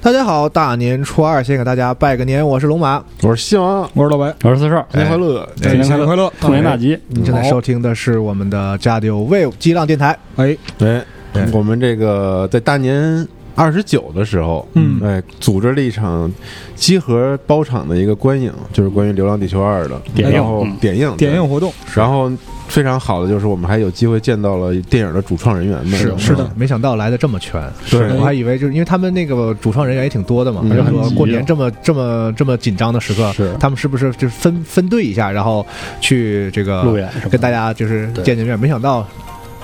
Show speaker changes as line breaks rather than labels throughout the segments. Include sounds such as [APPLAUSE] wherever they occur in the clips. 大家好，大年初二先给大家拜个年，我是龙马。
我是西王，
我是老白，
我是四十二，
新年快乐！
新年快乐，
兔年大吉，
哎你正在收听的是我们的 Radio Wave 激浪电台，
哎，
哎
对，
我们这个在大年二十九的时候，
嗯
哎，组织了一场集合包场的一个观影，就是关于《流浪地球二》的
点
映
然后
嗯
点映，
点
对
映。活动，
然后非常好的就是我们还有机会见到了电影的主创人员们，
是是的
没想到来的这么全，
对
我还以为就是因为他们那个主创人员也挺多的嘛，
嗯
就说
很急
过年这么这么这么紧张的时刻
是，
他们是不是就是分分队一下，然后去这个
啊
路远什么的
跟大家就是
对
见见面？没想到。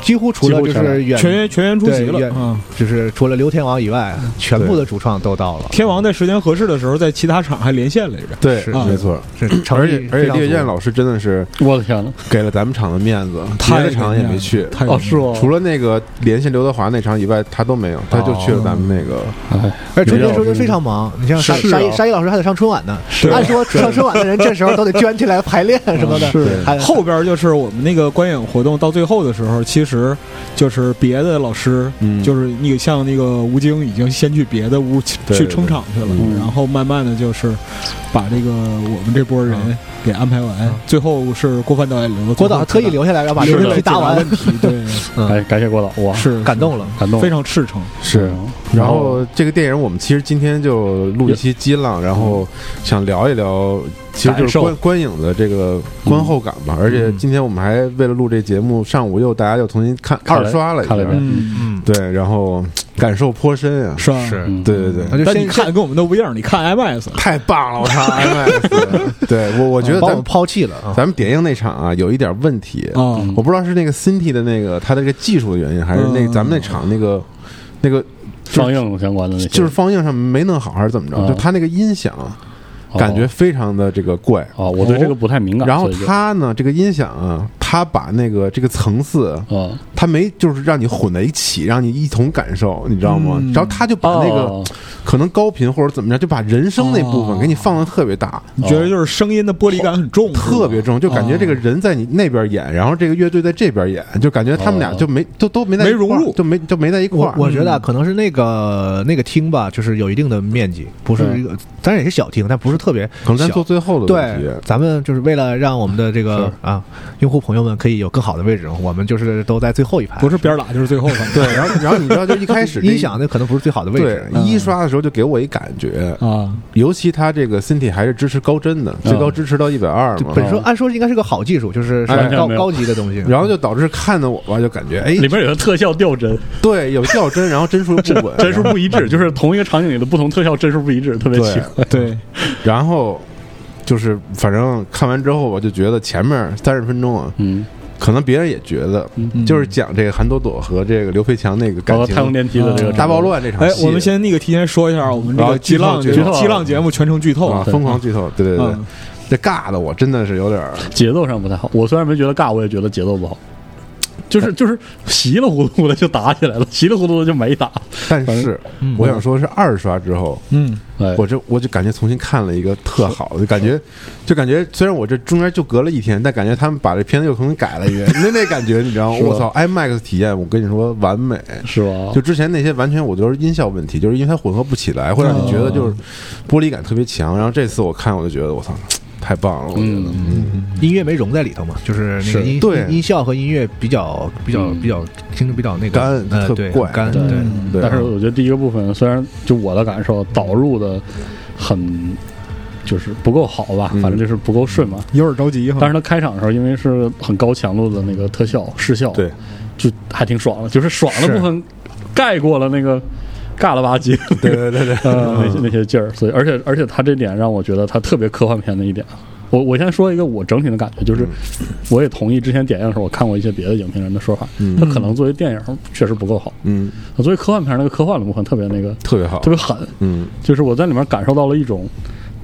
几乎除了就
几乎全来
是远
全员全员出席
对
了。嗯，
就是除了刘天王以外，全部的主创都到了，
天王在时间合适的时候，在其他场还连线来着。
对
是，
没错。
是诚
而
意
且而
非
且，
常
烈
足
焰老师真的是
我的天呐，
给了咱们场的面子，别
太
的场也没去，
太
哦，是哦，
哎除了那个连线刘德华那场以外，他都没有，他就
哦
去了咱们那个。
哎，
而且春
烈焰
节时候
老
就
师
非常忙，你像沙
是
沙溢
啊
沙溢老师还得上春晚呢，
是
啊
按说上春晚的人这时候都得捐起来排练
嗯
什么的，
是
还
后边就是我们那个观影活动到最后的时候，其实就是别的老师，
嗯
就是那个像那个吴京已经先去别的屋去
对
去撑场去了，
嗯
然后慢慢的就是把这个我们这波人给安排完，
嗯
最后是郭帆导演留的，
郭导特意留下来，然后把这
是
个
的
问题答完，
问题，
[LAUGHS]
对，
嗯，
感谢郭导，哇，
是
感动了。
感动，
非常赤诚，
是
嗯
然后这个电影，我们其实今天就录一期激浪，然后想聊一聊，其实就
嗯感
是
受嗯
观观影的这个观后感吧。而且今天我们还为了录这节目，上午又大家又重新看
看了
二刷了一
看了一
遍
遍，
嗯，
嗯，
对，然后感受颇深啊，
是吧？
是，
嗯
对对对，
那就
但你
先
看跟我们都不一样，你看 IMAX，
太棒了，我
[LAUGHS]
操！IMAX，对我我觉得
把我
咱
们
们
抛弃了啊，
咱们点映那场啊，有一点问题，
嗯
啊，
我不知道是那个 Cindy 的那个他的这个技术的原因，还是那
嗯
咱们那场那个那个
放映相嗯关的那些，
就是放映上没弄好，还是怎么着？
嗯
就他那个音响
哦
感觉非常的这个怪。
哦，我对这个不太敏感，
然后
所以就
他呢，这个音响啊，他把那个这个层次，
哦
他没就是让你混在一起，让你一同感受，你知道吗？
嗯
然后他就把那个哎
哦
可能高频或者怎么样，就把人声那部分
哦
给你放的特别大，
哦
你觉得就是声音的玻璃感很重，
特别重，就感觉这个人在你那边演，然后这个乐队在这边演，就感觉他们俩
哦
就没就都没在
没
一块儿
融入
就没就没在一块
我
儿。嗯
我觉得啊可能是那个那个厅吧，就是有一定的面积，不是一个，当然也是小厅，但不是特别
可能咱
小
做最后的问题
对，，咱们就是为了让我们的这个啊用户朋友们可以有更好的位置，我们就是都在最后一排，
不是边儿打就是最后反
对，然后然后你知道，就一开始这
[LAUGHS] 音响那可能不是最好的位
对
置，嗯
一刷的时候就给我一感觉，
啊，
尤其它这个 Cinti 还是支持高帧的，最高支持到一百二
就
嗯
嘛。
本身按说应该是个好技术，就是是
哎
高
没有嗯
高级的东西，
然后就导致看的我吧，就感觉哎，
里面有的特效掉帧，
对，有较真，然后帧数又不稳，
[LAUGHS] 帧数
然后
不一致，就是同一个场景里的不同特效帧数不一致，特别奇怪。
对，
对，
然后就是反正看完之后，我就觉得前面三十分钟啊，
嗯，
可能别人也觉得，就是讲这个韩朵朵和这个刘培强那个
包
感
括太空
情
电梯的这个
啊
大暴，乱这场
哎，
戏，
我们先那个提前说一下，我们这
啊
个激浪
剧
节
透
目
剧透
激浪节目全程剧透
啊，
对
疯狂剧透，对对对
嗯，
这尬的我真的是有点儿，
节奏上不太好。我虽然没觉得尬，我也觉得节奏不好。就是就是稀里糊涂的就打起来了，稀里糊涂的就没打。
但是
嗯
我想说是二刷之后，
嗯，
哎
我这我就感觉重新看了一个特好的，就感觉就感觉虽然我这中间就隔了一天，但感觉他们把这片子又重新改了一遍，
[LAUGHS]
那那感觉你知道吗？
是吧啊哦
我操，IMAX 体验，我跟你说完美。
是吧？
就之前那些完全我觉得是音效问题，就是因为它混合不起来，会让你觉得就是玻璃感特别强。然后这次我看我就觉得我操，太棒了！我觉得，嗯，
音乐没融在里头嘛，就是那个
是
音
对
音效和音乐比较比较
嗯
比较听着比较那个
干
呃
特
对
怪
干
对嗯
对。
对。啊
但是我觉得第一个部分虽然就我的感受导入的很就是不够好吧，
嗯
反正就是不够顺嘛。
有点着急哈，
但是它开场的时候，因为是很高强度的那个特效视效，
对，
就还挺爽的，就是爽的部分盖过了那个尬了吧唧的
对对
[LAUGHS]
对对，
呃那些那些劲儿，所以而且而且他这点让我觉得他特别科幻片的一点。啊我我先说一个我整体的感觉，就是
嗯
我也同意之前点映的时候我看过一些别的影评人的说法，他可能作为电影确实不够好，
嗯，
作为科幻片那个科幻的部分特别那个
特别好
特，别狠，
嗯，
就是我在里面感受到了一种。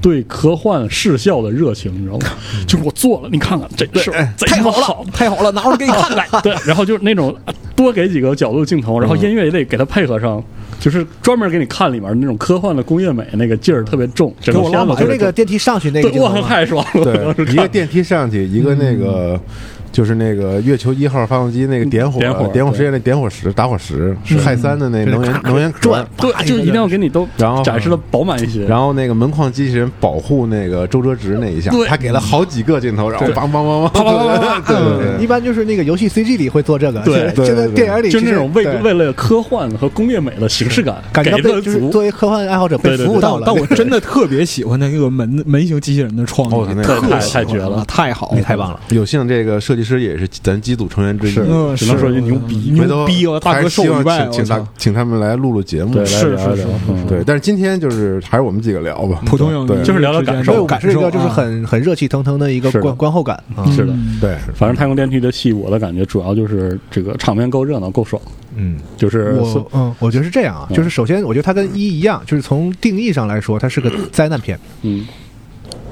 对科幻视效的热情，你知道吗？就是我做了，你看看这事儿贼他妈好，哎
太好了，拿出来给你 [LAUGHS] 看看，
对，然后就是那种啊多给几个角度镜头，然后音乐也得给它配合上，就是专门给你看里面那种科幻的工业美那个劲儿特别重，整个
给我拉
片子
满
就
特别
那个 [LAUGHS]
重。
电梯上去那个
对，
镜头
我
嘛
太爽了！我当时
对，
看
一个电梯上去，一个那个就是那个月球一号发动机那个点火
点火
点火
对
实验那点火石打火石是
嗯
氦三的那
就是
能源
咔咔
能源壳
转，
对，就是一定要给你都
然后
展示的饱满一些。
然后那个门框机器人保护那个周哲直那一下
对，
他给了好几个镜头，然后
对
梆梆梆梆，对
[LAUGHS]
对
一
对
般就是那个游戏 CG 里会做这个，
对
就就在电影里
就是那种为
对
为了科幻和工业美的形式感，
感
给
觉到
的
被就是
足。
作为科幻爱好者被
对对
服务
对
到
但
了。
但我真的特别喜欢那个门门型机器人的创
哦
意，
那个
特
太
喜欢
太绝了
太好
[LAUGHS] 你
了，
太棒了，
有幸这个设计师也是咱机组成员之一，
嗯，
只能
是
说句牛逼
回头
牛逼哦，大
还
哥
是
受
希望
礼拜，
请请
他
他请他们来录录节目
对，，来
是
聊
是
一聊
是
嗯
对，但是今天就是还是我们几个聊吧，
普通影迷
对
就是聊聊感受
之间的
我
感
是一
受
个就是
啊
很很热气腾腾的一个
是的
观观后感啊，
是的，
嗯
对，
反正太空电梯的戏，我的感觉主要就是这个场面够热闹、够爽，
嗯。
就是
我嗯，我觉得是这样啊，
嗯
就是首先，我觉得它跟一一样，就是从定义上来说，它是个灾难片，
嗯，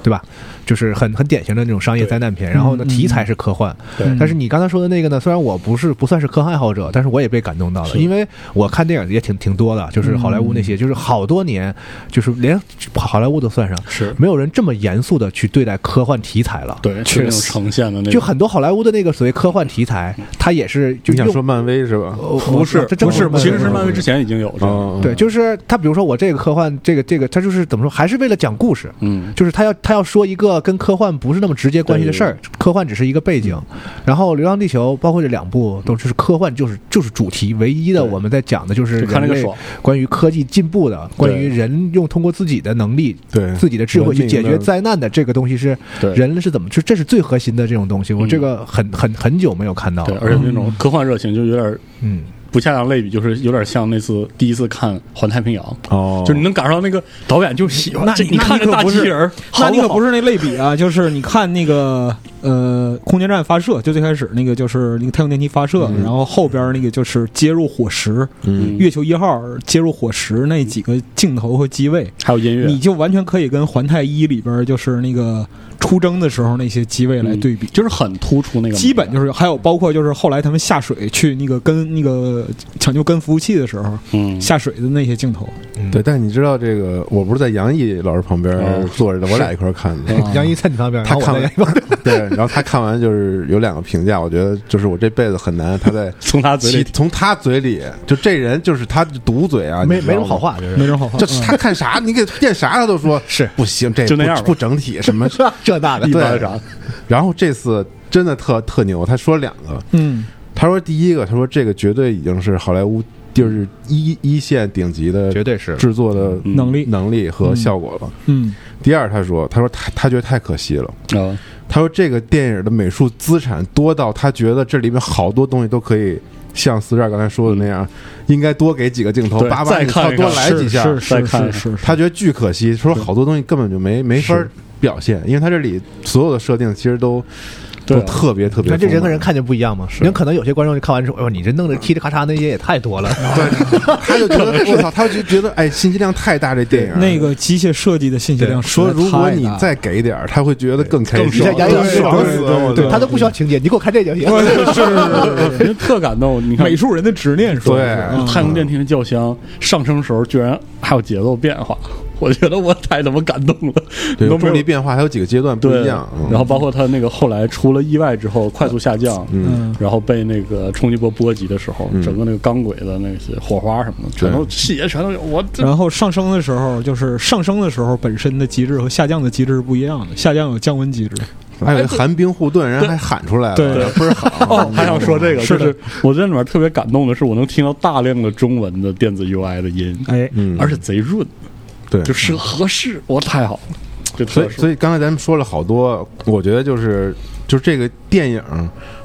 对吧？就是很很典型的那种商业灾难片。然后呢，
嗯嗯嗯
题材是科幻，
对
但是你刚才说的那个呢，虽然我不是不算是科幻爱好者，但是我也被感动到了，
是
因为我看电影也挺挺多的，就是好莱坞那些，就是好多年，就是连好莱坞都算上，
是
没有人这么严肃的去对待科幻题材了。
对，是那种呈现的那
就
种，
很多好莱坞的那个所谓科幻题材，它也是就
你想
用
说漫威是吧？
哦
不是
哦这这
不是，
不
其实是
不
漫威之前已经有这样，
啊
哦
对，就是他，比如说我这个科幻，这个这个，他就是怎么说，还是为了讲故事，
嗯，
就是他要他要说一个跟科幻不是那么直接关系的事儿，科幻只是一个背景。然后《流浪地球》包括这两部都是科幻，就是就是主题，唯一的
对
我们在讲的就是
就看这
人
个
类
爽，
关于科技进步的，关于人用通过自己的能力、
对
自己的智慧去解
文
决
明的
灾难的这个东西是
对
人是怎么，就这是最核心的这种东西。我
嗯
这个很很很久没有看到
对，
了，
而且
啊
那种科幻热情就有点
嗯，
不恰当类比，就是有点像那次第一次看《环太平洋》，
哦，
就是你能感受到那个导演就喜欢
那
这，
你
你
那
看这
你可
大
不
机
是
器人儿，
那你可
是
不是那类比啊， [LAUGHS] 就是你看那个呃，空间站发射，就最开始那个就是那个太空电梯发射，
嗯
然后后边那个就是接入火石，
嗯
月球一号接入火石那几个镜头和机位，
还有音乐，
你就完全可以跟环太一里边就是那个出征的时候那些机位来对比。
就是很突出嗯那个美感，
基本就是，还有包括就是后来他们下水去那个跟那个抢救跟服务器的时候，
嗯，
下水的那些镜头，
嗯
对，。但你知道这个，我不是在杨毅老师旁边
哦
坐着的，我俩一块儿看的。
啊
[LAUGHS] 杨一在你旁边，
他看
了
完， [LAUGHS] 对，然后他看完就是有两个评价，我觉得就是我这辈子很难，他在
从他嘴
其
里
从他嘴里，就这人就是他毒嘴啊，
没
你知
没
道
什么好
吗。
话，就是
没人好话。
就是他看啥，你给他念啥，他都说
是
不行，这
就那
不
样吧
不整体什
[LAUGHS]
么。
这那的
一般
对
啥，
然后这次真的特特牛，他说两个，
嗯，
他说第一个，他说这个绝对已经是好莱坞就是一一线顶级的
绝对是
制作的
嗯
能力，
能力和效果了。
嗯，
第二，他说，他说他他觉得太可惜了。
[LAUGHS]
啊，
他说这个电影的美术资产多到他觉得这里面好多东西都可以像四十二刚才说的那样，应该多给几个镜头，
对
叭叭
再
你操
看一
多
看
来几下。
是
再
是
看
是是，
他觉得巨可惜，说好多东西根本就没没法
是
表现，因为他这里所有的设定其实都
对
都
啊
特别特
那
别丰满。
这人和人看见不一样嘛？人可能有些观众就看完之后，哎呦，你这弄的噼里咔嚓那些也太多了。
对，他就觉得我操，他就觉得哎，信息量太大，这电影
那。个机械设计的信息量实在
说，如果
太
你
大
再给点儿，他会觉得更开心。
你像杨洋
对
爽
对
死 [LAUGHS]
对对
对
他都不需要情节，你给我看这就行。
是人家特感动，你看
[LAUGHS] 美。术人的执念说
对
是嗯
太空电梯的轿厢上升时候居然还有节奏变化，我觉得我太他妈感动了，
对，有
都没
重
有
力变化，还有几个阶段不
对
一样。嗯
然后包括他那个后来出了意外之后快速下降，
嗯
然后被那个冲击波波及的时候，
嗯
整个那个钢轨的那些火花什么的，全都细节全都有。
[LAUGHS]
我这
然后上升的时候，就是上升的时候本身的机制和下降的机制是不一样的，下降有降温机制，
还有寒冰护盾，人还喊出来了，
对对
倍儿好。
哦，还想说这个，
是
就
的
是我在里面特别感动的是，我能听到大量的中文的电子 UI 的音，
哎，
嗯，
而且贼润，
对嗯
就，是合适，我太好了，就
所
特
以
殊。
所以刚才咱们说了好多，我觉得就是就是这个电影，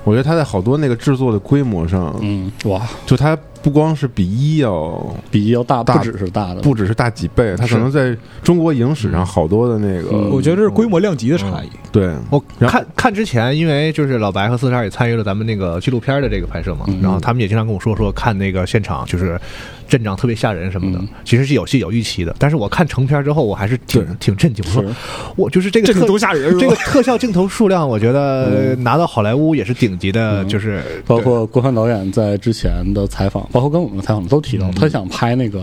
我觉得它在好多那个制作的规模上，
嗯，哇，
就它不光是比一要
比一要大，
大
不只是大的，
不只是大几倍，它
是
可能在中国影史上好多的那个
嗯
我觉得这是规模量级的差异，
对，
我
然后
看看之前，因为就是老白和四十二也参与了咱们那个纪录片的这个拍摄嘛，
嗯
然后他们也经常跟我说说看那个现场就是阵仗特别吓人什么的
嗯，
其实是有戏有预期的。但是我看成片之后，我还是挺
对
挺震惊，我说
是
我就是这个
这
特
个多吓人是
这个
吧？
特效镜头数量，我觉得拿到好莱坞也是顶级的，就是
包
嗯
括郭帆导演在之前的采访，包括跟我们的采访都提到，他想拍那个。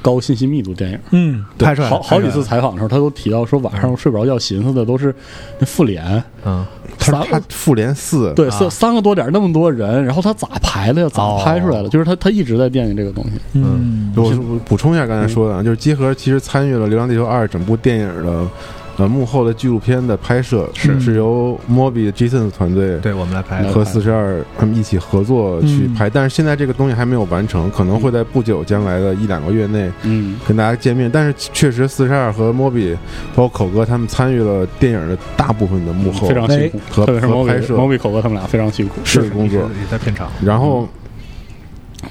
高信息密度电影。
嗯
拍出来
好
了
好几次，采访的时候，他都提到说晚上睡不着觉，寻思的都是那复
啊
联，
拍出来了嗯，
他
三
他复联四，
对三三个多点儿那么多人，然后他咋排的呀？咋拍出来
哦
的？就是他他一直在惦记这个东西。
嗯
我我补充一下刚才说的啊，就是集合其实参与了《流浪地球二》整部电影的呃幕后的纪录片的拍摄，是是由 Moby Jason 团队
对我们来拍
来
和四十二他们一起合作去
嗯
拍，但是现在这个东西还没有完成，可能会在不久将来的一两个月内
嗯，
跟大家见面。但是确实，四十二和 Moby 包括口哥他们参与了电影的大部分的幕后
非常辛苦，
和
特别是
和
毛比
拍摄
毛比口哥他们俩非常辛苦。
是工作。
也在片场，
然后，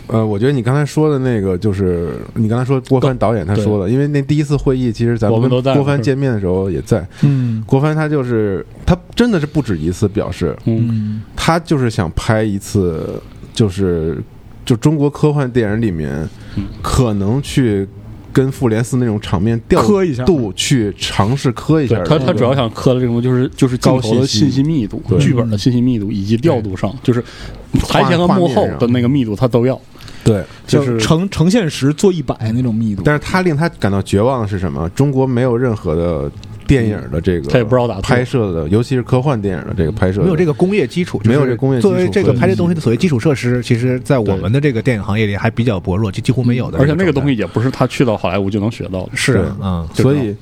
呃，我觉得你刚才说的那个，就是你刚才说郭帆导演他说的，因为那第一次会议，其实咱
我
们
们都在
跟郭帆见面的时候也在。
嗯
郭帆他就是他真的是不止一次表示，
嗯，
嗯
他就是想拍一次，就是就中国科幻电影里面
嗯
可能去跟复联四那种场面调
磕一下
度去尝试磕一下
对
的。
他他主要想磕的这种就是就是镜头
高信
的
息
信息密度
对、
剧本的信息密度以及调度上，就是台前和
画
幕
面
后
上
的那个密度他都要。
对，
就
就是是呈呈现时做一百那种密度，
但是他令他感到绝望的是什么？中国没有任何的电影的这个，
他也不知道咋做
拍摄的，尤其是科幻电影的这个拍摄，
没有这
个，
个工业基础，就是
没有这工业基础
作为这个
对
拍这东西的所谓基础设施，其实在我们的这个电影行业里还比较薄弱，就几乎没有的。
而且那个东
西
西也不是他去到好莱坞就能学到的。
是
嗯
嗯，
对所以。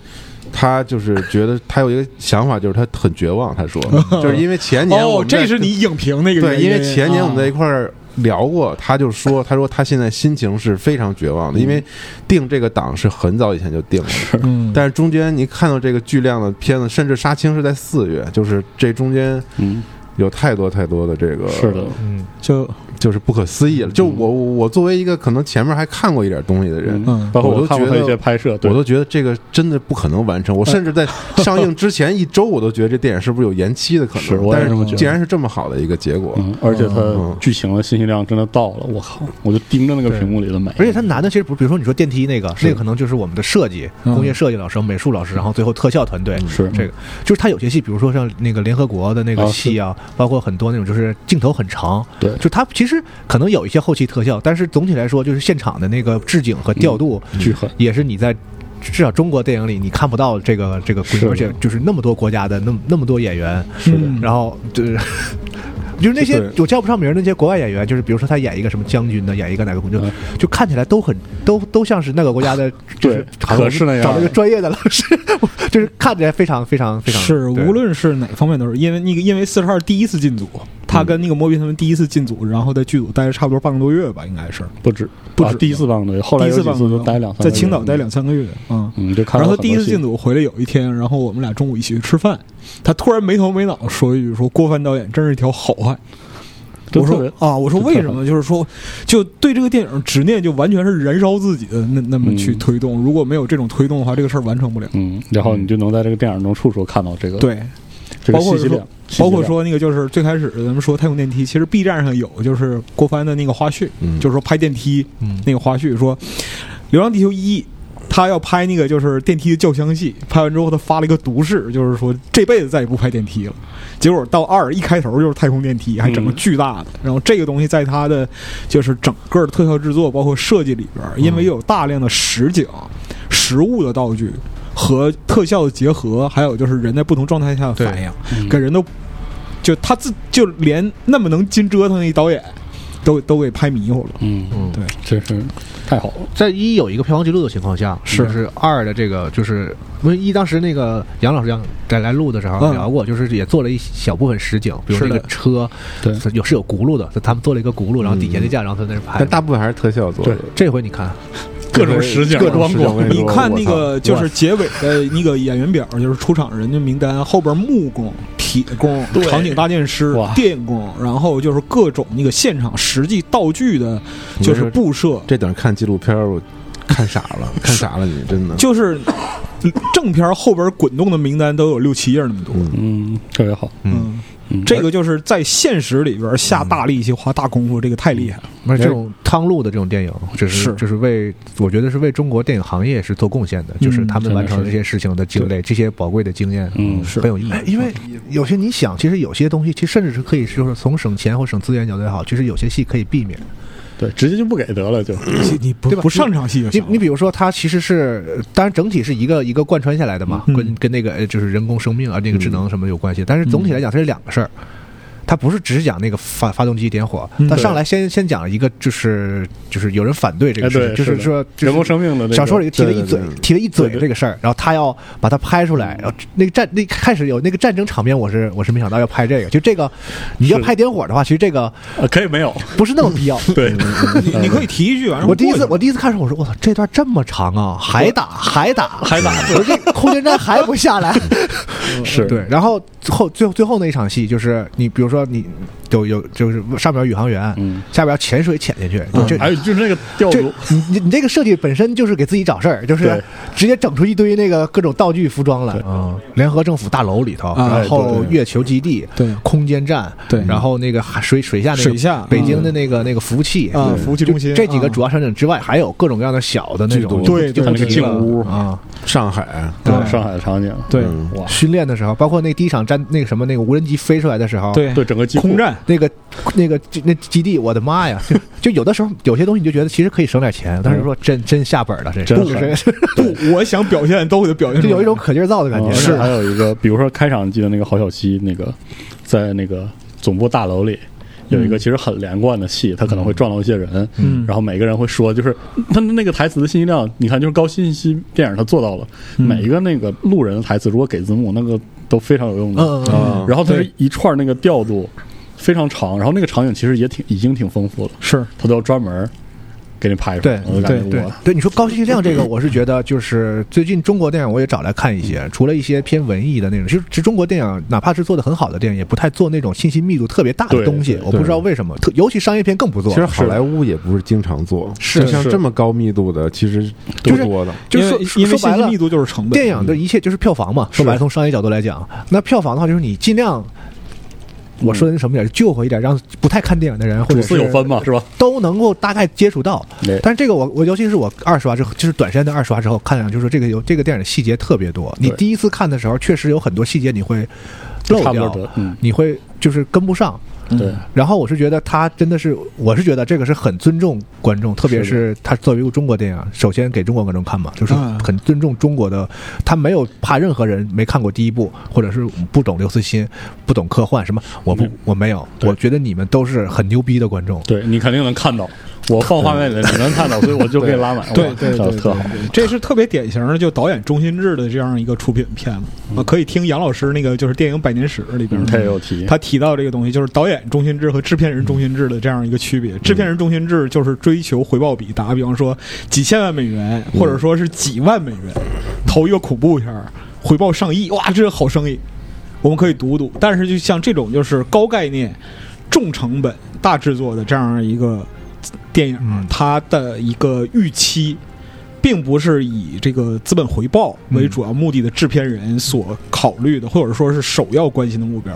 他就是觉得他有一个想法，就是他很绝望。他说，就是因为前年我
哦，
们在
这是你影评那个原
对，因为
啊
前年我们在一块儿聊过，他就说，他说他现在心情是非常绝望的，因为定这个档是很早以前就定了，
嗯
但是中间你看到这个巨量的片子，甚至杀青是在四月，就是这中间
[LAUGHS] 嗯，
有太多太多的这个
是的，
嗯，
就
就是不可思
嗯
议了。就我我我作为一个可能前面还看过一点东西的人，
嗯，包括
我都
我看过
觉
他
得
一些拍摄，对
我都觉得这个真的不可能完成。我甚至在上映之前一周，我都觉得这电影是不是有延期的可
是
能。
我也
但
这么觉
是
得
既然是这么好的一个结果，
嗯，而且它
嗯
剧情的信息量真的到了，我靠，我就盯着那个屏幕里的美。
而且它难的其实不是，比如说你说电梯那个，那个可能就是我们的设计、
嗯
工业设计老师、美术老师，然后最后特效团队
嗯
是
这个，就是它有些戏，比如说像那个联合国的那个
啊
戏啊，包括很多那种就是镜头很长，
对
就它其实可能有一些后期特效，但是总体来说就是现场的那个置景和调
嗯
度
巨狠，
也是你在。至少中国电影里你看不到这个这个规
是
律，
的
而且就是那么多国家的那么那么多演员，嗯
是的
然后对， [LAUGHS] 就是那些
对
我叫不上名儿的那些国外演员，就是比如说他演一个什么将军的，演一个哪个工作，
嗯
就看起来都很都都像是那个国家的，就是
对可是那样
找了一个专业的老师， [LAUGHS] 就是看起来非常非常非常
是，
对
无论是哪方面都是，因为那个，因为四十二第一次进组，他
嗯
跟那个摩比他们第一次进组，然后在剧组待了差不多半个多月吧，应该是
不止
不
啊
止
第一次半个月，后来
第一
有
次
几
半
次
个
都
月
待两三个
在
月
青岛待，两三个月，嗯。
嗯，就看
然后
到很
他
多
第一次
戏
进，组回来有一天，然后我们俩中午一起去吃饭，他突然没头没脑说一句说郭帆导演真是一条好汉。
就
我
特
说
别
啊，我说
就
为
特
什么？就是说，就对这个电影执念就完全是燃烧自己的那那么去
嗯
推动，如果没有这种推动的话，这个事儿完成不了。
嗯，然后你就能在这个电影中处处看到这个
对，
这个
包括
信息
说
量，信息
包括
量
说那个就是最开始咱们说太空电梯，其实 B 站上有就是郭帆的那个花絮，
嗯
就是说拍电梯
嗯
那个花絮，说《流浪地球一》。他要拍那个就是电梯的轿厢戏，拍完之后他发了一个毒誓，就是说这辈子再也不拍电梯了。结果到二一开头就是太空电梯，还整个
嗯
巨大的。然后这个东西在他的就是整个的特效制作包括设计里边儿，因为有大量的实景、实物的道具和特效的结合，还有就是人在不同状态下的
对
反应。
嗯
给人都就他自就连那么能金折腾一导演，都都给拍迷糊了。
嗯，
嗯
对
真是太好了，
在一有一个票房记录的情况下，
是
就是二的这个就是因为一当时那个杨老师杨在来录的时候
嗯
聊过，就是也做了一小部分实景，比如说
是
那
的
个车
对
是有是有轱辘的，他们做了一个轱辘，然后底下那架，然后在那儿拍
但。大部分还是特效做的
对。
这回你看，
各种实景，
各种
光
实景
光
我跟
你
说
看
我
那
操
个就是结尾的那个演员表，就是出场人的名单后边木工、铁工、场景搭建师
哇、
电工，然后就是各种那个现场实际道具的，
你
就是
说
布设，
这等于看纪录片儿，我看傻
[LAUGHS]
了，看傻了你，真的。
就是正片后边滚动的名单都有六七页那么多。
嗯，
嗯，特别好，
嗯，
嗯，
这个就是在现实里边下大力气、花大功夫，这个太厉害了。
而这种汤露的这种电影，只是
是
就是为我觉得是为中国电影行业是做贡献的，就是他们完成这些事情的经历，这些宝贵的经验，
嗯
是很有意义。哎因为有些你想，其实有些东西，其实甚至是可以，就是从省钱或省资源角度也好，其实有些戏可以避免。
对，直接就不给得了，就
你你不
对吧
不上场戏就
你
行了。
你比如说，它其实是，当然整体是一个一个贯穿下来的嘛，
嗯
跟跟那个呃就是人工生命啊，那个智
嗯
能什么有关系。但是总体来讲，它是两个事儿，它不是只是讲那个发发动机点火
嗯，
它上来先先讲一个，就是就是有人反对这个
哎
事
对
情，就是是
的
说就是
人工生命的那个
小说里提了
对
一
对
嘴
对，
提了一嘴
对对嗯
这个事儿，然后他要把它拍出来，然后那个战那开始有那个战争场面，我是我是没想到要拍这个，就这个你要
是
拍点火的话，其实这个
呃可以没有，
不是那么必要。
对，
你你可以提一句，完了
我第一次
过去
我第一次看的时候，我说我操，这段这么长啊，还打还打，
还打
我说这空间站还不下来。
[LAUGHS] 是
对，然后最后最后最后那一场戏就是你比如说你有有就是上面有宇航员，
嗯
下边要潜水潜进去，就这。
还有就是那个
哦
调
这
度，
你你你这个设计本身就是给自己找事儿，就是
对
直接整出一堆那个各种道具服装来啊！联合政府大楼里头，
啊
然
对
后
对
月球基地、
对
空间站，
对
然后那个海水水下那个
水下嗯
北京的那个那个服务器
啊
对
服务器中心
就这几个
啊
主要场景之外，还有各种各样的小的那种
巨多
对
就就
对啊
对
就
那个静屋
啊，
上海，
对
上海的场景，
对
嗯
哇，
训练的时候，包括那第一场战那个什么那个无人机飞出来的时候，
对
对整个机库
哎空战，
那个那个那基地，我的妈呀！就就有的时候有些东西你就觉得其实可以省点钱，
嗯
但是说真真下本了，这
真
是
狠
这
不，我想表现都给他表现出
就
来，
有一种可劲儿造的感觉。
而且还有一个，比如说开场记得那个郝小西那个，在那个总部大楼里有一个其实很连贯的戏，他可能会撞到一些人，
嗯
然后每个人会说，就是他那个台词的信息量，你看就是高信息电影他做到了，
嗯
每一个那个路人的台词如果给字幕，那个都非常有用的。
嗯嗯嗯，
啊，
然后它是
对
一串那个调度非常长，然后那个场景其实也挺已经挺丰富了，
是
他都要专门给你拍出来，
对
我就感觉
对
对
我
对，你说高信息量这个，我是觉得就是最近中国电影我也找来看一些，除了一些偏文艺的那种，其实其实中国电影哪怕是做的很好的电影，也不太做那种信息密度特别大的
对
东西
对。
我不知道为什么，特尤其商业片更不做。
其实好莱坞也不是经常做，
是
就像
是
这么高密度的，其实
就
不
是
多的。
就是
因为
说
因为
说白
信息
了
密，度就是成本，
电影的一切就是票房嘛。说白了，从商业角度来讲，那票房的话就是你尽量。我说的是什么点儿？救回一点，让不太看电影的人或
主
者
次
是
有分嘛，是吧？
都能够大概接触到
对。
但是这个我我尤其是我二刷之后，就是短时间的二刷之后，看上就是这个有这个电影的细节特别多。你
对
第一次看的时候，确实有很多细节你会漏
差不
掉
多得，嗯，
你会就是跟不上。
对，
然后我是觉得他真的是，我是觉得这个是很尊重观众，特别是他作为一个中国电影，首先给中国观众看嘛，就是
嗯
很尊重中国的，他没有怕任何人没看过第一部，或者是不懂刘慈欣、不懂科幻什么，我不我没有，
嗯对
我觉得你们都是很牛逼的观众。
对你肯定能看到，我放画面里你能看到，所以我就可以拉满，
对
哇
对
特
对，
特好，
对，对这是特别典型的就导演中心制的这样一个出品片嘛。啊，可以听杨老师那个就是电影《百年史》里边
嗯，他也有提，
他提到这个东西，就是导演中心制和制片人中心制的这样一个区别。制片人中心制就是追求回报比，打个比方说几千万美元，或者说是几万美元，投一个恐怖片儿，回报上亿，哇，这是好生意，我们可以赌赌。但是就像这种就是高概念、重成本、大制作的这样一个电影，
嗯
它的一个预期。并不是以这个资本回报为主要目的的制片人所考虑的，或者说是首要关心的目标，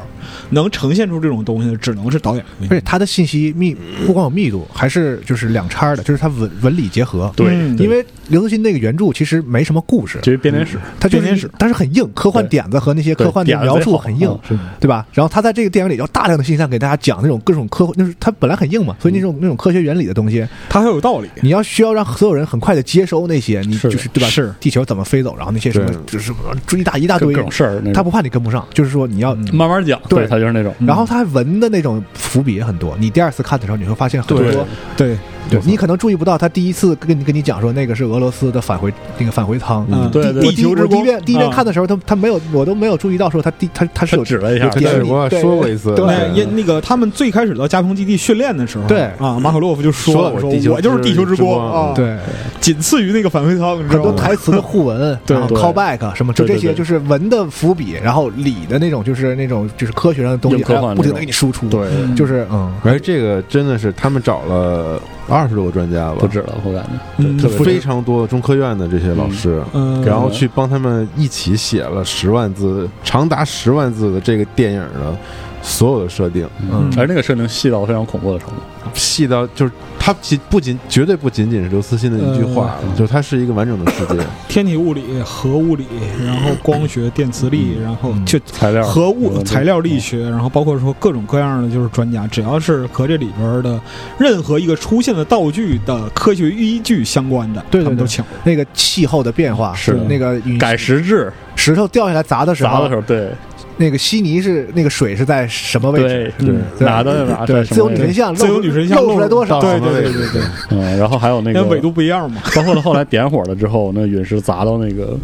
能呈现出这种东西的，只能是导演。
而且它的信息密
嗯
不光有密度，还是就是两叉儿的，就是它文文理结合。
对
嗯，
对
因为刘慈欣那个原著其实没什么故事，
至于编年史，
它就
编年
是
史
它是很硬，科幻
对
点子和那些
对
科幻的
点子
描
也
述
好
很硬
嗯，是
对吧？然后他在这个电影里要大量的信息量给大家讲那种各种科，就是它本来很硬嘛，所以那种
嗯
那种科学原理的东西，
它很有道理。
你要需要让所有人很快的接收那些，你
是的
就是对吧？
是
地球怎么飞走，然后那些什么
对
就是什么追大一大堆
各，种事儿，嗯那
他
种
不怕你跟不上，就是说你要
慢慢讲，
对嗯
对他就是那种，
然后他文的那种伏笔也很多，你第二次看的时候，你会发现很
对
多，
对，
对你可能注意不到。他第一次跟你跟你讲说那个是俄罗斯的返回那个返回舱，
嗯
对
第我
对
第一
地球之
我第一
光
遍第一遍
啊
看的时候，他他没有我都没有注意到说他第他他是
嗯他
有
指了一下
有，
但
点
是
力
我
对
说过一次，
对
那也那个他们最开始到加蓬基地训练的时候，
对
啊，马可洛夫就
说
说
我
说
地球
我就是
之
地球之
光
光啊，，
对
仅次于那个反馈舱，你知
很
道
多
吗？
台词的互文，
对
然后
对
callback 啊什么，就
对
这
对
些
对
就是文的伏笔，然后理的那种就是那种就是科学上的东西，
硬科幻
还要不停的
那种
给你输出，
对，
嗯
就是嗯，
而哎这个真的是他们找了二十多个专家吧，
不止了，我感觉
嗯
对，特别
非常多中科院的这些老师，
嗯，
然后去帮他们一起写了十万字，长达十万字的这个电影的所有的设定，
嗯
而那个设定细到非常恐怖的程度。
细到就是它仅不仅绝对不仅仅是刘慈欣的一句话，就是它是一个完整的世界。
天体物理、核物理，然后光学、电磁力，然后
嗯
就
材料嗯
核
有
物
的
材料力学，然后包括说各种各样的就是专家，只要是和这里边儿的任何一个出现的道具的科学依据相关的，
对对
他们都
对
请了。
那个气候的变化
是
那个陨
改实质
石头掉下来砸的时
砸的
候
时，候，对
那个稀泥是那个水是在什么位置？
对嗯
对
哪的哪
对，
在什
自由
么
女
位
神
置？
像，
自由女神像
露出来多少？
对对
对
对对对， [LAUGHS]
嗯，然后还有那
因为纬
个，
度不一样嘛。
包括后来点火了之后，那陨石砸到那个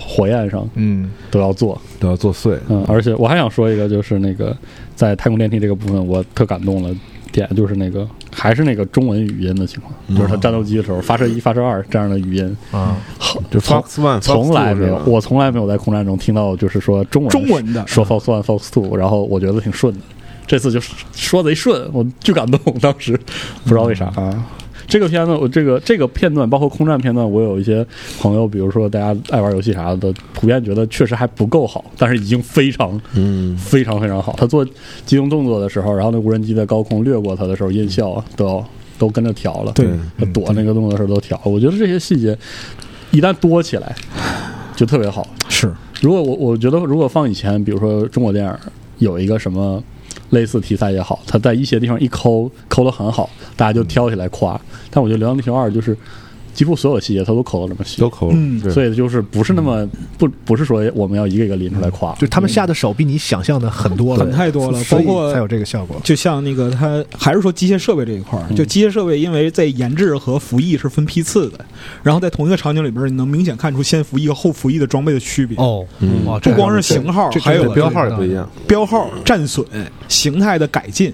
火焰上
嗯，
都要做。
都要作祟。
嗯，而且我还想说一个，就是那个在太空电梯这个部分，我特感动了。点就是那个，还是那个中文语音的情况，就是他战斗机的时候，发射一、发射二这样的语音，
啊，
就
从
Fox One
从来没有，
Fox Two 是吧
我从来没有在空战中听到就是说中文
中文的
说 Fox One、Fox Two，然后我觉得挺顺的。这次就说贼顺，我巨感动，当时不知道为啥啊。这个片子，我这个这个片段，包括空战片段，我有一些朋友，比如说大家爱玩游戏啥的，普遍觉得确实还不够好，但是已经非常
嗯，
非常非常好。他做机动动作的时候，然后那无人机在高空掠过他的时候，音效啊都要都跟着调了。
对
他躲那个动作的时候都调。我觉得这些细节一旦多起来，就特别好。
是，
如果我我觉得，如果放以前，比如说中国电影有一个什么类似题材也好，它在一些地方一抠抠得很好，大家就挑起来夸。但我觉得《流浪地球二》就是几乎所有细节它都抠得这么细
都，抠了
嗯，
对
所以就是不是那么不不是说我们要一个一个拎出来夸，
就他们下的手比你想象的很多了，
很太多了
所以
包括
才有这个效果。
就像那个它还是说机械设备这一块儿，就机械设备因为在研制和服役是分批次的，然后在同一个场景里边儿，你能明显看出先服役和后服役的装备的区别。
哦，
嗯
哇，
不光是型号
这，
还有
这
标号也不一样。
标号、战损、形态的改进，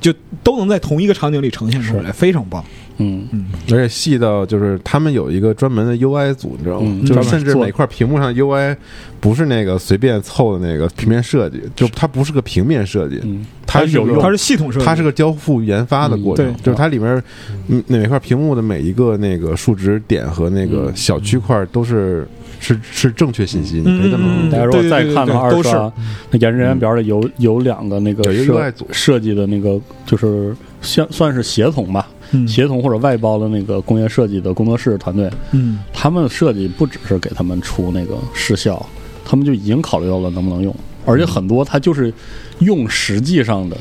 就都能在同一个场景里呈现出来，非常棒。
嗯，
而且细到就是他们有一个专门的 UI 组，你知道吗？
嗯
就是
专门
甚至
做
每块屏幕上 UI 不是那个随便凑的那个平面设计，就它不是个平面设计，
嗯
它
有用
用
它是系统设计，
它是个交互研发的过程，
嗯对
就是它里面嗯每块屏幕的每一个那个数值点和那个小区块都是是是正确信息，你可以这么
嗯
大家如果再看的
对对对对
话，二
都是嗯
刷那研制人员表里有有两个那个
有一个
设
UI 组
设计的那个，就是像算是协同吧，
嗯
协同或者外包的那个工业设计的工作室团队，
嗯
他们设计不只是给他们出那个视效，他们就已经考虑到了能不能用，而且很多它就是用实际上的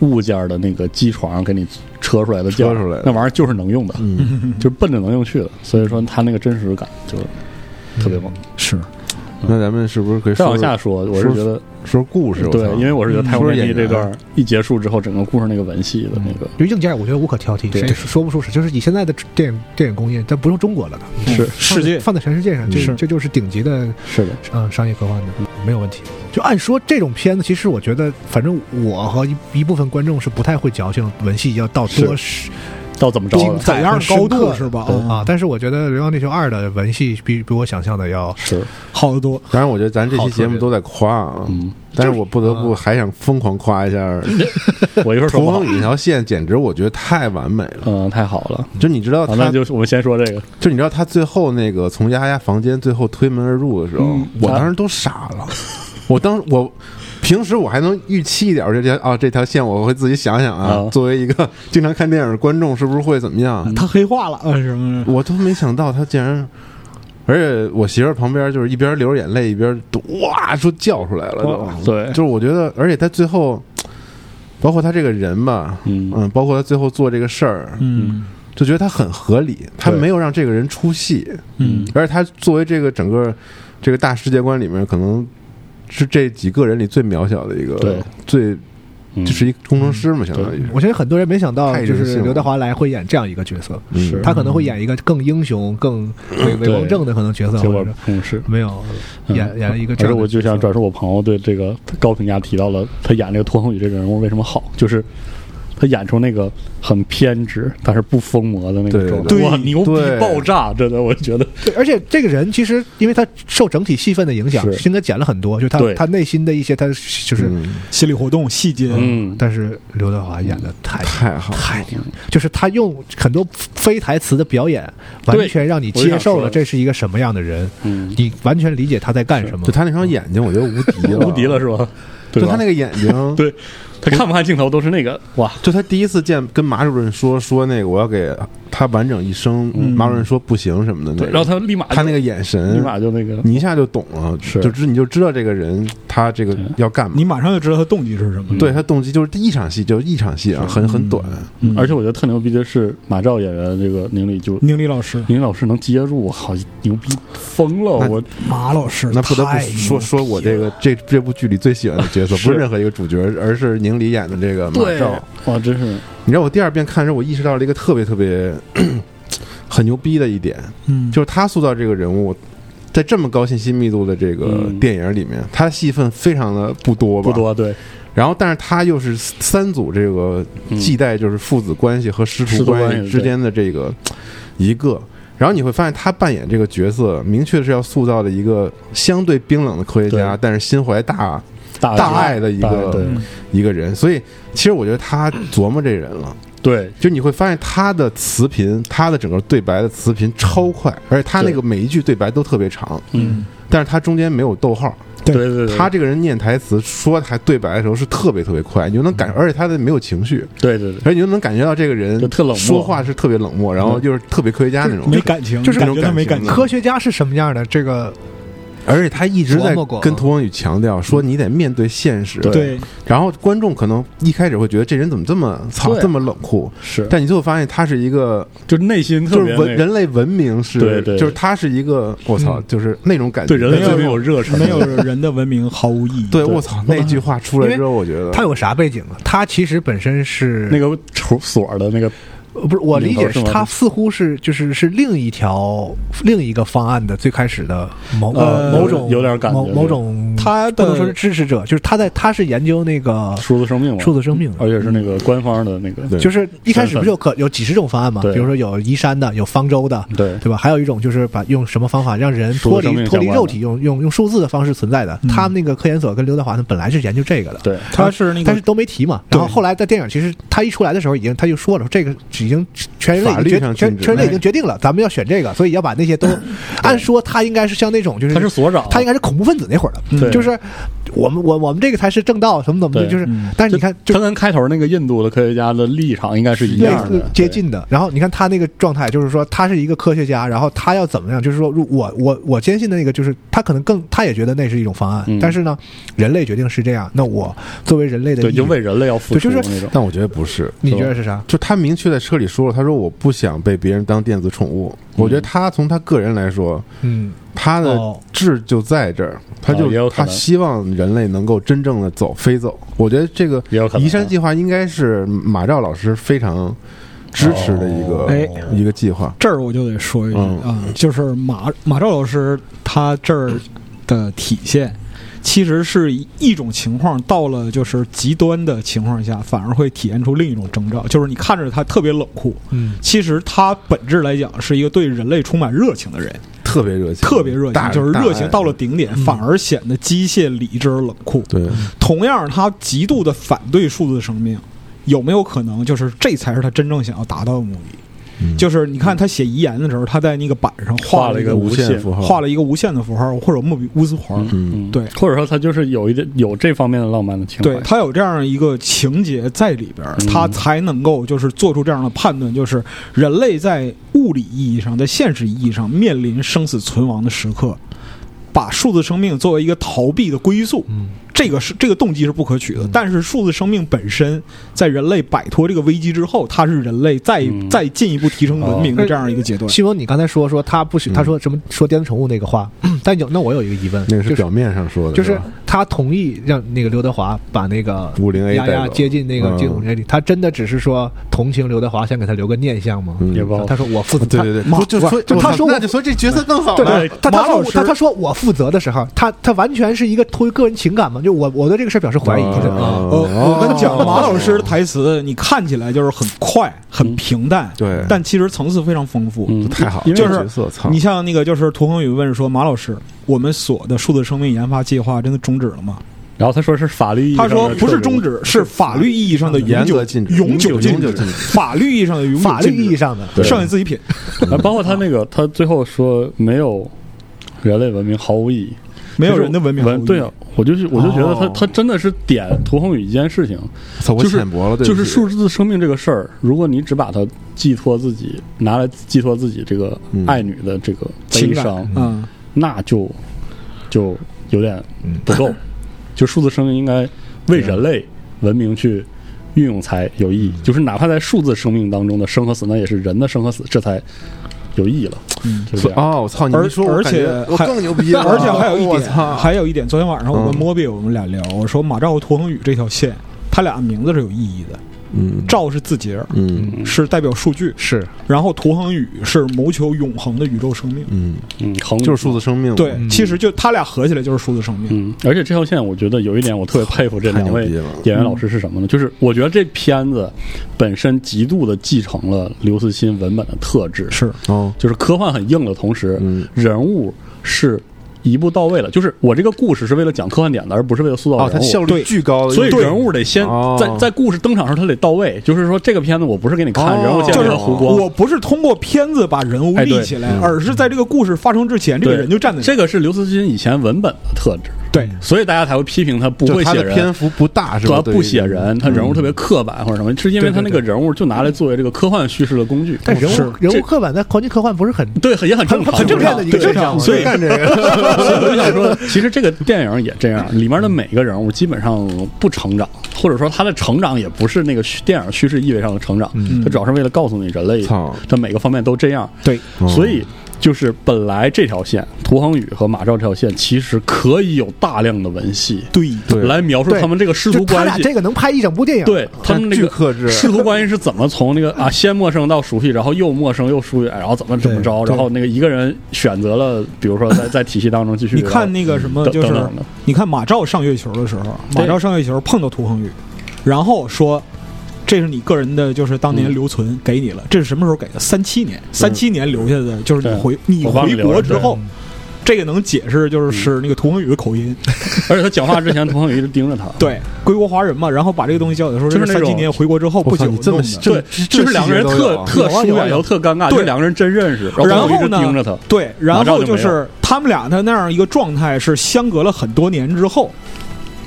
物件的那个基础上给你车出来的件儿，
车出来的
那玩意儿就是能用的，
嗯，
就是奔着能用去的，所以说它那个真实感就是
嗯
特别猛。
是
那咱们是不是可以
再
说
往
说
下说，我是
说
觉得
说故事？我
对
操，
因为我是觉得太
说
空
是
电梯
演员
这段儿一结束之后，整个故事那个文戏的那个
就硬件，我觉得无可挑剔，谁也说不出是。就是以现在的电影电影工业，但不用中国了的，
是
嗯世界
放在全世界上，这
是
这就是顶级的
是的，
嗯，商业科幻的没有问题。就按说这种片子，其实我觉得，反正我和一一部分观众是不太会矫情文戏要到多深
到怎么着
多
了？
怎
怎样高度是吧？
嗯
啊，但是我觉得《流浪地球二》的文戏比比我想象的要
是，
好得多。
当然，我觉得咱这
好特
期节目
别
都在夸啊，
嗯，
但是我不得不还想疯狂夸一下《
我一会儿
屠
说
[LAUGHS]
不好
龙，影条线》，简直我觉得太完美了。
嗯，太好了，
就你知道
嗯好，
他
那，就我们先说这个，
就你知道他最后那个从丫丫房间最后推门而入的时候
嗯，
我
啊
当时都傻
[LAUGHS]
了。我当我平时我还能预期一点这条啊这条线，我会自己想想啊
啊。嗯
作为一个 [LAUGHS] 经常看电影的观众，是不是会怎么样？
他黑化了，呃，什么？
我都没想到他竟然。而且我媳妇儿旁边就是一边流着眼泪一边都哇说叫出来了，都
对
就，是我觉得，而且他最后，包括他这个人吧，
嗯
嗯，包括他最后做这个事儿，
嗯
就觉得他很合理，他没有让这个人出戏，
嗯，
而且他作为这个整个这个大世界观里面，可能是这几个人里最渺小的一个，
对
最
嗯
就是一个工程师嘛，相当于
我相信很多人没想到
太，人
就
性
是
了
刘德华来会演这样一个角色，
嗯是嗯
他可能会演一个更英雄、更伪伪光正的可能角色，
结
或
果
者
嗯是。
没有
嗯
演演了一个这样
而且
的角色。
我就想转述我朋友对这个高评价提到了他演这个托恒宇这个人物为什么好，就是他演出那个很偏执但是不疯魔的那个
对
状态，
对
哇，牛逼
对
爆炸！真的，我觉得
对，而且这个人其实因为他受整体戏份的影响，
是
应该减了很多，就是他
对
他内心的一些他就是，
嗯
心理活动细节，
嗯，
但是刘德华演的太
太好了，
太牛了，就是他用很多非台词的表演，完全让你接受了
我就想说
这是一个什么样的人，
嗯
你完全理解他在干什么
就。他那双眼睛，我觉得无敌了，
无敌了是吧？对
就
吧？
他那个眼睛，
[LAUGHS] 对他看不看镜头都是那个哇，
就他第一次见跟马主任说说那个我要给他完整一生，马主任说不行什么的那
嗯对，
个，
然后他立马就
他那个眼神
立，马就那个
你一下就懂了，
是
就知你就知道这个人他这个要干嘛
你。马上就知道他动机是什么。
对他动机就是第一场戏，就一场戏啊，很很短。
嗯
而且我觉得特牛逼的是马照演员这个宁理就
宁理老师、
宁理老师能接住，我靠牛逼疯了！
那
我
马老师，
那不得不
太
说
牛
说我这个这这部剧里最喜欢的角色，
是
不是任何一个主角，而是宁理演的这个马照。
哇，真是
你知道我第二遍看的时候，我意识到了一个特别特别 [CLEARS THROAT] 很牛逼的一点，
嗯，
就是他塑造这个人物，在这么高信息密度的这个
嗯
电影里面，他的戏份非常的不多吧？
不。多对，
然后，但是他又是三组这个
嗯
系带，就是父子关系和师
师
徒
徒关
关
系
之间的这个一个。然后你会发现，他扮演这个角色，明确是要塑造的一个相对冰冷的科学家，
对
但是心怀大
大
大爱的一
大爱
个一个人。所以，其实我觉得他琢磨这人了。
对
就你会发现他的词频，他的整个对白的词频超快，而且他那个每一句对白都特别长，
嗯，
但是他中间没有逗号。
对对对，
他这个人念台词、说台对白的时候是特别特别快，你就能感，
嗯
而且他的没有情绪，
对对对
哎而且你就能感觉到这个人
就特冷漠嗯
说话是特别冷漠，然后就是特别科学家那种
没。感情，
就是
感觉他
那
没
种感
感
情
情。
科学家是什么样的？这个
而且他一直在
琢磨过啊
跟涂光宇强调说，
嗯
你得面对现实。
对，
然后观众可能一开始会觉得这人怎么这么操
对
这么冷酷，
是，
但你最后发现他是一个
就是内心特
就是
别那
文
个
人类文明是，
对对
就是它是一个，我操，
嗯
就是那种感觉，
对人类
没有
特别有热忱，
没有人的文明毫无意
[LAUGHS]
义。
对，我操，那句话出来之后，我觉得
他有啥背景啊？他其实本身是
那个处所的那个
呃不是我理解是
领头是吗
他似乎是就是是另一条另一个方案的最开始的某
呃
某种
有点感觉
某某种
他
不能说是
的
支持者，就是他在他是研究那个
数字生命嘛，
数字生命
而
的。
且是那个官方的那个
对
就是一开始不
身份
是有可有几十种方案嘛？
对
比如说有移山的，有方舟的，
对
对吧？还有一种就是把用什么方法让人
数
脱
字生
离
命
脱离
相关的
肉体，用用用数字的方式存在的。
嗯
他们那个科研所跟刘德华他们本来是研究这个的，
对
他是那
但
个
是都没提嘛。
对
然后后来在电影，其实他一出来的时候，已经他就说了，这个已经全人类
法
已
律
经决
上禁
全
止
全人类已经决定了，咱们要选这个，所以要把那些都，按说他应该是像那种就是
他是所长，
他应该是恐怖分子那会儿的，
对
就是我们我我们这个才是正道，怎么怎么的，
对
就是
嗯
但是你看就
他。跟开头那个印度的科学家的立场应该是一
类
样
似
的，
接近的，然后你看他那个状态，就是说他是一个科学家，然后他要怎么样？就是说，如我我我坚信的那个，就是他可能更他也觉得那是一种方案，
嗯
但是呢，人类决定是这样，那我作为人类的
对，
意
就
义
为人类要付出
对
那
就是
种，
但我觉得不是，
你觉得是啥？
就他明确在车里说了，他说我不想被别人当电子宠物，我
嗯
觉得他从他个人来说，
嗯，
他的
哦
志就在这儿，他
啊也有
就
可
他
能
希望人类能够真正的走飞走，我觉得这个
也有可能
移山计划应该是马照老师非常支持的一
哦
哎
个一个计划。
这儿我就得说一句
嗯
啊，就是马马照老师他这儿的体现。其实是一种情况到了就是极端的情况下，反而会体现出另一种征兆，就是你看着他特别冷酷，
嗯，
其实他本质来讲是一个对人类充满热情的人，
特别热情，
特别热
大
情，就是热
大嗯
情
爱
到了顶点，反而显得机械、理智而冷酷。
对，
同样，他极度的反对数字生命，有没有可能就是这才是他真正想要达到的目的？就是你看他写遗言的时候，他在那个板上画
画了一
一
个
个
无
限
限
符号，
画了一个无限的符号或者莫比乌斯环。
嗯，
对
或者说他就是有一点有这方面的浪漫的情怀，
对他有这样一个情节在里边儿，
嗯
他才能够就是做出这样的判断，就是人类在物理意义上，在现实意义上面临生死存亡的时刻，把数字生命作为一个逃避的归宿，这个是这个动机是不可取的。但是数字生命本身，在人类摆脱这个危机之后，它是人类再、
嗯
再进一步提升文明的
哦
这样一个阶段。
西蒙，你刚才说说他不许，
嗯
他说什么说电子宠物那个话， [COUGHS] 但有那我有一个疑问，
那个是
就是
表面上说的，
就是
吧
他同意让那个刘德华把那个
50A
丫
带
丫
走
接近那个
嗯
金总监里，他真的只是说同情刘德华，想给他留个念想吗？
嗯
也不好
他说我负责，
对对对，
他
不就
我
说
就
我
他
操
说
那
我
就说这角色更好
对
了，
对，他他
马
说
老
我他
师
他说我负责的时候，他他完全是一个出于个人情感嘛，就我我对这个事儿表示怀疑的
哦
啊。
呃，
哦
我跟你讲，马老师的台词，你看起来就是很快、很平淡，
对
但其实层次非常丰富。
嗯，
太好了，
因为
这
就是
角色操，
你像那个，就是涂恒宇问说：“马老师，我们所的数字生命研发计划真的终止了吗
然后他说是法律意？”义
他
上的
说：“不是
彻底
终
[LAUGHS]
止，是法律意义上的永
严
久
格禁止
永久
永久禁
止
止，
法律意义
嗯
上的永久
法律意义
禁
上的，
止，
对
商业自己品。
呃啊，包括他那个，他最后说没有人类文明毫无意义，
没有人的文明
文
后裔
对啊，我就是我就觉得他
哦
他真的是点屠红宇一件事情，
操，我
就是
浅薄了，对
就
不
是
起
数字生命这个事儿，如果你只把它寄托自己，拿来寄托自己这个
嗯
爱女的这个悲
情感
伤，
嗯，
那就就有点
嗯
嗯
不够。就数字生命应该为人类文明去运用才有意义，
嗯
就是哪怕在数字生命当中的生和死，那也是人的生和死，这才有意义了。
嗯
就是这样。
哦，我操！你
而
一说，我
而
感觉
且
我
还
更牛逼了，
而且还有一
我
点，
操，
还有一点，昨天晚上我跟
嗯
莫比我们俩聊，我说马照和屠恒宇这条线，他俩名字是有意义的，
嗯
照是字节儿，
嗯
是代表数据，
是
然后屠恒宇是谋求永恒的宇宙生命。
嗯，
嗯，恒
就是数字生命，
对，
嗯
其实就他俩合起来就是数字生命。
嗯，而且这条线，我觉得有一点我特别佩服这
太
两
牛
位
逼了嗯
演员老师是什么呢？就是我觉得这片子本身极度的继承了刘慈欣文本的特质，
是，
哦，
就是科幻很硬的同时，
嗯
人物是一步到位了。就是我这个故事是为了讲科幻点的，而不是为了塑造
哦，它
人
效
物。
率巨高，
所以
对
人物得先
哦
在在故事登场时候，他得到位。就是说，这个片子我不是给你看
哦
人物建
就
立
是
和弧光，
我不是通过片子把人物
哎对
立起来，而是在这个故事发生之前，这
对
个人就站在那
这
儿。
个是刘慈欣以前文本的特质，
对，
所以大家才会批评他不
就
会
它
写
的
人。
篇幅不大，是
主
吧？
要
对于
不写人，他人物特别刻板或者什么，是因为他那个人物就拿来作为这个科幻叙事的工具。
但人物
哦这
人物刻板在黄金科幻不是很
对很也很正常，啊
很正常的一个
对
现象嘛，
所以
对
干这个，
[LAUGHS] 所以我想说，其实这个电影也这样，里面的每一个人物基本上不成长，或者说他的成长也不是那个叙电影叙事意味上的成长，
嗯
他主要是为了告诉你人类
操
的每个方面都这样。
对，
哦
所以就是本来这条线，涂恒宇和马照这条线其实可以有大量的文戏
对，
对
来描述
对
他们这个师徒
就他
关
俩
系。
这个能拍一整部电影，
对他们那
巨
个
克制
师徒关系是怎么从那个啊先陌生到熟悉，然后又陌生又疏远，然后怎么怎么着，
对对
然后那个一个人选择了，比如说在在体系当中继续。
你看那个什么，
等
就是
等等的
你看马照上月球的时候，
对
马照上月球碰到涂恒宇，然后说。这是你个人的，就是当年
嗯
留存给你了。这是什么时候给的？三七年，三七年留下的，就是你
对
回你
我帮你
回
留着
国之后
对，
这个能解释，就是是那个涂恒宇的口音，
嗯而且他讲话之前，涂恒宇一直盯着他。
对，归国华人嘛。然后把这个东西交给他说，
就
这
是那
三
种
七年回国之后不
我操
久
你这么
弄的
这
对，
这
就是两个人
细节都有
特
啊
特
有啊
疏
有啊
远
有
又特尴尬，
对
就两个人真认识，
然
后涂
后
恒宇一直
呢？
盯着他。
对，然
马照
后
就
就
没
是他们俩的那样一个状态是相隔了很多年之后，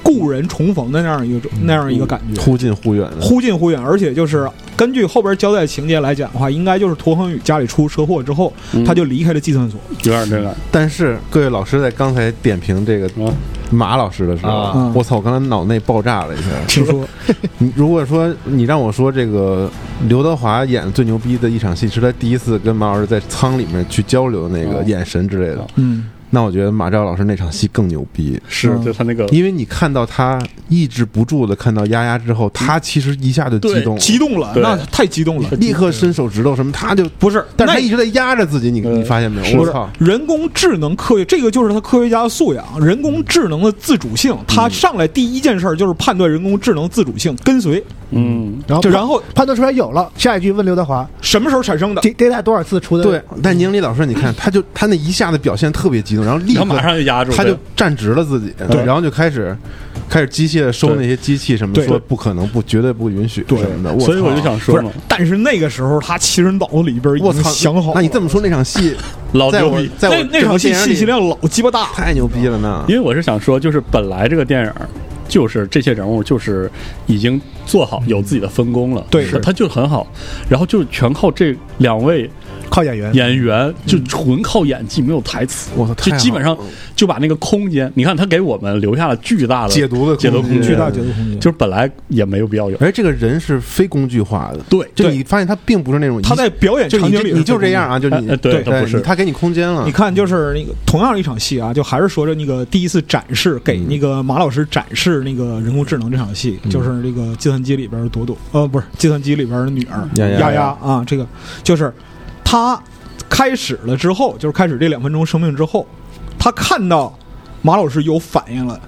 故人重逢的那样一个那样一个感觉，
忽近忽远的，
忽近忽远。而且就是根据后边交代情节来讲的话，应该就是涂恒宇家里出车祸之后，
嗯
他就离开了计算所。
有点这个，
但是各位老师在刚才点评这个
啊
马老师的时候
啊，
我操！我刚才脑内爆炸了一下。
听说
你如果说你让我说这个刘德华演的最牛逼的一场戏是他第一次跟马老师在舱里面去交流的那个
哦
眼神之类的
哦，
[LAUGHS] 嗯，
那我觉得马照老师那场戏更牛逼，
是就他那个
因为你看到他抑制不住的看到丫丫之后，他其实一下就激
对
动了，
激动了，
对
那太激动了。
立刻伸手指头什么，他就
不是，
但是他
那
一直在压着自己，你
嗯
你发现没有？
是
我
不是
操！
人工智能科学，这个就是他科学家的素养。人工智能的自主性，他上来第一件事儿就是判断人工智能自主性跟随，
嗯，
然后
就然后呃
判断出来有了，下一句问刘德华
什么时候产生的？
这 data 多少次出的？
对，但宁理老师，你看，他就他那一下子表现特别激动，然后立
然
刻
后马上就压住，
他
对
就站直了自己，
对
然后就开始开始机械收那些机器什么，
对
说不可能，不绝对不允许
对
什么的。
所以
我
我
操
就想
不
说
是
嘛，，
但是那个时候他其实脑子里边已
我
经
操，
想好了，
那你这么说，那场戏，
老
在
牛
我
逼，
在我
那那场戏信息量老鸡巴大，
太牛逼了呢
因。为我是想说，就是本来这个电影儿就是这些人物就是已经做好有自己的分
嗯
工了，
对
他
是
他就很好，然后就全靠这两位
靠演员。
演员，就纯靠演技，没有台词，
哎嗯我操太
就
好
基本上
了嗯
就把那个空间，你看他给我们留下了巨大的
解读的
解读
空间
空
巨大
解读空间
就是本来也没有必要有，
而这个人是非工具化的，
对
就
对
你发现他并不是那种一
他在表演
就
场
你
景
就
里
你就这样
啊。
啊，就
哎
你
哎对他不是
你他给你空间了，
你看，就是那个同样一场戏啊，就还是说着那个第一次展示给
嗯
那个马老师展示那个人工智能这场戏，就是这个计算机里边的朵朵，呃，不是计算机里边的女儿
丫丫
丫丫啊，这个就是他开始了之后，就是开始这两分钟生命之后，他看到马老师有反应了，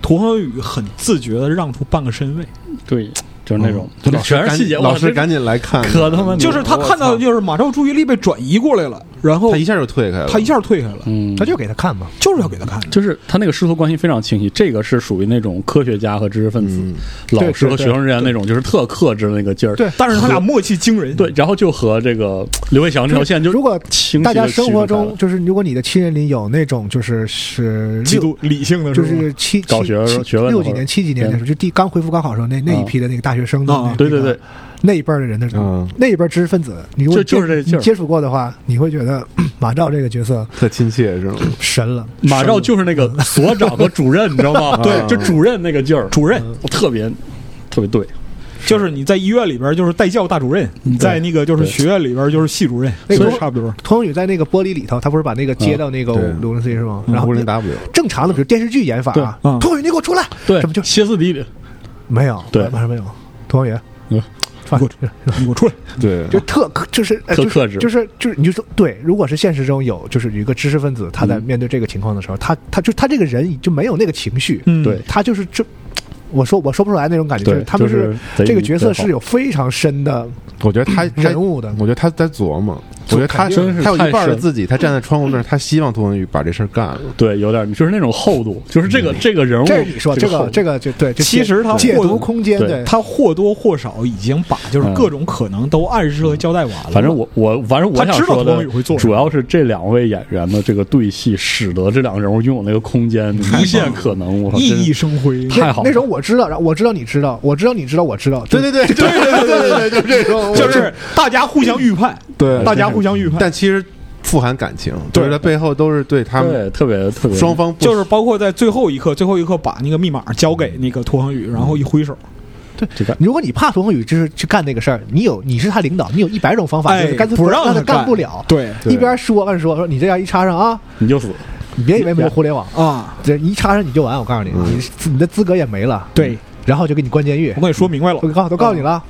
涂恒宇很自觉的让出半个身位，
哎
对，就是那种
嗯老师
全
赶
是细节，
老
哇
师
这
赶紧来看，
可他妈牛
就是他看到
我操
就是马超注意力被转移过来了，然后
他一下就退开了，
他一下退开了，
嗯，
他就给他看嘛。
就是要给他看的。
就是他那个师徒关系非常清晰，这个是属于那种科学家和知识分子、
嗯
老师和学生之间那种，就是特克制的那个劲儿。
对，
但是他俩默契惊人，
对，然后就和这个刘伟强这条线嗯就
如果
清晰地
大家生活
区分开
中
了
就是，如果你的亲人里有那种就是是
极
六，
度理性的，
就是七
搞
七
学
七
学问的
六
或
几
者
年、七几年的
对
时候，就第刚恢复高考的时候，那那
啊
一批的那个大学生的
啊
那
对对对，，
那一辈儿的人的时候
嗯，
那一辈儿知识分子，你如果
就就是这
接
劲儿
你接触过的话，你会觉得马照这个角色
特亲切是吗？
神了。
马照就是那个所长和主任，你知
[LAUGHS]
道
啊
吗？
对
就主任那个劲儿，
主任，
嗯
我特别特别对。
就是你在医院里边就是带教大主任，你在那个就是
对
学院里边就是系主任，
嗯那
所
个
以差不多。
通用宇在那个玻璃里头，他不是把那个接到那个
啊对
鲁伦 C 是吗？然后
无人 W，
正常的，比如电视剧演法
对
啊
嗯，
通用宇你给我出来，
对，
这不就
歇斯底里？
没有，
对
马上没有，童宇
嗯。
放
给你给我出来！
对，
就特就是呃就
特
是
克制
就是就是你就说对，如果是现实中有就是有一个知识分子，他在
嗯
面对这个情况的时候，他他就他这个人就没有那个情绪，
嗯
对
他就是这。我说我说不出来那种感觉，就
对
是他们
就是
是
贼
这个角色
贼好
是有非常深的
我觉得他他
人物的
我觉得他在琢磨，我觉得他
真是
他有一
太
半的
深
自己，他站在窗户那儿，他希望涂文宇把这事儿干了。
对，有点就是那种厚度，就是这个这个人物，
嗯这是你说这
厚
个
度
这个就对，就
其
解
实他
解
或
读空间
对
对，
他或多或少已经把就是
嗯
各种可能都暗示和交代完了。
反正我我反正我
他
想
知道
说
涂
的
文宇会做，什么
主要是这两位演员的这个对戏，使得这两个人物拥有那个空间无限可能。我靠，
熠
真
熠
是
生辉，
太好了
那种我知道，然后我知道你知道，我知道你知道我知道，
对对对对对对对，就这种，
就是大家互相预判，
对
大家互相预判。
但其实富含感情，就是他背后都是对他们
对，特别特别
双方不
就是包括在最后一刻，最后一刻把那个密码交给那个涂恒
嗯
宇，然后一挥手，
这个
如果你怕涂恒宇就是去干那个事儿，你有你是他领导，你有一百种方法，
哎
就是干脆
不让
让
他
干
干
不了。
对
对
一边说按说说你这样一插上啊，
你就死，
你别以为没有互联网，
啊，
这一插上你就完。我告诉你，
嗯
你自你的资格也没了。，嗯
对
然后就给你关监狱嗯
我。跟你说明白了
我，告都告诉你了，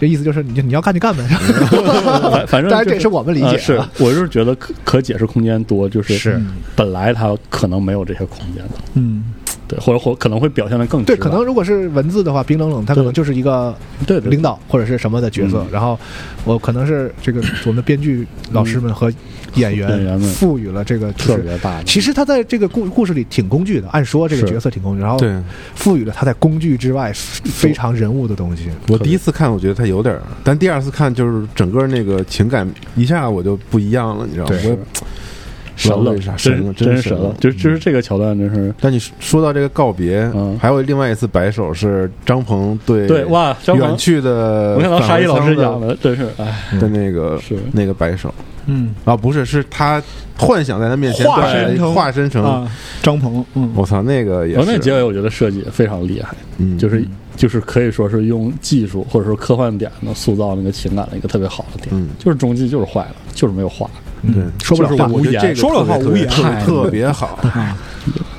这意思就是你就你要干就干呗。嗯
反反正
当然
就
这也是我们理
呃
解。啊
是，我就是觉得可可解释空间多，就是
是
本来他可能没有这些空间的，
嗯，
对，或者或可能会表现的
[LAUGHS]
更
对，
直
可
白
能如果是文字的话，冰冷冷，他可能
对
就是一个
对对对
领导或者是什么的角色。
嗯
然后我可能是这个我们的编剧老师们和嗯演
演
员
员们
赋予了这个就
特
是。
别大的，
其实他在这个故故事里挺工具的，按说这个
是
角色挺工具，然后
对。
赋予了他在工具之外非常人物的东西。
我第一次看，我觉得他有点儿，但第二次看就是整个那个情感一下我就不一样了，你知道吗？我
神
老
了，
为啥神了
真
真
真
神
神
了
了，就就是这个桥段，真是
但你说到这个告别
嗯，
还有另外一次摆手是张鹏对
对哇，张鹏
远，去的
我看到
返
沙
回
溢老师
舱的
演的真是哎，
的那个
是
那个摆手
嗯
啊，不是，是他幻想在他面前
化
摆
身成
化身成，
啊，张鹏，嗯，
我操，那个也
哦然后那
是
结尾我觉得设计非常厉害，
嗯
就是就是可以说是用技术或者说科幻点呢塑造那个情感的一个特别好的点，
嗯
就是中继就是坏了，就是没有话，
对
说不了
就是
话，
无言，
说了话无言
特别
太
特别好，
啊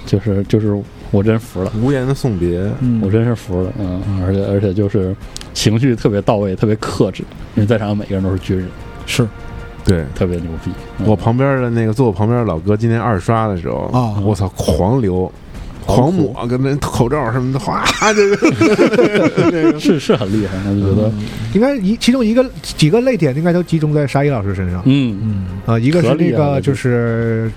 就是就是我真服了。
无言的送别，
我真是服了，嗯，而且而且就是情绪特别到位，特别克制，因为在场每个人都是军人，
是
对。
特别牛逼。嗯
我旁边的那个坐我旁边的老哥，今天二刷的时候
啊
我操，狂流，狂抹，跟那口罩什么的，哗，这个
是是很厉害，我就觉得，
应该一其中一个几个泪点应该都集中在沙溢老师身上
嗯，
啊，一个是
合理
那
啊
个
我觉得
就是。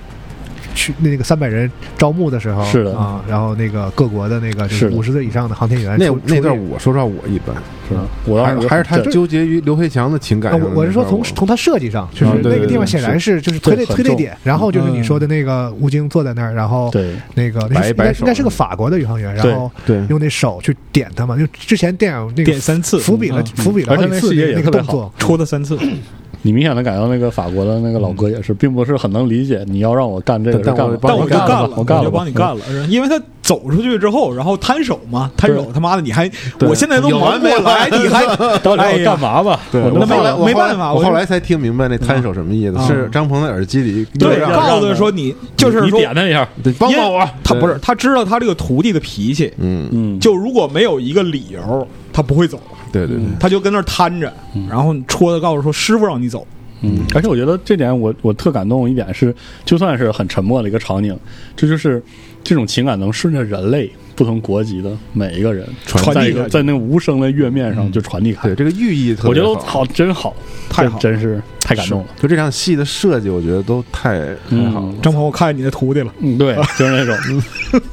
去那个三百人招募的时候，
是的
啊，然后那个各国的那个
是的
五十岁以上的航天员
那
出
那段
出
我说实话我一般，
是吧？我当
嗯还
时
是还是他
这
纠结于刘黑强的情感
啊
上的
我我是
那段。
说从
我
从他设计上，就是
啊对
那个
对
地方
对
显然是就是推
对
推推
很
泪
重
点，然后就是你
嗯
说的那个吴京坐在那儿，然后
对
那个
白
应
白
该
手
应该是个法国的宇航员，然
对
后
对
用那手去点他嘛，因为之前电影那个
点三次
伏笔了
嗯
伏笔了
而且
好几
那
次
细节
那个
也
那个
特别
动
好
作，
戳他三次，
嗯你明显的感觉到那个法国的那个老哥也是，并不是很能理解你要让我干这个是
嗯但
干
但
嘛，
帮
但
我
我
我
就
干
了
干
吧，我
我
干
就
了吧，
帮你干了，因为他走出去之后，然后摊手嘛，摊手
对
他妈的，你还
对
我现在都忙不过来，你还 [LAUGHS]
到底
哎
要
呀
干嘛吧？
对，
我
我
都
那
后来我
没
后来
办法
我
我
后
就
来才听明白那摊手什么意思，
啊
是张鹏在耳机里
对，
让
告诉他说你就是
你
说，
点他一下，
对帮
因为
帮我，
他
对
不是，他知道他这个徒弟的脾气，
嗯，
嗯，
就如果没有一个理由，他不会走，
对对对，
他就跟那儿摊着，然后戳他，告诉说师傅让你走，
嗯，而且我觉得这点我我特感动一点是，就算是很沉默的一个场景，这就是这种情感能顺着人类不同国籍的每一个人
传
递
在一
下
个
去
在那个无声的月面上就传递开
对，。这个寓意特
我觉
别
得
好，
我操，真好，
太
这
好了
真是太感动了。
就这场戏的设计，我觉得都太太好了
嗯。
张鹏，我看见你的徒弟了，
嗯，对，就是那种，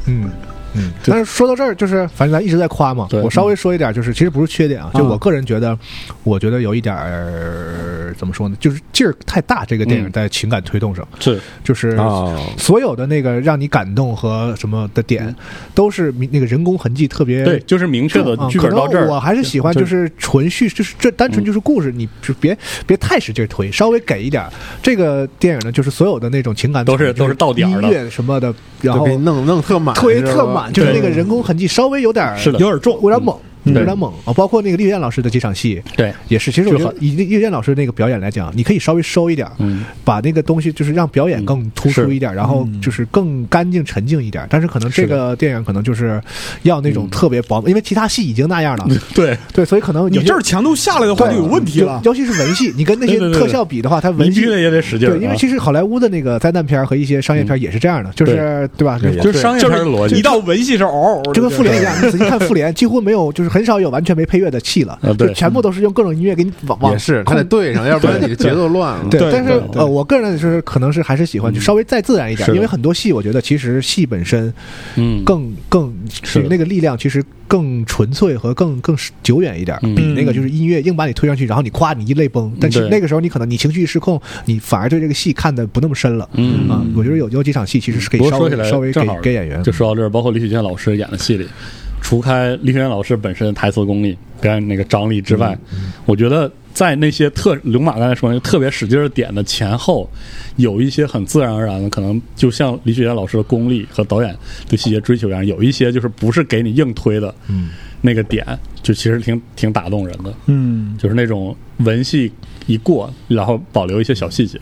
嗯。嗯，但是说到这儿，就是反正咱一直在夸嘛，
对嗯
我稍微说一点，就是其实不是缺点啊，就
啊
我个人觉得，我觉得有一点儿怎么说呢，就是劲儿太大。这个电影
嗯
在情感推动上，
是
就是
啊，
所有的那个让你感动和什么的点，都是明那个人工痕迹特别
对，就是明确的
嗯
剧
可
本
能
到这
我
儿，嗯
还是喜欢
就
就是纯叙，就是这单纯就是故事，你就别别太使劲推，稍微给一点儿。这个电影呢，就是所有的那种情感
都是
场景
都是到点儿的
音乐什么的，然
就
后
给你弄弄特满，
推
是吧
特满，就是
对
那个人工痕迹稍微有点儿
是的
有点重。
有点猛，
嗯
有点猛啊。包括那个烈焰老师的几场戏
对，
也是，其实我觉
就
得以烈焰老师那个表演来讲，你可以稍微收一点儿，
嗯，
把那个东西就是让表演更突出一点，然后就是更干净沉静一点。但是可能这个电影可能就是要那种特别饱满，因为其他戏已经那样了，
对，
[LAUGHS] 对，所以可能
你
有些
这儿强度下来的话
对
就有问题了
就。尤其是文戏，你跟那些
对对对对
特效比的话，它
你
文
必
戏
须得也得使劲儿啊，
对，因为其实好莱坞的那个灾难片儿和一些商业片儿也是这样的，就是对吧？
对
就是商业片的逻
一
辑，
到文戏是嗷嗷的，
就跟复联一样，你仔细看复联，几乎没有，就是很少有完全没配乐的戏了
啊，对
就全部都是用各种音乐给你往往
也是，他得对
[LAUGHS]
上，要不然你节奏乱了。
对，
对
但是
对对
呃，我个人就是可能是还是喜欢就稍微再自然一点
嗯是，的
因为很多戏我觉得其实戏本身
嗯，
更更
是的
那个力量其实更纯粹和更更久远一点，
嗯
比那个就是音乐硬把你推上去，然后你夸你一泪崩，但是
对
那个时候你可能你情绪失控，你反而对这个戏看的不那么深了。
嗯
啊，我觉得有有几场戏其实是可
不
以
过
稍
说起
微
来，
稍微给
正好
给演员
就说到这儿，包括李雪健老师演的戏里，除开李雪健老师本身的台词功力、表演那个张力之外，
嗯
我觉得在那些特刘马刚才说那个特别使劲儿点的前后，有一些很自然而然的，可能就像李雪健老师的功力和导演对细节追求一样，有一些就是不是给你硬推的，
嗯，
那个点就其实挺挺打动人的，
嗯，
就是那种文戏一过，然后保留一些小细节。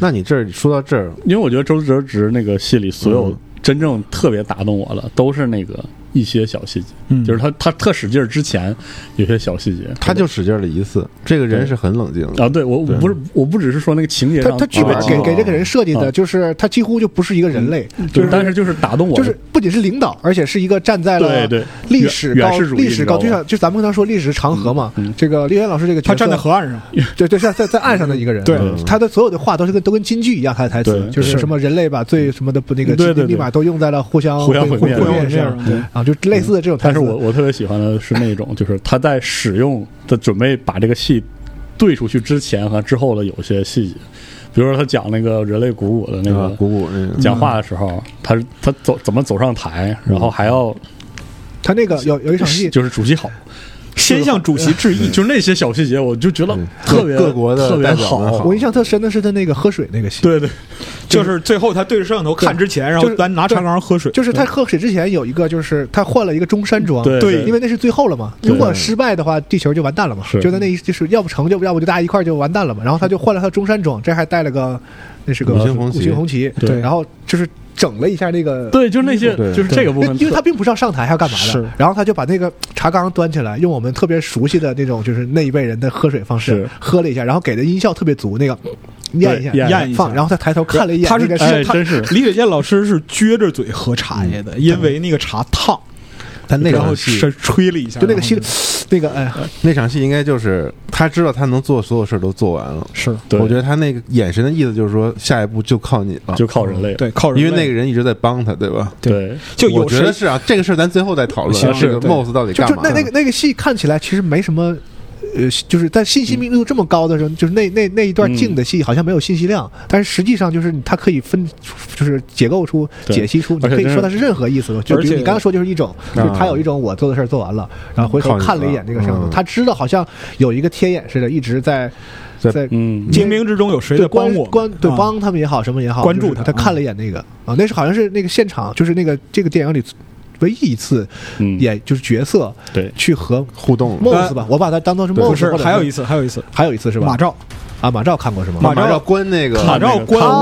那你这儿说到这儿，
因为我觉得周哲直那个戏里所有
嗯
真正特别打动我的，都是那个一些小细节，
嗯
就是他他特使劲儿之前有些小细节，
他就使劲儿了一次，这个人是很冷静的。
啊，对我我
对
不是我不只是说那个情节
他
上啊
他剧本
特别
给
激
给这个人设计
啊
的就是他几乎就不是一个人类，
动
就
嗯对，但是就是打动我
就
的，
是不仅是领导，而且是一个站在了
对对
历史
原
高
原始主义
历史高
你
就
知道吗
像就咱们刚才说历史长河嘛
嗯嗯，
这个刘源老师这个角
他
色
站在河岸上，
对对，在在在岸上的一个
[LAUGHS]
人，
对
嗯
他的所有的话都是跟都跟金句一样，他的台词
对
就是
是
什么人类把最什么的不那个
对
金
对
句密码都用在了互相
互相
毁
毁灭
毁
对
灭上
对对
啊，就类似的这种台
嗯但
词。
是我我特别喜欢的是那种，就是他在使用的准备把这个戏对出去之前和之后的有些细节，比如说他讲那个人类鼓舞的那
啊
个
鼓鼓那个，
讲话的时候，他是他走怎么走上台，然后还要
他那个有有一场戏，
就是主席好，
先向主席致意，
就是那些小细节，我就觉得
嗯
特别
各各国的
特别
代表们
好
好。
我印象特深的是他那个喝水那个戏，
对对，
就是最后他对着摄像头看之前，然后
就是
咱拿茶缸喝水，
就是他喝水之前有一个，就是他换了一个中山装，
对
对
因为那是最后了嘛。
嗯对
如果失败的话，地球就完蛋了嘛，
是
就在那一就是要不成就，要不就大家一块儿就完蛋了嘛。然后他就换了他中山装，这还带了个那是个
五星红旗
五星红旗，
对
然后就是整了一下那个。
对，就是那些，
对
就是这个
因
部
为
分，
因为他并不知道上台还要干嘛的
是，
然后他就把那个茶缸端起来，用我们特别熟悉的那种，就是那一辈人的喝水方式
是
喝了一下，然后给的音效特别足，那个咽一下，
咽一
下
放，然后他抬头看了一眼，
他是
那个
哎
他
真是
李雪健老师是撅着嘴喝茶叶的，因为那个茶烫，
但那
然后
场戏
吹吹了一下，
就那个
然后
心，那个哎，
那场戏应该就是他知道他能做所有事儿都做完了。
是
对
我觉得他那个眼神的意思就是说，下一步就靠你了，
就靠人类，
对靠人
因
类，
为那个人一直在帮他，对吧？
对，
就
我
有
觉得
谁
是啊，这个事儿咱最后再讨论
行
啊。这
是
个
对
Moss 到底
就
干
就
嘛？
那那个那个戏看起来其实没什么。呃，就是在信息密度这么高的时候，就是那那那一段静的戏好像没有信息量，但是实际上就是它可以分，就是解构出、
对
解析出，你
而且
可以
真是
说它是任何意思。就比如
而且
你刚刚说就是一种，就是他有一种我做的事儿做完了，然后回头
靠你
看了一眼
了
那个摄像头，
嗯
他知道好像有一个天眼似的，一直在
在
在
嗯，
接
冥冥之中有谁
对
在帮
关
我们，
关对
啊
帮他们也好，什么也好，
关注
就是
他
他看
嗯
了一眼那个啊，那是好像是那个现场，就是那个这个电影里唯一一次
嗯
演就是角色
对，
去和
互动了，
Moss 吧，我把它当做是
对
Moss。
不是，还有一
次，
次，还有一次，
还有一次是吧？
马照
啊，马照看过是吗？
马
马
照
照关那个
马照
看那个
关
看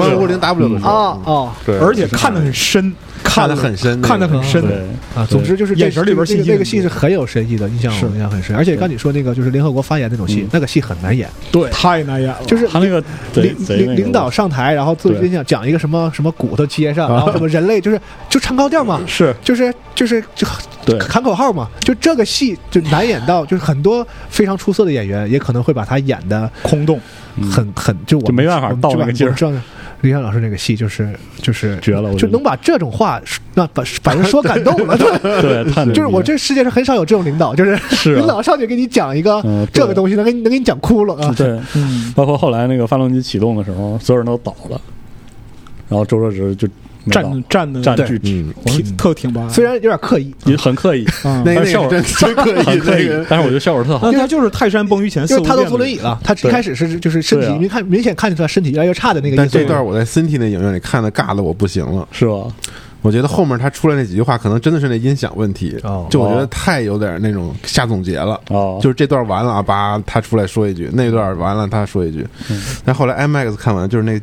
物
物
灵
灵
达
达
关
的
啊
五零 W
时候
的时候，
哦，
对，
而且看得很深，
看得很深，
看得很深
对，
啊，总之就是这
眼神里边
这个
信息
这
很
个戏是很有深意的，印象
是
我印象很深。而且刚你说那个就是联合国发言那种戏
嗯，
那个戏很难演，
对，
太难演了。
就是
他那个贼
领
贼那个
领领导上台，然后做
对
分享，讲一个什么什么骨头接上，然后什么人类就是就唱高调嘛，
是
就是就是就
对
喊口号嘛，就这个戏就难演到，就是很多非常出色的演员也可能会把他演的
空洞，
很很就我
嗯就
们
没办法
我们
到
就
那
把
个劲儿
我知道李想老师那个戏就是就是
绝了我觉得
就能把这种话说那把把人说感动
[LAUGHS]
了，对
对，太难
就是我
了
这世界上很少有这种领导，就是
是啊
[LAUGHS] 领导上去给你讲一个
嗯对
这个东西，能给你能给你讲哭了啊，
对，
嗯，
包括后来那个发动机启动的时候，所有人都倒了，然后周作直就没倒
站站的
站
对
巨
嗯，
挺特挺拔，
虽然有点刻意，
也很 [LAUGHS] 刻意，
嗯
那
但
那
是效果
个真真 [LAUGHS]
[LAUGHS]
可以，
很刻
那
意
个，
但是我觉得效果特好。
那他就是泰山崩于前，
因
四
为
无
他都
变
坐轮
的
椅了，他一开始是就是身体
对啊
明看明显看出他身体越来越差的那个
但
意思
这
嘛。
段我在 Cinti 那影院里看的尬的我不行了，
是吧？
我觉得后面他出来那几句话，可能真的是那音响问题
哦，
就我觉得太有点那种下总结了。
哦，
就是这段完了啊，叭，他出来说一句；那段完了，他说一句。
嗯
但后来 IMAX 看完，就是那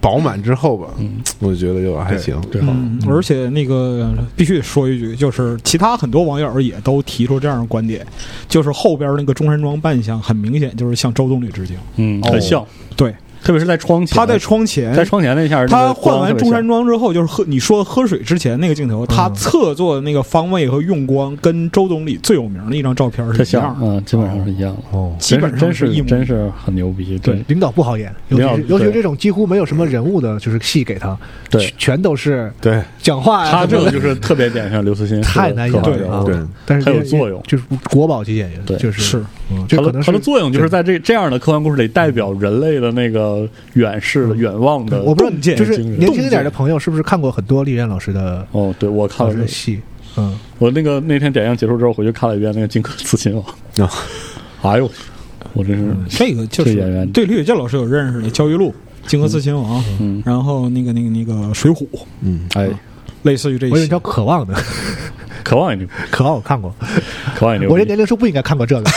饱满之后吧，
嗯
我就觉得就还行。
对
嗯，而且那个必须得说一句，就是其他很多网友也都提出这样的观点，就是后边那个中山装扮相很明显就是向周总理致敬。
嗯，很像，
对，
特别是在窗前，
他在窗前，
在窗前那一下，那
他
个
换
光特
完
别
中山
像嗯
装之后，就是喝你说喝水之前那个镜头，他侧坐的那个方位和用光跟周总理最有名的一张照片
特
是一
像
样，的，
嗯，基本上是一样的。
哦
基本上
真是
一模
真是很牛逼，对
领导不好演，尤
领
其是
导
尤其是
对
这种几乎没有什么人物的，就是戏给他，
对
全全都是
对，
讲话呀、
他这个
什么的
就是特别典型刘慈欣，
太难演
对
了啊。
对
但是
它有
这个
作用
就是国宝级演员，
对
就是
是，
嗯这
它
可
的
能
它的
是。
作用就是在这这样的科幻故事里代表人类的那个远视的远望的。
我不知道，
洞见
就是
惊人
年轻一
洞见
点的啊朋友是不是看过很多李院老师的
哦，对我看
老
了
师
这
的
个，
戏？嗯，
我那个那天点映结束之后回去看了一遍那个《荆轲刺秦王》
啊，
哎呦，我真是
这个就
这演
是
员
对李雪健老师有认识的《焦裕禄》《荆轲刺秦王》
嗯
然后那个那个那个《水浒》，
嗯，
哎，
类似于这
我有
些
点叫。渴望的， [LAUGHS]
渴望也牛，
渴望我看过，
渴望也牛逼，
我这年龄是不应该看过这个，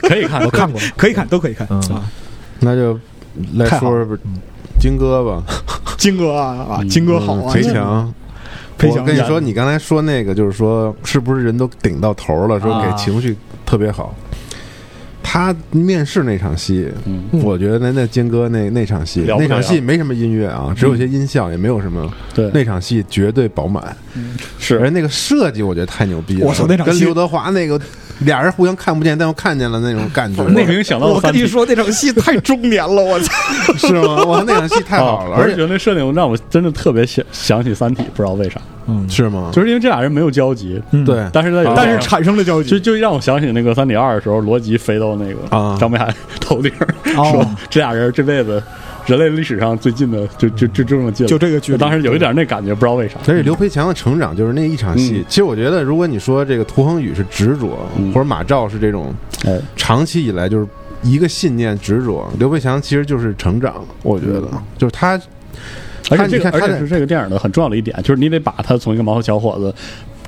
可以看，
我看过。
可以看，都可以看
嗯
啊！
那就来
太好
说说金哥吧，
金哥啊啊，金哥好啊！
裴嗯强。
裴
我
强
跟你
演
说，你刚才说那个，就是说，是不是人都顶到头了？说
啊
给情绪特别好。他面试那场戏，
嗯
我觉得那那金哥那那场戏，
了不
那
得
场
啊
戏没什么音乐啊，只有一些音效，也没有什么。
对嗯
那场戏绝对饱满，而
是
那个设计我觉得太牛逼了。
我操那场戏
跟刘德华那个俩人互相看不见，但又看见了那种感觉，
那个想到了
我跟
三体
你说，那场戏太中年了，我
[LAUGHS]
操！
是吗？哇，那场戏太好了，
啊我
而
是觉
且
得那设定让我真的特别想想起《三体》，不知道为啥，
嗯，
是吗？
就是因为这俩人没有交集，
嗯
对，
但是在
啊
有
但是产生了交
就
集。
就让我想起那个《三体二》的时候，罗辑飞到那个
啊
张北海头顶，
哦
说这俩人这辈子人类历史上最近的就就就这么近了，
就这个距离
当时有一点那感觉，不知道为啥。
而且刘培强的成长就是那一场戏。
嗯
其实我觉得，如果你说这个涂恒宇是执着，
嗯
或者马照是这种
哎，
长期以来就是一个信念执着，刘培强其实就是成长。我觉得，
嗯
就是他，
而且
他
这个
你看
而
他
且
在
是这个电影的很重要的一点，就是你得把他从一个毛头小伙子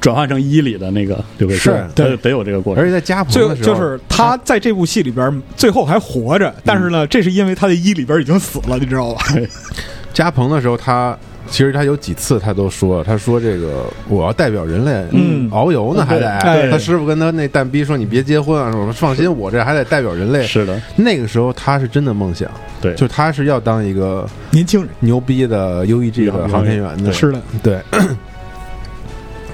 转换成一里的那个刘备，
是
他
对
得有这个过
而
程。
且在加
最
蓬
后
的时
就
候，
是他在这部戏里边最后还活着，但是呢，这是因为他的一里边已经死了，你知道吧？ [LAUGHS]
加蓬的时候，他其实他有几次他都说，他说这个我要代表人类，
嗯
遨游呢还得，
哎
他师傅跟他那蛋逼说你别结婚啊，什么放心，我这还得代表人类。
是的，
那个时候他是真的梦想，
对，
就他是要当一个
年轻人
牛逼的 UEG 的航天员的，
是的，
对。 [CLEARS THROAT]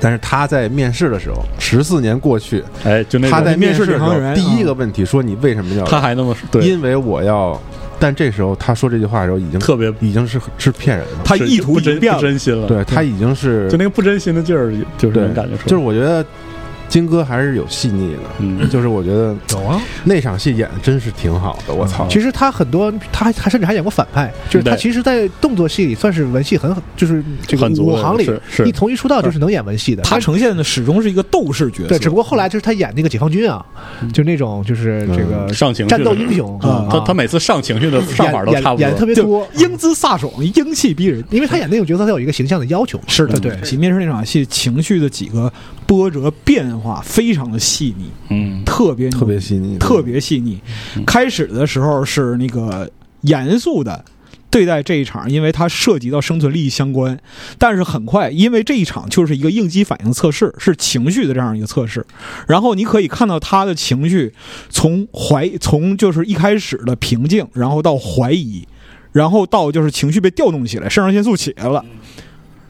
但是他在面试的时候，十四年过去，
哎，就那
他
种
在面试的时
面试宇航
候，
员
第一个问题说你为什么要来？
他还那么对，
因为我要。但这时候他说这句话的时候，已经
特别
已经是是骗人了。
他
是
意图
不
已经
真
变
不
了。
真心了，
对他已经是
就那个不真心的劲儿，就是
对
能感觉出来。
就是我觉得金哥还是有细腻的，
嗯，
就是我觉得
有啊，
那场戏演的真是挺好的，我操！
其实他很多，他还他甚至还演过反派，就是他
对
其实，在动作戏里算是文戏很，就是这个
很足
武
的
行里
是，是
一从一出道就是能演文戏的。
他
但
呈现的始终是一个斗士角色，
对，只不过后来就是他演那个解放军啊，就那种就是这个
嗯上情绪的
战斗英雄
嗯
啊，
他他每次上情绪的上法都
演
差不
演演得特
多。
别
就
多，
英姿飒爽，英气逼人。
因为他演那种角色，他有一个形象的要求。
是的，
对
对，面试那场戏情绪的几个波折变化非常的细腻，
嗯，
特别牛
特别细腻，
特别细腻。开始的时候是那个严肃的，对待这一场，因为它涉及到生存利益相关。但是很快，因为这一场就是一个应激反应测试，是情绪的这样一个测试。然后你可以看到他的情绪从怀从就是一开始的平静，然后到怀疑，然后到就是情绪被调动起来，肾上腺素起来了，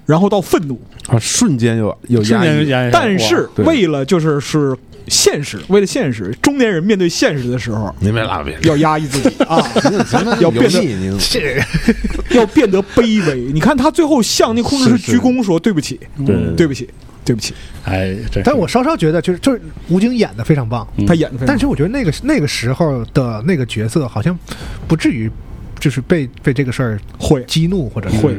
然后到愤怒。
啊，瞬间有有
瞬
压
间就
抑，
压抑上
但是
哎哇
对
为了就是是现实，为了现实，中年人面对现实的时候
您别拉别，
要压抑自己啊，要变得
戏，您
[LAUGHS] 要变得卑微。你看他最后向那控制室
是是
鞠躬说对不起，
对
对不起，对不起，
哎，真是
但我稍稍觉得，就是就是吴京演的非常棒，
嗯
他演的非
但
常
是我觉得那个那个时候的那个角色好像不至于就是被被这个事儿
会。
激怒或者是
会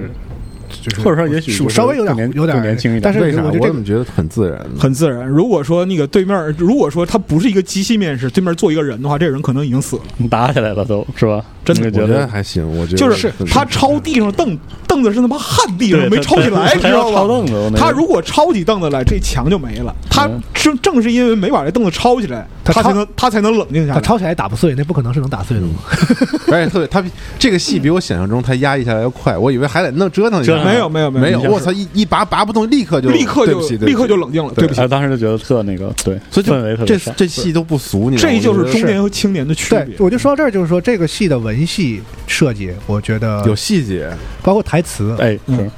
就是
或者说也许就是
稍微有点
更年
有点
更年轻一点
但是
为啥？
我觉得
我
这
怎
个
么觉得很自然呢？
很自然。如果说那个对面，如果说他不是一个机器面试，对面坐一个人的话，这个人可能已经死了。
打起来了都是吧？
真的
你
我觉
觉得
得还行，我觉得
就是他抄地上凳凳子是他妈焊地上
对
没
他
抄起来，
他
你知道
他要抄
吗
凳子我那？个
他如果抄起凳子来，这墙就没了。他
嗯
正正是因为没把这凳子抄起来，
他
他
抄
才能他才能冷静下
他
来。
抄起来打不碎，那不可能是能打碎的嘛。
而哎且特别，他比这个戏比我想象中他压抑下来要快，我以为还得弄折腾一下
折，腾
没有没有
没
有
有，我操，一一拔拔不动，立刻就
立刻
对
就
不起，对不起
立刻就，冷静了，对
对
不起
哎，。当时就觉得特那个，对，
所以
氛围特
就
别
这
爽。
这戏都不俗，你知道吗
这就是
我觉
中
得
年和青年的区
[LAUGHS] 对
别，。
我就说到这儿，就是说这个戏的文戏设计，我觉得
有细节，
包括台词
哎，
嗯
是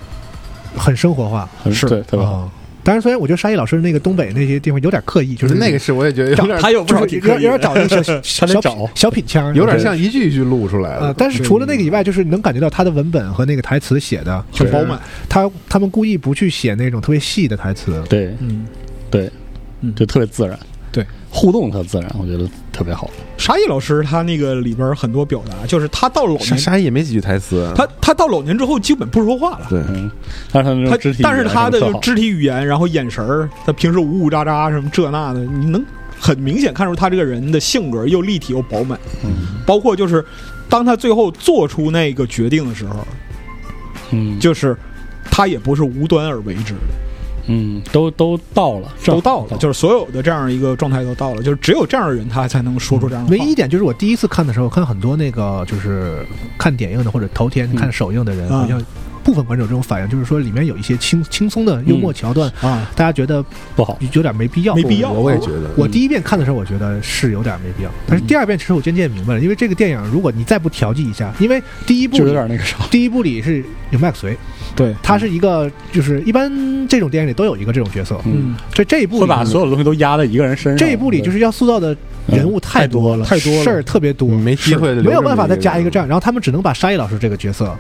很生活化，
很
是
对对吧？
啊。当然，虽然我觉得沙溢老师那个东北那些地方有点刻意，就
就是
是
那个是我也觉得有
找
点
他有不
就
少
是
挺
有
可
点
以
有点
的，
找那个小
[LAUGHS]
嗯他得
小
找
小品腔儿，
有点
对
像一句一句录出来
呃，
的，
但是除了那个以外，就是能感觉到他的文本和那个台词写的
很饱满。
他他们故意不去写那种特别细的台词，
对
嗯，
对
嗯，
就特别自然，
对，
互动特自然，我觉得特别好。
沙溢老师他那个里边很多表达，就是他到老
沙
年，
沙溢也没几句台词，啊
他他到老年之后基本不说话了。
对
嗯，但是他
他
那种肢体语言
但是他的
什么
就
特好
肢体语言，然后眼神儿，他平时呜呜喳喳什么这那的，你能很明显看出他这个人的性格又立体又饱满。
嗯
包括就是当他最后做出那个决定的时候，
嗯
就是他也不是无端而为之的，
嗯，都都到了，正
都
好
到了，就是所有的这样一个状态都到了，就是只有这样的人他才能说出这样的
唯
话
一一点就是我第一次看的时候，看很多那个就是看点映的或者头天
嗯
看首映的人，
嗯
好像部分观众有这种反应，就是说里面有一些轻轻松的幽
嗯
默桥段，
啊，
大家觉得
不好。
有点没必要。
没必要。
我也觉得
嗯
我第一遍看的时候，我觉得是有点没必要，但是第二遍其实我渐渐明白了，因为这个电影如果你再不调剂一下，因为第一部
就有点那个啥，
第一部里是有麦克隋，
对，
他是一个就是一般这种电影里都有一个这种角色，
嗯，
这这一部
会
里
把所有的东西都压在一个人身上。
这一部里就是要塑造的人物太多了，
太多了
事儿特别多，
没机会留
没有办法
这
再
么一个
加一个
人
这样，然后他们只能把沙溢老师这个角色，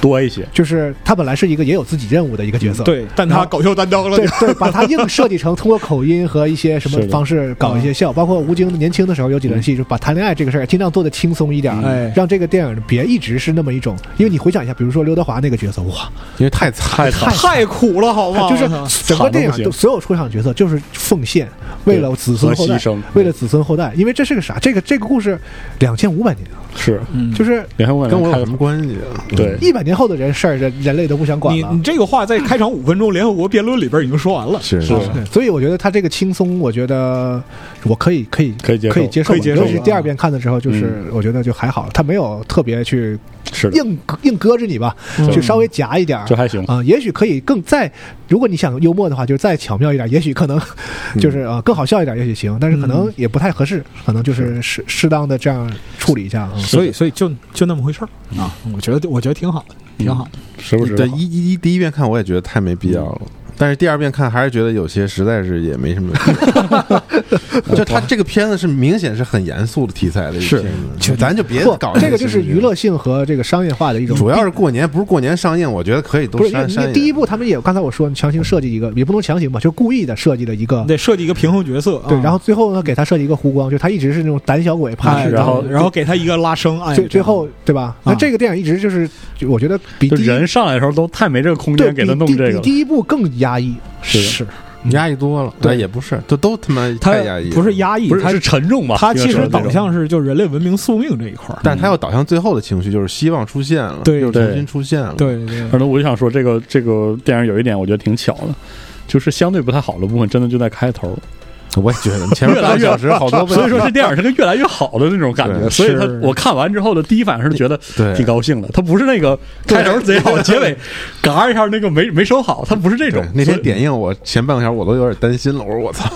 多一些，
就是他本来是一个也有自己任务的一个角色，
嗯对，但他搞笑担当了
对。对，把他硬设计成通过口音和一些什么
是的
方式搞一些笑，包括吴京年轻的时候有几段戏，就把谈恋爱这个事儿尽量做的轻松一点，
哎
让这个电影别一直是那么一种，因为你回想一下，比如说刘德华那个角色，哇，
因为太惨，
惨了
太苦了，好嗯吗？
就是
我操
整个电
惨得不
影
行
都所有出场角色就是奉献，为了子孙后代
和牺牲，
为了子孙后代，因为这是个啥？这个这个故事两千五百年啊，
是
嗯
就是
你看我
跟我有什么关系啊？
对
一百年后的人事儿，人人类都不想管
你
了
你。这个话在开场五分钟联合国辩论里边已经说完了，
是是
对所以我觉得他这个轻松，我觉得我可以可以
可以接
可
受啊嗯
以接受
可以接受
尤其是第二遍看的时候，就是我觉得就还好，他没有特别去
是的，
硬硬搁着你吧，
嗯
就稍微夹一点儿
就还行。
啊，也许可以更再，如果你想幽默的话，就是再巧妙一点，也许可能就是啊更好笑一点，也许行，但是可能也不太合适，可能就是适适当的这样处理一下。嗯
所以所以就就那么回事儿啊，我觉得我觉得挺好的，挺好的。
时不时
对
好
一一一第一遍看我也觉得太没必要
嗯
了，但是第二遍看还是觉得有些实在是也没什么。
[LAUGHS]
就他这个片子是明显是很严肃的题材的一个片子，就咱就别
不
搞，
这个就是娱乐。性和这个商业化的一种。
主要是过年，不是过年上映，我觉得可以都
不是因为
删
因为
删。
第一部他们也刚才我说你强行设计一个，也不能强行吧，就是故意的设计了一个
你。啊得设计一个平衡角色，
对
啊，
然后最后呢，给他设计一个弧光，就他一直是那种胆小鬼，怕
哎
事，
然后
然后给他一个拉升，哎，
最
这
最
样
后对吧？那
啊
这个电影一直就是，就我觉得比
就
第一
人上来的时候都太没这个空
对
间
比
给他弄
第
这
比
个了，
第一部更压抑，
是
压抑多了，对，也不是，这都他妈
他
太压抑，
不是，压抑，
不是
他
是沉重吧？
他其
应该
实
说
导向是就人类文明宿命这一块儿。
但他要导向最后的情绪，就是希望出现了，
对
就是重新出现了，，
对对
反正我就想说，这个这个电影有一点我觉得挺巧的，就是相对不太好的部分，真的就在开头。
我也觉得前面
越来
半
[LAUGHS] 越
个小时好多问
所以说
题
这电影是个越来越好的那种感觉，
对
所以他
是
我看完之后的第一反应是觉得
对
挺高兴的，他不是那个开头贼好，结
[LAUGHS]
尾嘎一下那个没没收好，他不是这种
对，那
所
天
以
点映我前半个小时我都有点担心了，我说我操，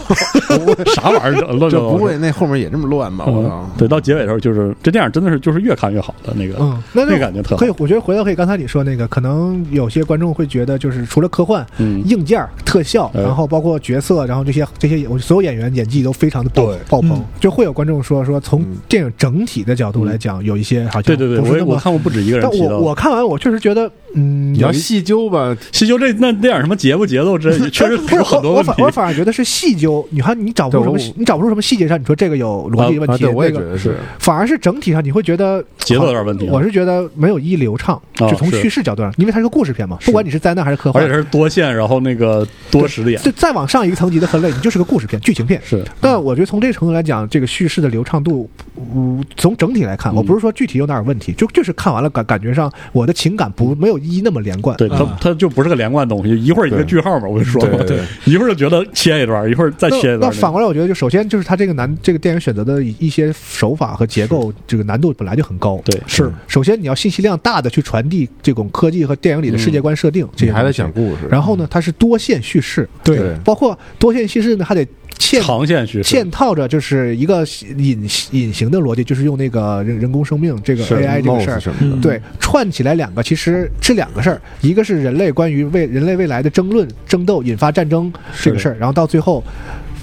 啥玩意
[LAUGHS]
儿乱
这
七八糟
不会那后面也这么乱吧？我操
哦嗯！，对，到结尾的时候就是这电影真的是就是越看越好的那个，
嗯，那
那
就
感觉特好
可以。我觉得回到可以刚才你说那个，可能有些观众会觉得，就是除了科幻、
嗯
硬件儿、特效，
嗯
然后包括角色，然后这些这些我所有演员演技都非常的爆
对
爆棚
嗯，
就会有观众说说从
嗯
电影整体的角度来讲，有一些好像
嗯对对对，
不
我
是
也
那
我
么。
看过不止一个人
但
提到
我我
的。
看完我确实觉得，嗯，
你
有
要
一
细究吧，
西究这那电影什么节不节奏之类的，确实
[LAUGHS] 不
有很多
我我
问题
反。我反而觉得是细究，你看你找不出什么
对
细
我，
你找不出什么细节上，你说这个有逻辑问
啊，
题，
对，我也觉
那个
得是，
反而是整体上你会觉得
节奏有点问题啊
我是觉得没有一流畅，
哦
就从
是
叙事角度上，因为它是个故事片嘛，不管你是灾难还是科
而
幻
且，是多线，然后那个多实力，
就再往上一个层级的分类，你就是个故事片、剧情片。
是
但我觉得从这个程度来讲，这个叙事的流畅度，嗯从整体来看，
嗯
我不是说具体有哪儿有问题，就就是看完了感感觉上我的情感不没有一那么连贯。
对
啊
它它就不是个连贯东西，一会儿一个
对
句号嘛，我跟你说
对
嘛
对，对
一会儿就觉得切一段，一会儿再
那
[LAUGHS]
切一段。
那反过来，我觉得就首先就是它这个难，这个电影选择的一些手法和结构，这个难度本来就很高。
对
嗯
是
首先你要信息量大的去传递这种科技和电影里的世界观设定，这
嗯你
些
还在嗯
东西
讲故事，
然后呢，它是多线叙事，
对
对
包括多线叙事呢，还得嵌
长线叙事，
嵌套着，就是一个隐隐形的逻辑，就是用那个人人工生命这个
是
AI 这个事
mouse
儿。
什么
嗯
的，
对，串起来两个，其实是两个事儿，一个是人类关于未人类未来的争论、争斗引发战争这个事儿，然后到最后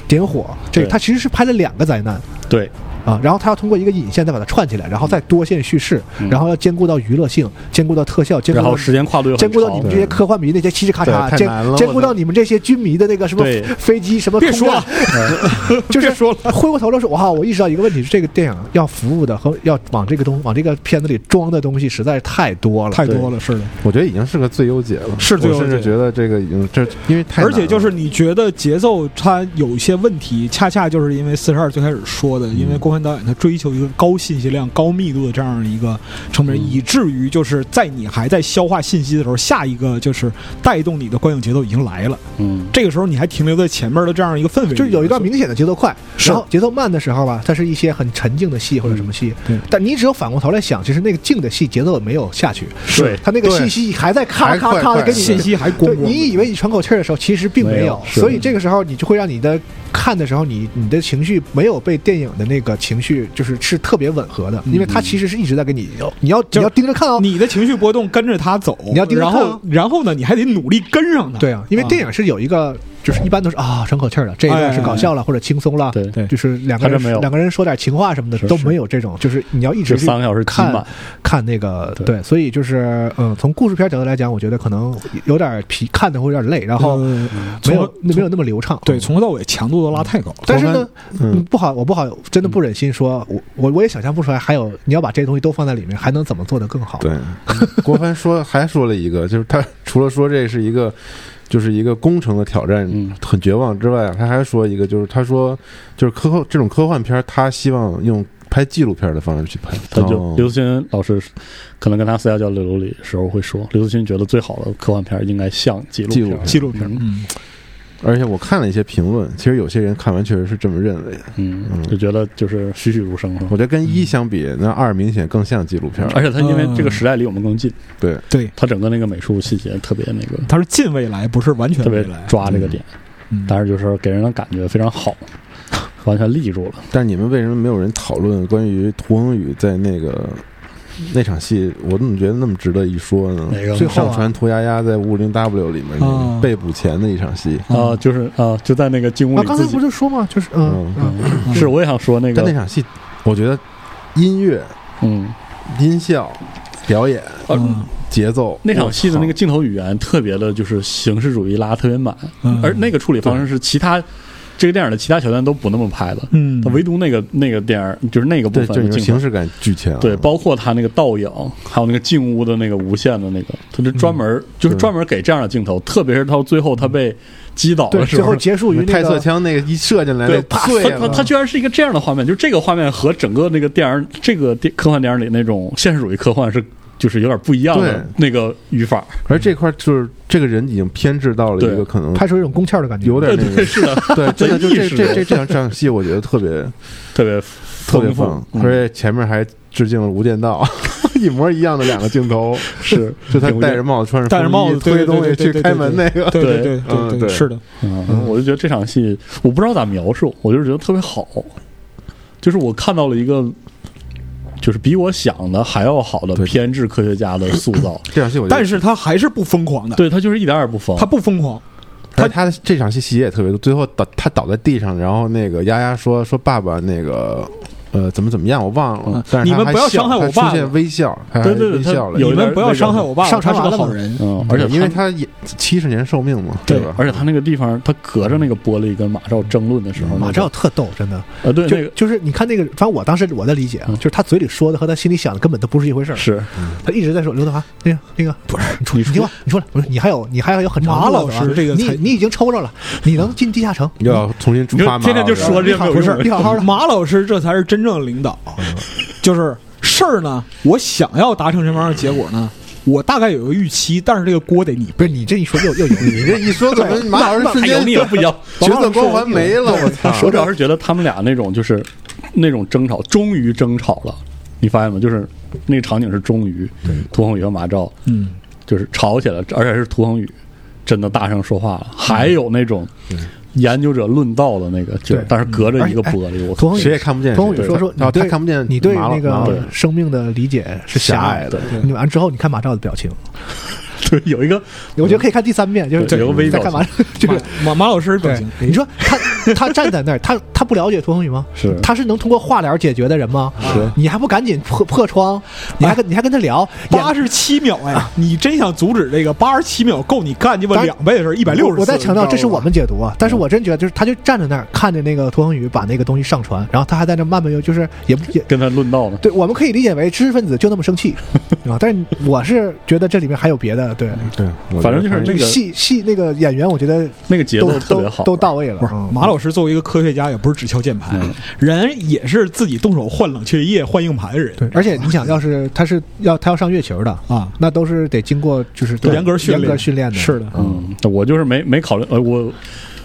点火，这个
对
它其实是拍了两个灾难
对，
啊，然后它要通过一个引线再把它串起来，然后再多线叙事，
嗯
然后要兼顾到娱乐性，兼顾到特效，兼顾
然
到
后时间跨度又很
兼顾到你
长
们这些科幻迷那些嘁哧咔
对
嚓，
太
兼
难了
兼
我
顾
的
到你们这些军迷的那个什么
对
飞机什么
别
空
说
战 [LAUGHS]
了，
就是说回过头来说，哇，我意识到一个问题是，这个电影要服务的和要往这个东往这个片子里装的东西实在是太多了，
太多了，是的。
我觉得已经是个最优解了，
是最优解
我甚至觉得这个已经这因为太难
而
了，
且就是你觉得节奏它有一些问题，恰恰就是因为四十二最开始说
嗯
的，因为郭帆导演他追求一个高信息量、高密度的这样一个成
嗯
本，以至于就是在你还在消化信息的时候，下一个就是带动你的观影节奏已经来了。
嗯，
这个时候你还停留在前面的这样一个氛围里，
就是有一段明显的节奏快，
是
然后节奏慢的时候吧，它是一些很沉静的戏或者什么戏，
对
但你只有反过头来想，其实那个静的戏节奏没有下去，
对，
它那个
对
信息还在咔
还
咔
快
咔的
快
给你
信息还咣
对
咣。
你以为你喘口气儿的时候，其实并
没
没
有
有，
是
所以这个时候你就会让你的看的时候，你你的情绪没有被电影的那个情绪就是是特别吻合的，因为它其实是一直在给你，你要
嗯就
你
是
要盯着看哦。
你的情绪波动跟着它走，
你要盯着
然
看啊
后然后呢，你还得努力跟上它。
对啊，因为
啊
电影是有一个，就是一般都是啊喘口气儿了，这一段是搞笑了或者轻松了，
对
对
就是两个
还真没有
人两个人说点情话什么
是
的都
是
没有这种，就是你要一直
这
去
三个小时挤
看
满，
看那个
对
对，所以就是嗯，从故事片角度来讲，我觉得可能有点疲，看的会有点累，然后
呃
没有
从
没有那么流畅，嗯
对，从头到尾强度都拉太高了。
但是呢，
嗯
嗯，不好，我不好，真的不忍心说，我我我也想象不出来，还有你要把这些东西都放在里面，还能怎么做得更好？，
对，郭帆说还说了一个，就是他除了说这是一个就是一个工程的挑战
嗯，
很绝望之外，他还说一个，就是他说就是科幻这种科幻片儿，他希望用拍纪录片儿的方式去拍，
他就
哦
刘慈欣老师可能跟他私下交流里时候会说，刘慈欣觉得最好的科幻片应该像纪录
纪录
片，
片
纪录片，
嗯
嗯，
而且我看了一些评论，其实有些人看完确实是这么认为的。
嗯，
嗯
就觉得就是栩栩如生是吧
我觉得跟
嗯
一相比，那二明显更像纪录片儿。
而且他因为这个
嗯
时代离我们更近，
对，
对，
他整个那个美术细节特别那个，
它是近未来，不是完全
特
未
别
来。
抓这个点，
嗯
但是就是给人的感觉非常好，完全立住了。
但你们为什么没有人讨论关于屠恒宇在那个那场戏？我怎么觉得那么值得一说呢？
嗯哪个
最后啊
上传涂鸦鸦在五零 W 里面那
哦
个被捕前的一场戏，
啊、就是啊、就在那个进屋
啊，
里
刚才
自己
不，是说嘛，就是嗯嗯，
嗯是我也想说那
但那
个，
场戏，我觉得音乐、
嗯，
音效、表演、
嗯
节奏，哦
那场戏的那个
我操
镜头语言特别的，就是形式主义拉得特别满，
嗯
而那个处理方式是其他这个电影的其他桥段都不那么拍的，
嗯
它唯独那个那个电影就是那个部
对，就
分
是
的
形
镜头。
式感啊巨强。
对，包括他那个倒影，还有那个进屋的那个无限的那个，他就专门、就是
对
专门给这样的镜头，特别是到最后他被击倒
对，
的时
最
候
后，结束于
泰
那
瑟
个。
枪那个一射进来，
对，
那
啪，
碎
他他他
了。
居然是一个这样的画面，就这个画面和整个那个电影这个电科幻电影里那种现实主义科幻是就是有点不一样的那个语法，
而这块就是这个人已经偏执到了一个
对
可能
拍出一种宫腔的感觉，
有点那
对
个，
[LAUGHS] 是的，
对，真的就
在
这
意识
这
中
这这场这场戏，我觉得特别
特别
特别
丰富嗯
棒，而且前面还致敬了《无间道》， [LAUGHS] 一模一样的两个镜头，
是
就他
挺无
戴
间
着帽子，穿着
戴着
风
帽
衣
子对
推
对
东西
对对
去
对
开门那个，
对对
对
对
嗯
对
对
是的，
嗯，我就觉得这场戏我不知道咋描述，我就是觉得特别好，就是我看到了一个。就是比我想的还要好的
对
偏执科学家的塑造，
这场戏我觉得，
但是他还是不疯狂的，
[LAUGHS] 对他就是一点儿也不疯，
他不疯狂，
他他的这场戏细节也特别多，最后倒他倒在地上，然后那个丫丫说说爸爸那个。呃，怎么怎么样，我忘了
嗯。
但是
你
他
们
还
不要
笑
伤害
他
我爸
出现
爸
微笑，还
对对对
微
他
笑了。
有
你
一点
们不要伤害我爸，
上
他
传
是
完了
个
吗
好人。
嗯，而且
因为
他
他也七十年寿命嘛，
对
吧？
而且他那个地方，他隔着那个玻璃跟马照争论的时候，
马照特逗，真的。
呃，对那
就
个
就是你看那个，反正我当时我的理解啊，
嗯
就是他嘴里说的和他心里想的根本都不是一回事儿。
是
他一直在说刘德华，那个那个不是你出你听话，你出来，不是你还有你还有很长
马
的
老
路要走啊
师这个
你
才
你已经抽着了，你能进地下城，
要重新出发嘛。
你就天天就说这
你
些没
好
有
不
用
是你好好的。
马老师这才是真正的领导，就是事儿呢，我想要达成什么样的结果呢？我大概有一个预期，但是这个锅得你
不是你这一说又又油腻，
你这一说，怎么马老师瞬
太油
间 [LAUGHS]
腻了，不行。
角色光环没了？我操！
我主要是觉得他们俩那种就是那种争吵，终于争吵了，你发现吗？就是那个场景是终于，涂恒宇和马照
嗯，
就是吵起来，而且是涂恒宇真的大声说话
嗯
了，还有那种研究者论道的那个劲儿
对，
但是隔着一个
而且哎
玻璃，我
涂恒宇
谁也看不见谁。
跟我说说，
然
你
后
对
哦他看不见
你对
马老
那
马老
个生命的理解是狭隘的
狭
隘的。
你完之后，你看马照的表情，哎
[LAUGHS] 对有一个
我觉得可以看第三遍，就是
对有个微
在
表
干
情
嘛？ [LAUGHS] 就是
马马马老师表
对
情，，
你说他他站在那儿，他他不了解涂恒宇吗？
是
他是能通过化疗解决的人吗？
是，
你还不赶紧破破窗？你还跟你还跟他聊？
八
演
十七秒哎，你真想阻止这个八十七秒够你干鸡
啊
巴
当然
两倍的事儿，一百六十。
我我再强调，这是我
你
们解读啊，
嗯
但是我真觉得就是他就站在那儿看着那个涂恒宇把那个东西上传，然后他还在那慢慢悠，就是也不也。
跟他论道呢。
对，我们可以理解为知识分子就那么生
[LAUGHS]
气啊，但是我是觉得这里面还有别的，对，
对，我
反正就是那
这
个
戏戏那个演员，我觉得
那个节奏
都
特别
都
好，
都到位了。
知道吧。不
嗯
是马老师作为一个科学家，也不是只敲键盘
嗯，
人也是自己动手换冷却液、换硬盘的人。
对，而且你想要是他是要他要上月球的
啊
那都是得经过就是
严格训练
严格训练的。
是的，
嗯，我就是没没考虑，呃，我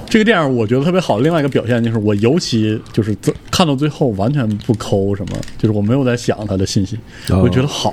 这个电影我觉得特别好的另外一个表现就是，我尤其就是自看到最后完全不抠什么，就是我没有在想他的信息，
哦
我觉得好，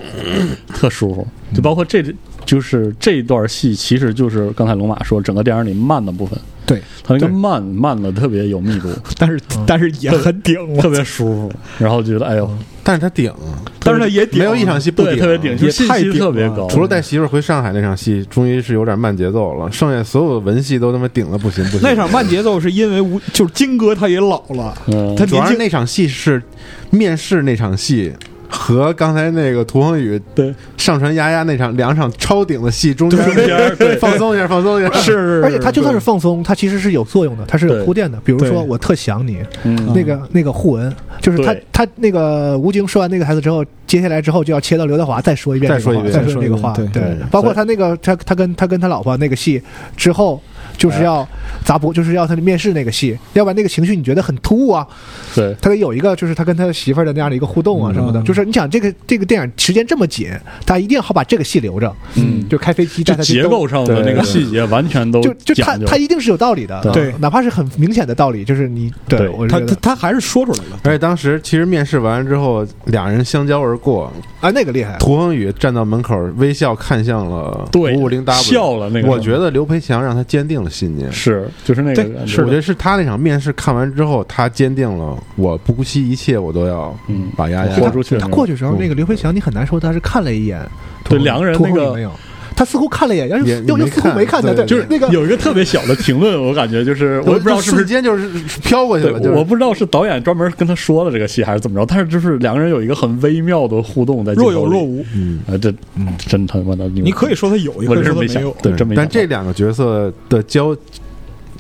特舒服。就包括这，就是这一段戏，其实就是刚才龙马说整个电影里慢的部分，
对，
他那个
对
慢慢的特别有密度，
但是但是也很顶，我
哦特别舒服，然后觉得哎呦，
但是他顶，
但是他也顶，
没有一场戏不
对，
顶，
特别顶，就
也
信
太
息
顶
特别
了
高，
除了带媳妇儿回上海那场戏，终于是有点慢节奏了，剩下所有的文戏都他妈顶的不行不行。
那场慢节奏是因为吴就是金哥他也老了，
嗯
他
主
年
要是
轻
那场戏是面试那场戏。和刚才那个涂恒宇
对
上传丫丫那场两场超顶的戏，中间
中间对
放松一下，放松一下，
是是，
而且他就算是放松，他其实是有作用的，他是有
对
铺垫的。比如
对
说，我特想你，
嗯
那个那个互文，就是他
对
他那个吴京说完那个台词之后，接下来之后就要切到刘德华再说一遍
再
那个
说一
话，
遍
再说那个话
再说一，遍
对
对，
包括他那个他他跟他跟他老婆那个戏之后，就是要砸脖，就是要他的面试那个戏，要不然那个情绪你觉得很突兀啊，
对
他得有一个就是他跟他媳妇儿的那样的一个互动啊什么的，
嗯
就是你想这个这个电影时间这么紧，他一定要好把这个戏留着，
嗯
就开飞机
就
带他去
结
兜
构上的那个细节完全都
就就他
讲究
他一定是有道理的，
对
啊哪怕是很明显的道理，就是你对
对
我是
他
觉
他
得
他还是说出来了，
而且当时其实面试完之后，俩人相交而过，
啊那个厉害，
涂恒宇站到门口微笑看向了
对
五五零 W，
笑了那个
我觉得刘培强让他坚定了信念。
是就是那个
对
感觉
我觉得是他那场面试看完之后，他坚定了，我不惜一切，我都要
嗯
把丫丫
豁
他
出去了
他过去的时候，那个刘培强你很难说他是看了一眼，
对
涂
两个人
涂红
那个
宇没有，他似乎看了一眼，然后
也
又又
也
又
没
似乎
看
没看他，
对
对，
就是
那个
有一个特别小的评论，我感觉就是我也不知道是不
瞬
是。
间就是飘过去
对
了，就，
我
是
不知道是导演专门跟他说了这个戏，还是怎么着，但是就是两个人有一个很微妙的互动在
若有若
无。
无，
嗯。
啊，这真他妈的牛！
你可以说他有，也
我
可以
真是
说他
想
没有，，
对，真没想
但
到。
这两个角色的交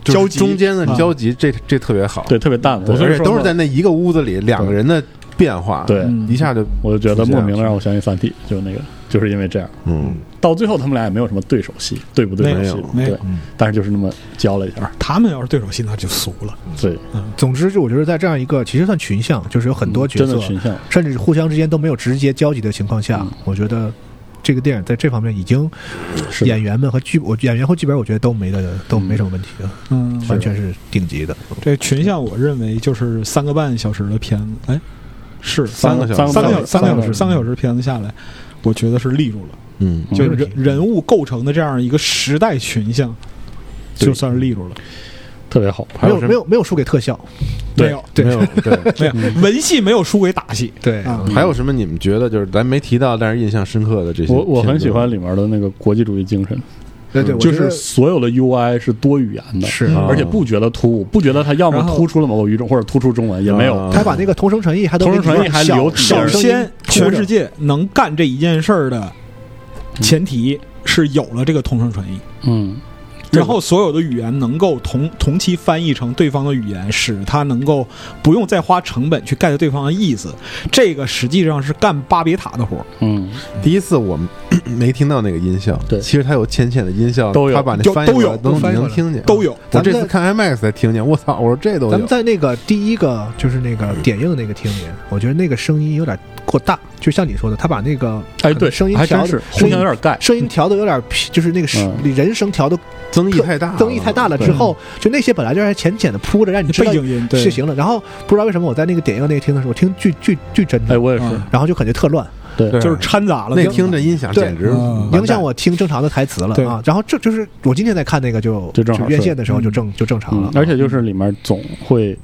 就是
交集
中间的
啊
交集，这这特别好，
对特别淡，我
对，
所以
而且
说
都是
嘛
在那一个屋子里，两个人的变化，
对
一下就，
我就觉得
是这
莫
样
名的让我想起《三体》，就是那个，就是因为这样，
嗯，
到最后他们俩也没有什么对手戏，对不对手戏？
没有没有
对，嗯但是就是那么交了一下，
他们要是对手戏那就俗了，
对，
总之就我觉得在这样一个其实算群像，就是有很多角
嗯真
色
的，群像，
甚至互相之间都没有直接交集的情况下
嗯，
我觉得这个电影在这方面已经
是的
演员们和剧我演员和剧本，我觉得都没的都没什么问题的，
嗯，
完全是顶级的。
这群像我认为就是三个半小时的片子，哎，是
三个小时
三个小
三
三
个
个
小
小
时
时三个小时片子下来，我觉得是立住了，
嗯，
嗯
就是人人物构成的这样一个时代群像，
对
就算是立住了。
特别好。
还
没
有
有
什么
没有没有输给特效，
对
没有，
没
[LAUGHS]
有对。
没有，文戏没有输给打戏。
对
啊，
嗯
还有什么你们觉得就是咱没提到，但是印象深刻的这些片
我
子？
我很喜欢里面的那个国际主义精神，
对对，我
就
觉得嗯
是所有的 UI 是多语言的，
是
啊
而且不觉得突兀，不觉得它要么
然后
突出了某个语种，或者突出中文，也没有。
啊
他把那个同声传译还都
同声传译还留底
少
儿
首先，全世
界
界能干这一件事儿的前提是有了这个同声传译，
嗯，
然后所有的语言能够同同期翻译成对方的语言，使它能够不用再花成本去 get 对方的意思。这个实际上是干巴别塔的活儿，
嗯，
第一次我们 [CLEARS THROAT] 没听到那个音效，
对
其实它有浅浅的音效，
都有
他把那
有
翻译
都有
过来
都
能
翻译
能
过来
听见，
都有。
我
咱
这
们在
次看 IMAX 才听见，我操！我说这都
咱们
有，
在那个第一个就是那个点映那个厅里，我觉得那个声音有点过大，就像你说的，他把那个
哎，对，
声音
还
调的
真是互
声音
相有点盖，
声音调的有点皮，就是那个是
嗯啊
人声调的
增益太大了，
增益太大了之后，就那些本来就是浅浅的铺着让你知
背
道
景音对
就，行了。然后不知道为什么我在那个点映那个厅的时候，我听巨巨巨真
哎，
的，
我也是，
然后就感觉特乱，
对，
对，
就是掺杂了
那听着音响
对
简直
嗯
完
影
蛋
响我听正常的台词了
对
啊。然后这就是我今天在看那个就
就正好是
院线的时候就正就正常
嗯
了，，
而且就是里面总会，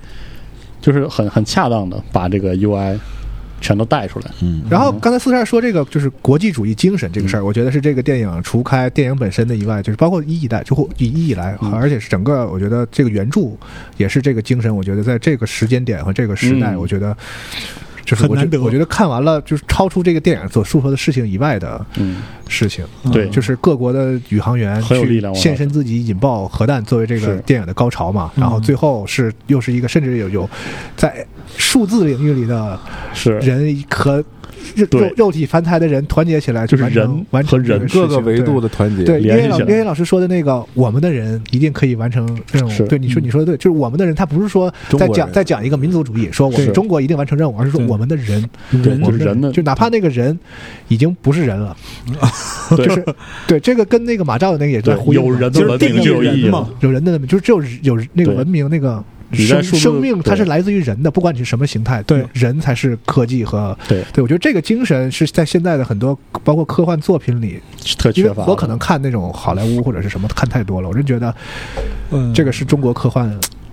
就是很很恰当的把这个 UI 全都带出来，
嗯，
然后刚才四十二说这个就是国际主义精神这个事
嗯
儿，我觉得是这个电影除开电影本身的以外，就是包括一以来，就以一以来，
嗯
而且是整个我觉得这个原著也是这个精神，我觉得在这个时间点和这个时代，
嗯
我觉得就是
很
我觉
难得
我觉得看完了就是超出这个电影所诉说的事情以外的
嗯，
事情，
嗯
对
就是各国的宇航员
很有力
去
量我
献身自己引爆核弹作为这个
是
电影的高潮嘛，
嗯
然后最后是又是一个甚至有有在数字领域里的
是
人和肉
对
肉肉体凡胎的人团结起来，
就是
完成
人
完成
和人
这事情
各个维度的团结，
对。对，
联
因为
系
老
起来
因为老师说的那个，我们的人一定可以完成任
是嗯
务。对，你说你说的对，就是我们的人，他不是说
中
在
国人
讲在讲一个民族主义，说我
是
们中国一定完成任务，而是说
对
我们的人，
对，
我
就
们
是人的
就哪怕那个人已经不是人了，
对
就是对这个跟那个马照的那个也在
对
呼应嘛，
有人
就是
的文
定
明
义
就有意义
人
了
嘛，
有人的就是只有有那个
对
文明那个
你在
生
数字
生命，它
对
是来自于人的，不管你是什么形态，
对
人才是科技和
对，
对，我觉得这个精神是在现在的很多包括科幻作品里，
特
因为
缺乏。
我可能看那种好莱坞或者是什么看太多了，我真觉得
嗯
这个是中国科幻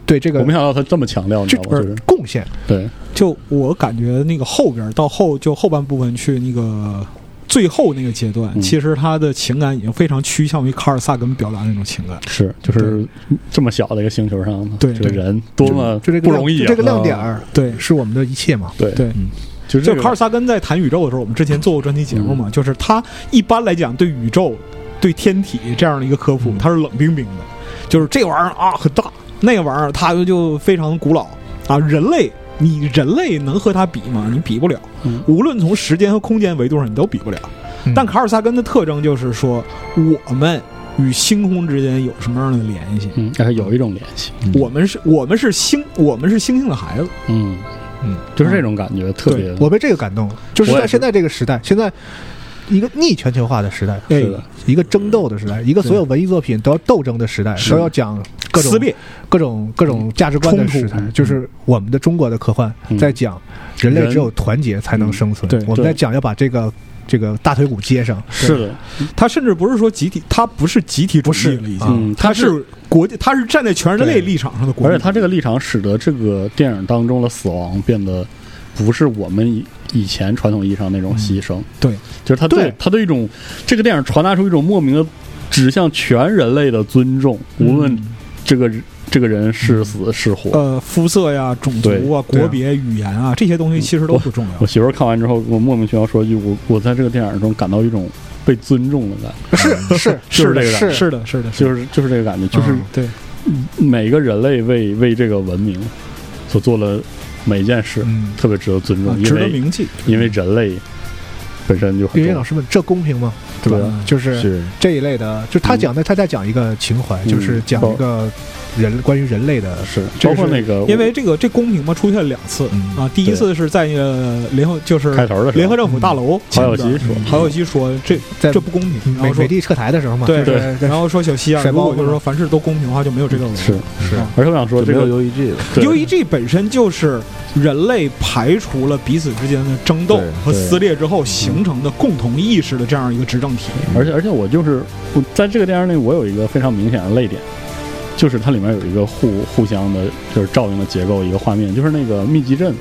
对这
我
个
没想到他这么强调，你知
这
道吗？就是
贡献。
对，
就我感觉那个后边儿到后就后半部分去那个最后那个阶段，
嗯
其实他的情感已经非常趋向于卡尔萨根表达那种情感。
是就是这么小的一个星球上的
对
这个人多么
就这个
不容易
亮
啊，
就这个亮点儿
对
是我们的一切嘛。
对
对，
就是
就
这个
卡尔萨根在谈宇宙的时候，我们之前做过专题节目嘛，
嗯
就是他一般来讲对宇宙、对天体这样的一个科
嗯
普，他是冷冰冰的，就是这玩意儿啊很大，那个玩意儿它就非常古老啊。人类，你人类能和它比吗？你比不了，
嗯
无论从时间和空间维度上，你都比不了。
嗯
但卡尔萨根的特征就是说，我们与星空之间有什么样的联系？
嗯，但是有一种联系，
嗯
我们是，我们是星，我们是星星的孩子。
嗯
嗯，
就是这种感觉特别，
我被这个感动了，就是
我也
在
是
现在这个时代，现在一个逆全球化的时代，
哎
是的，
一个争斗的时代，一个所有文艺作品都要斗争的时代，
是
都要讲各种
撕裂，
各种各种价值观的时代
冲突，
就是我们的中国的科幻
嗯
在讲人类
人
只有团结才能生存
对，
我们在
对
讲要把这个这个大腿骨接上，
是的，
他甚至不是说集体，他不是集体主
不是
义了，已经。
啊
嗯，
他
它
是国际，他是站在全人类立场上的国
而且
民，
他这个立场使得这个电影当中的死亡变得不是我们以以前传统意义上那种牺牲，
对，
就是他对
对
他对一种这个电影传达出一种莫名的指向全人类的尊重，无论这个这个人是死是活。
呃肤色呀、种
对
族啊、
对啊
国别、语言啊这些东西其实都不重
我
要。
媳妇儿看完之后，我莫名其妙说一句：“我我在这个电影中感到一种被尊重的感觉，
是是
就是这个感觉
是
是的，是的，是的
就是就是这个感觉，就是
嗯
对，
每个人类为为这个文明所做的每一件事，
嗯，
特别值得尊重，
啊
因
值得
为
铭记。
因为人类本身就很
因为
重
老
要。
师们这公平吗？对吧
啊
对？
就是
是
这一类的，就他讲的，他在讲一个情怀，
嗯
就是讲一个人关于人类的
是
这
包括
是
那个
因为这个这公屏嘛出现两次
嗯
啊，第一次是在那个联合就是
开头的时候嗯
联合政府嗯大楼
郝小
前边
吉说，
郝小吉说这
在
这不公
嗯
平，然
美美
后说
帝撤台的时候嘛，
对
就是
[LAUGHS] 对
在
然后说小西啊，
甩
如
包
果就是说凡事都公平的话，就没有这个文化
是
是
啊
而且我想说
就
这
没
个
有 UEG 了。
对
UEG 本身就是人类排除了彼此之间的争斗
对
和
对
撕裂之后形成的共同意识的这样一个执政体。
而且而且我就是我在这个电影里，我有一个非常明显的泪点，就是它里面有一个互互相的，就是照应的结构，一个画面，就是那个密集阵，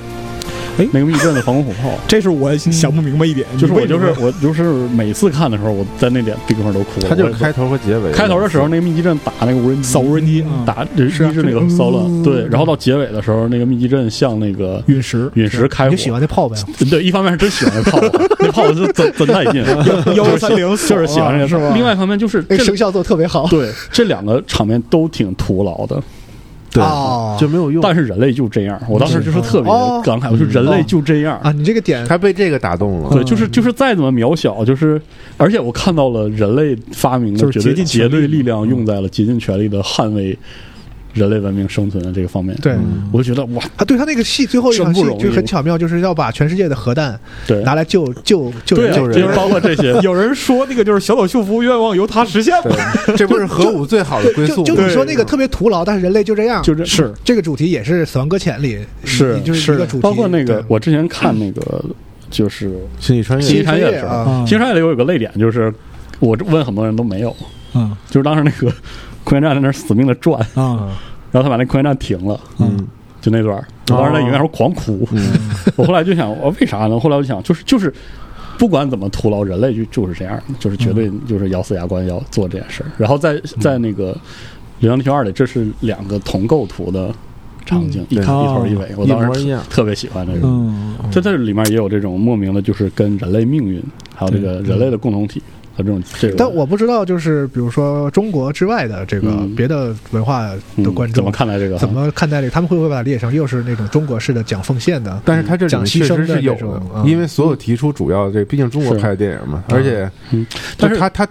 哎
那个密集阵的防空火炮。
这是我想不明白一点，
就是我
你为什
就
么
是我就是每次看的时候，我在那点地方都哭了。
它就是
我
开头和结尾。
开头的时候，那个密集阵打那个无人机，嗯
扫无人机啊，
打一
是啊
是那个骚乱，对，然后到结尾的时候，那个密集阵向那个
陨石
陨石开
你
火
就，喜欢那炮呗，
对，一方面是真喜欢那炮火，那炮火是真真带劲，啊
幺三零
就是喜欢这个事儿。另外一方面就是
那
这
个声效做得特别好。
对，这两个场面都挺徒劳的，
对
哦
就没有用，
但是人类就这样。我当时就是特别
哦
感慨，我说人类就这样。
啊，你这个点
他被这个打动了。
对，就是
嗯
就是再怎么渺小，就是而且我看到了人类发明的
就是
绝对
竭尽全
绝
力嗯
对力量用在了竭尽全力的捍卫人类文明生存的这个方面。，
对
嗯
我就觉得哇，
啊，对他那个戏最后一场戏
真不容易
就很巧妙，就是要把全世界的核弹
对，
拿来救救救
对
人
啊，
类。
就是包括这些，
[LAUGHS] 有人说那个就是小岛秀夫愿望由他实现了，
对，这不是核武最好的归宿
就
吗？
就你说那个特别徒劳，但是人类就这样。
就这
是
这个主题也是《死亡搁浅》里
是
你就是一个主题，
包括那个
对
我之前看那个就是
星际穿
星
越
际，穿越的时候，
啊，
嗯
《星战》里有一个泪点，就是我问很多人都没有，
啊
就是当时那个 [LAUGHS] 空间站在那儿死命的转，
啊
然后他把那空间站停了，
嗯，
就那段儿，
哦
我当时在影院时候狂哭， [LAUGHS] 我后来就想，我为啥呢？后来我就想，就是就是。不管怎么徒劳，人类就就是这样，就是绝对
嗯
就是咬死牙关要做这件事儿。然后在在那个《流浪地球二》里，这是两个同构图的场景，一
嗯对哦
一头一尾，我
一
当
模
时
一样。
特别喜欢这个。
嗯，
在这里面也有这种莫名的，就是跟人类命运，还有这
嗯
个人类的共同体和这种这种。
但我不知道，就是比如说中国之外的这个
嗯
别的文化的
嗯
观
怎么
众
看待这个？
怎？么看待这个，他们会不会把它理解成又是那种中国式的讲奉献的？
但是他这里
讲
面
牺
确
牲
实
的
是有
这种
的，
嗯
因为所有提出主要这，毕竟中国
是
拍的电影嘛，
嗯
而且
嗯，
就
但是
他他，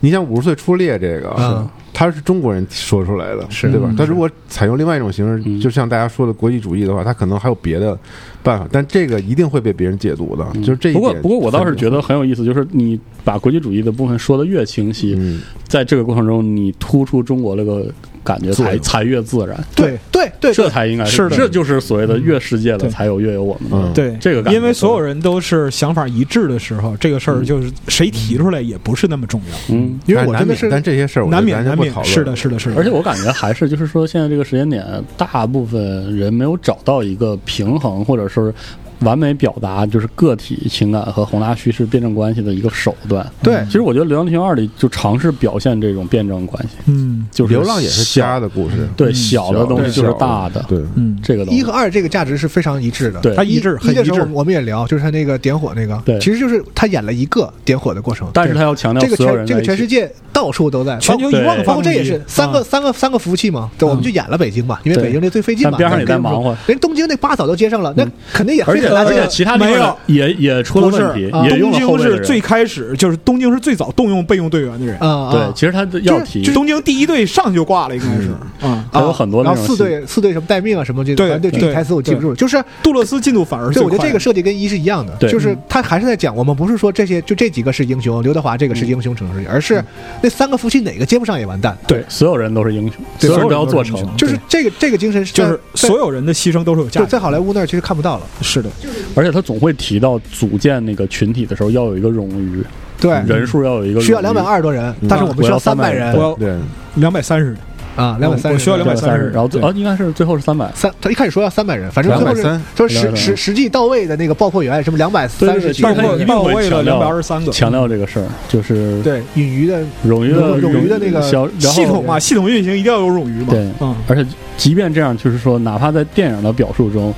你像《五十岁初恋》这个
嗯，
他是中国人说出来的，
是
对吧
嗯？
但如果采用另外一种形式，
嗯
就像大家说的国际主义的话，他可能还有别的办法，但这个一定会被别人解读的，就是这一
不
点。
过不过我倒是觉得，很有意思，就是你把国际主义的部分说的越清晰，
嗯，
在这个过程中，你突出中国这个感觉
作
才
用
才越自然，
对对对，
这才应该
是的
这就是所谓的越世界的
对
才有越有我们的
嗯。
对
这个感觉
因为所有人都嗯是想法一致的时候，这个事儿就是谁提出来也不是那么重要，
嗯，
因为我真
但难
的
免
是
但这些事儿我觉得
难免
咱就
难
不
免
讨论
是的，是的，是的，
而且我感觉还是就是说，现在这个时间点，大部分人没有找到一个平衡，或者说是完美表达就是个体情感和宏大叙事辩证关系的一个手段。嗯
对
其实我觉得《流浪地球二》里就尝试表现这种辩证关系，
嗯
就是
流浪也是
小
家的故事，
对
嗯
小的东西就是大的，
对，
嗯，
这个东
一
西
和二这个价值是非常一致的。
对
它
一
一致很
一
一
的时候
致，
我们也聊，就是他那个点火那个，
对
其实就是他演了一个点火的过程。
但是他要强调
这个
所有人
全这个
在
全
一起
世界到处都在，
全球一
对
万个
包
发
括哦
动
这
机
也是三个
啊
三个三个服务器嘛，对，我们就演了北京嘛，因为
嗯对
北京这最费劲嘛。
但边上也在
跟
忙活嗯
人东京那八早都接上了，那肯 [LAUGHS] 定也
而
非
且
很难
而
接
且其他地
没
方
有
也也出了
不是
问题，
啊
也用
东
了后
京
卫的
是
人
最开始就是东京是最早动用备用队员的人，
啊啊。
对，其实他要提
就东京第一队上去就挂了，应该是啊。
还有很多那
然
种
后四队四队什么待命啊什么这，
对
反正这具体
对
台词我记不住，就是
杜勒斯进度反而最
对，我
快
觉得这个设计跟一是一样的，
对
就是他还是在讲，我们不是说这些就这几个是英雄，刘德华这个是英雄城市，而是那三个服务器哪个接不上也完蛋，
对所有人都是英雄，
对
所有人都要
所有
做
人都是英雄，
成
就是这个这个精神是在
就是
在
所有人的牺牲都是有价
就
值的。
在好莱坞那儿其实看不到了，
是的，
而且他总会提到组建那个群体的时候要有一个冗余，
对，
人数要有一个
哎需要
冗余
两百二十多人，但是我们需要三百人
对
我要
对，
两百三十，
啊，两百三十，
我需要230
十，然后最
对
啊应该是最后是三百，
三，他一开始说要三百人，反正最后是
230
说实
230
实实际到位的那个爆破员什么两百
对
三
对
十
对，
几
但
个
是
人
他
包括
一
人，
定会
到位了
强
223
调
个
强调这个事儿，就是
对
隐喻的
冗余的
冗余的那个
小然后
系统嘛，系统运行一定要有冗余嘛。
对
嗯，
而且，即便这样，就是说，哪怕在电影的表述中，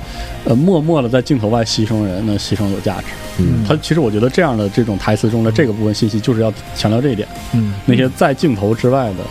呃，默默的在镜头外牺牲人，那牺牲有价值。
嗯
他其实我觉得这样的这种台词中的这个部分信息，就是要强调这一点：
嗯，
那些在镜头之外的，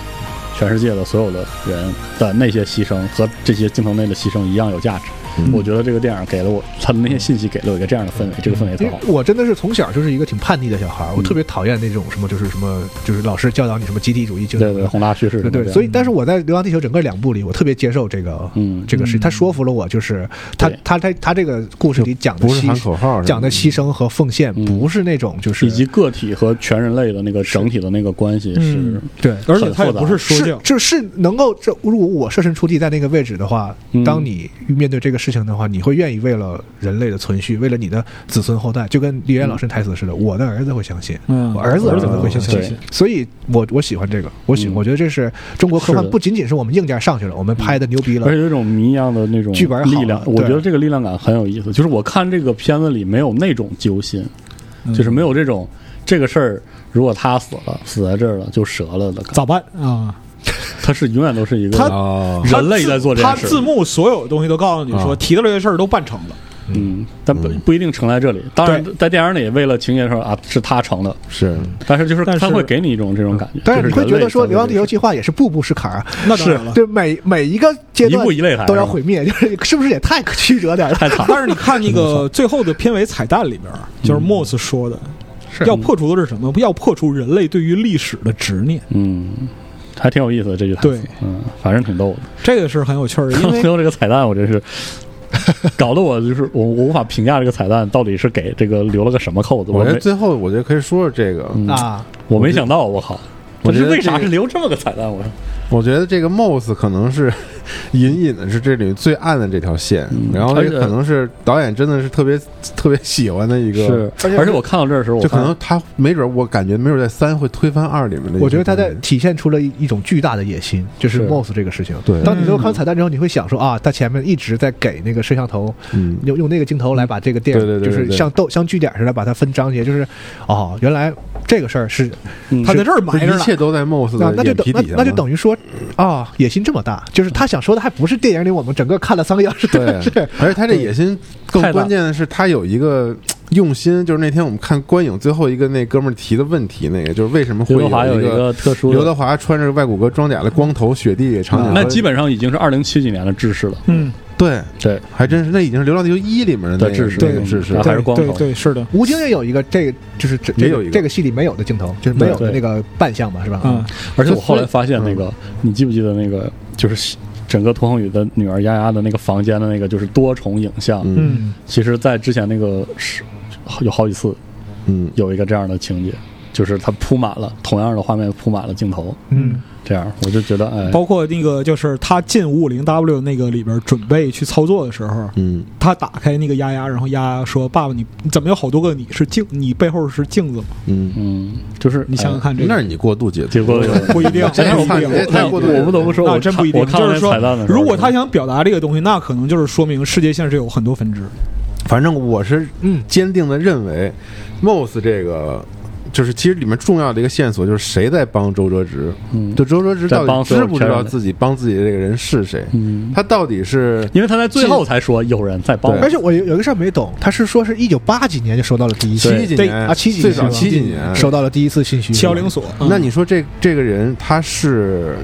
全世界的所有的人的那些牺牲和这些镜头内的牺牲一样有价值。我觉得这个电影给了我他的那些信息，给了我一个这样的氛围，这个氛围
因
特
为
好。
我真的是从小就是一个挺叛逆的小孩儿，我特别讨厌那种什么就是什么就是老师教导你什么集体主义，就
对对，宏大叙事
对对，所以但是我在《流浪地球》整个两部里，我特别接受这个，
嗯
这个事，他说服了我，就是他
对
他他他这个故事里讲的
不是喊
牺
口号，
讲的牺牲和奉献，不是那种就是
以及个体和全人类的那个整体的那个关系是
嗯，
对。
而且他也不是说
是
教，
就是能够这，如果我设身处地在那个位置的话
嗯，
当你面对这个事情的话，你会愿意为了人类的存续，为了你的子孙后代，就跟李岩老师台词似的，我的儿子会相信，
嗯
我儿子儿子
嗯
会相信
对，
所以我我喜欢这个，我喜
嗯
我觉得这是中国科
是
幻
的
不仅仅是我们硬件上去了，我们拍的牛逼了
而，且有一种谜一样的那种
剧本好
力量，我
对
觉得这个力量感很有意思。就是我看这个片子里没有那种揪心，
嗯
就是没有这种这个事儿，如果他死了，死在这儿了就折了的感觉。
咋办啊？
他是永远都是一个
他
啊，
他
人类在做这
他
件事
字，幕所有东西都告诉你说，
啊
提到这个事儿都办成了，
嗯，但不不一定成在这里。当然
对，
在电影里为了情节上啊是他成的，
是
但是就是
但是
他会给你一种这种感觉。
但是
就
你会
人
觉
类
得说，《
在做
流浪地
这个
球》
事
计划也是步步是坎儿，
那当然了。
对每每一个阶段
一步一肋排
都要
是吧
毁灭，就是 [LAUGHS] 是不是也太曲折点儿了？
太
[LAUGHS]
惨
[LAUGHS]
了。
但是你看
[LAUGHS]
那个最后的片尾彩蛋里边儿，就是
嗯
莫斯说的，
是
要破除的是什么？要破除人类对于历史的执念，
嗯，还挺有意思的这句台词
对，
嗯，反正挺逗的。
这个是很有趣儿的，因
[LAUGHS] 最
为
后这个彩蛋，我真是搞得我就是我我无法评价这个彩蛋到底是给这个留了个什么扣子。我
我觉得
没
最后我觉得可以说说这个，
嗯
啊，
我没想到，我靠！
我
我
觉
是
得
为啥
这个
是留这么个彩蛋？我说
我觉得这个 Moss 可能是 [LAUGHS] 隐隐的是这里最暗的这条线，
嗯
然后
而
也
且
可能是导演真的是特别特别喜欢的一个，
而且
而且我看到这儿的时候，我
就可
发
能他没准我感觉没准在三会推翻二里面的一些东西，
我觉得他在体现出了一一种巨大的野心，就是
是
MOS 这个事情。
对
当你最后看完彩蛋之后，你会想说啊，他前面一直在给那个摄像头，
嗯
用用那个镜头来把这个电
对对
影，
对
就
对
是
对
像逗像据点似的把它分章节，就是哦，原来这个事儿是
嗯
他在这儿埋着
一
呢。
切都在 Moss
那
的
啊那就
眼
等
皮
那
底下嘛，
那就等于说啊，野心这么大，就是他想说的还不是电影里我们整个看了三个小时
对
[LAUGHS]
的事，
而且他这野心更
太大
关键的是，他有一个用心，就是那天我们看观影最后一个那哥们儿提的问题，那个就是为什么会
刘德华
有
有一
个
个特殊
刘德
的，
华穿着外骨骼装甲的光头雪地场景和？
那基本上已经是二零七几年的制式了。
嗯，
对，
对，
还真是，那已经是《流浪地球一》里面的那个
的制式，
那个制
制
式
式
了。
还是
对
光头
对。对，是的，
吴京也有一个这个，就是这
也有一个
这个戏里没有的镜头，就是没有的
对
那个扮相嘛，是吧？
嗯，
而且我后来发现，那个你记不记得那个就是整个屠恒宇的女儿丫丫的那个房间的那个就是多重影像，
嗯
嗯，
其实，在之前那个是有好几次
嗯，
有一个这样的情节，就是它铺满了同样的画面，铺满了镜头，
嗯，
这样我就觉得哎，
包括那个就是他进五五零 W 那个里边准备去操作的时候，
嗯，
他打开那个丫丫，然后丫丫说：“爸爸，你你怎么有好多个你是镜？你背后是镜子吗
嗯，
嗯，就是？”
你想想看，这
那
个
是你过度解读，哎
结果有。
[LAUGHS] 不一定，
这
真不
太
一
这
定。
太过度解读
我
了
不得不说，
那
我
真
看
不一定，
我看到
就是
那
说
彩蛋的，时候，
如果他想表达这个东西，那可能就是说明世界线是有很多分支。
反正我是
嗯
坚定的认为，Moss 这个就是其实里面重要的一个线索就是谁在帮周哲直，
嗯
就周哲直到
在帮
底
所有
知不知道自己帮自己的这个人是谁，
嗯
他到底是
因为他在最后才说有人在帮
对
而
我，
且我有有一个事儿没懂，他是说是一九八几年就收到了第一次
七几
对
年
啊，七几
最
年
早
是吧
七几年
收到了第一次信息，
七幺零所，
那你说这这个人他是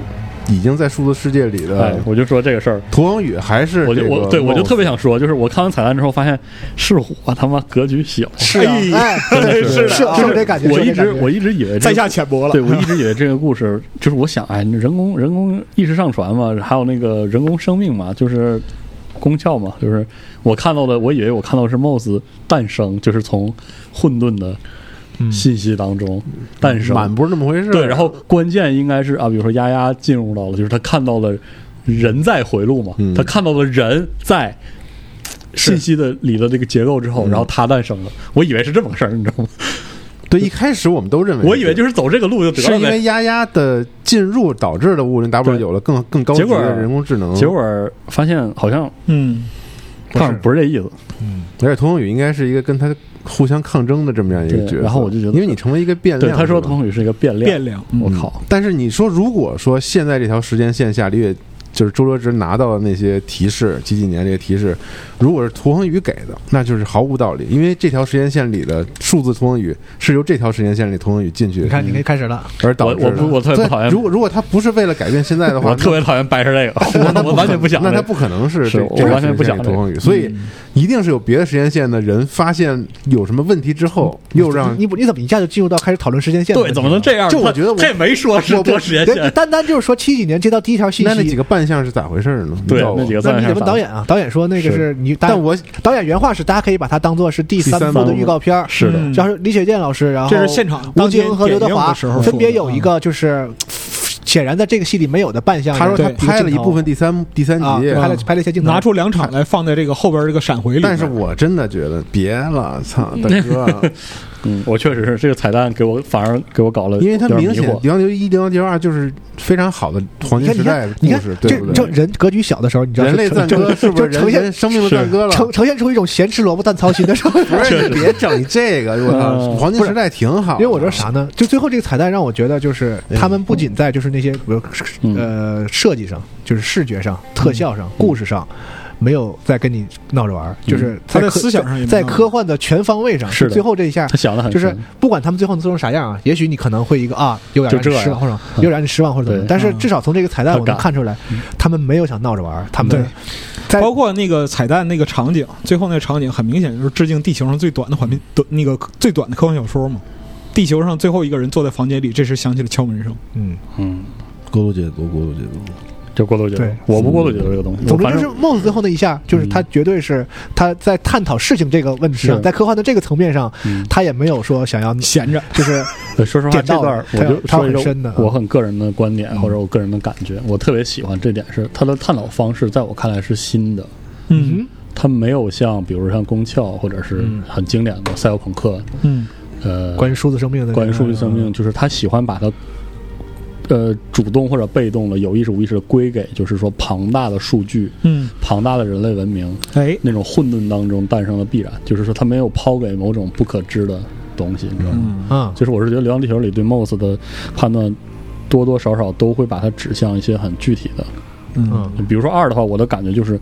已经在数字世界里
哎
的，
我就说这个事儿，
屠王宇还是
我就
这个
我对我就
Moss？
特别想说，就是我看完彩蛋之后发现，是我他妈格局小，
是啊，哎，对
是的
是啊，
就是
有这感觉，
我
是有
一
这
直
感觉
我一直以为这
在
个
下浅薄了
对，。我一直以为这个故事就是我想，哎，人工人工意识上传嘛，还有那个人工生命嘛，就是功效嘛，就是我看到的，我以为我看到的是 MOS 诞生，就是从混沌的信息当中诞生，
满不是那么回事儿，
对，然后关键应该是啊，比如说丫丫进入到了，就是他看到了人在回路嘛，
嗯
他看到了人在。信息的里的这个结构之
嗯
后，然后他诞生了。我以为是这么个事儿，你知道吗？
对一开始我们都认为，
我以为就是走这个路就得
是
了
因
呗
为。丫丫的进入导致的五零 W
对
有了更更高级
结果
的人工智能，
结果发现好像
嗯，
不是
看不是这意思，
而且童宇应该是一个跟他互相抗争的这么样一个
对
角色。
然后我就觉得
因为你成为一个变
对
量，
他说
是吧
童宇是一个变量，
变量。
我
嗯
靠，
但是你说，如果说现在这条时间线下，李雪就是周哲直拿到的那些提示，几几年这些提示，如果是涂恒宇给的，那就是毫无道理，因为这条时间线里的数字涂恒宇是由这条时间线里涂恒宇进去的，
你看，你可以开始了。
而导
我
致
我不
的
我特别
对
讨厌
如果如果他不是为了改变现在的话，
我特别讨厌掰扯这
[LAUGHS] 那
个，
那
[LAUGHS] 我我完全不想这
那
个。
他不可能是
是
这
我
这个
完全不想
时间线里涂
这个
恒宇，所以一定是有别的时间线的人发现有什么问题之后，又让
你不你怎么一下就进入到开始讨论时间线的问题了？
对，怎么能这样？
就我
他
觉得我
他也没说是
我
多时间
人
线，
单单就是说七几年接到第一条信
那
息，
那几个扮相是咋回事呢？
对
你告诉
那
我
几个
那
扮
你得
相
问
啥
导演啊，导演说那个
是
是你，
但我
导演原话是大家可以把它当做是第
第三
部的
部
预告片儿，
是的
嗯
就是李雪健老师，然后
这是现场
吴
当天
京和刘德
点映
华
的时候
分别有
说的啊嗯
一个就是显然在这个戏里没有的扮相。
他说他
有
拍了一部分第三第三
啊，
集，
拍了拍了一些镜头，
拿出两场来放在这个后边这个闪回里面。
但是我真的觉得别了，操大哥，
嗯，我确实是这个彩蛋给我反而给我搞了，
因为他
有点
明
迷
显《
惑
零幺一》《零幺九二》就是非常好的黄
你看你
金时代
看
的故
你看
事，对
这
不
这
对？
人格局小的时候，你知道
人类
是
赞
就
歌是不
就是
人
呈
人
现
生命的赞歌了？
呈呈现出一种咸吃萝卜淡操心的
[LAUGHS]
时候。
不是，你别整你这个，我操！
嗯
黄金时代挺好的，
因为我觉得啥呢？就最后这个彩蛋让我觉得，就是
嗯
他们不仅在就是那些比如呃设计上，就是视觉上、特效上、故事上，没有再跟你闹着玩儿，就是
嗯他在
科
思想上也没
在
闹着玩儿
科幻的全方位上，
是的
最后这一下
他。想的很
就
深
是不管他们最后能做成啥样啊，也许你可能会一个啊，有点
就
让你
这
失望，
样
或者有点让你失望或者怎么样，
对
但是
嗯
至少从这个彩蛋
他
我能
敢
看出来，他们没有想闹着玩儿，他们
对
在
包括那个彩蛋那个场景，最后那个场景很明显就是致敬地球上最短的环短那个最短的科幻小说嘛。地球上最后一个人坐在房间里，这时响起了敲门声。
嗯，
嗯，
过度解读，过度解读，
就过度解
对
读，我不过度解读这个东西，
总之
我反
就是
正
Moss 最后那一下，就是他绝对是他在探讨事情这个问题上，
是
在科幻的这个层面上
嗯，
他也没有说想要
闲着，
就是
对说实话，
点到
这段
了
我
他
就
他
说一
很深的嗯
个
啊
我很个人的观点或者我个人的感觉，我特别喜欢这点是他的探讨方式，在我看来是新的，
嗯
他没有像比如像宫壳或者是
嗯
很经典的赛博朋克，
嗯，
呃，
关于嗯数字生命的
关于数据生命，就是他喜欢把它，呃，主动或者被动的、有意识无意识的归给，就是说庞大的数据、
嗯，
庞大的人类文明
哎，
那种混沌当中诞生的必然，就是说他没有抛给某种不可知的东西，你知道吗？
嗯
啊，
就是我是觉得《流浪地球》里对 Moss 的判断，多多少少都会把它指向一些很具体的，
嗯
嗯
比如说二的话，我的感觉就是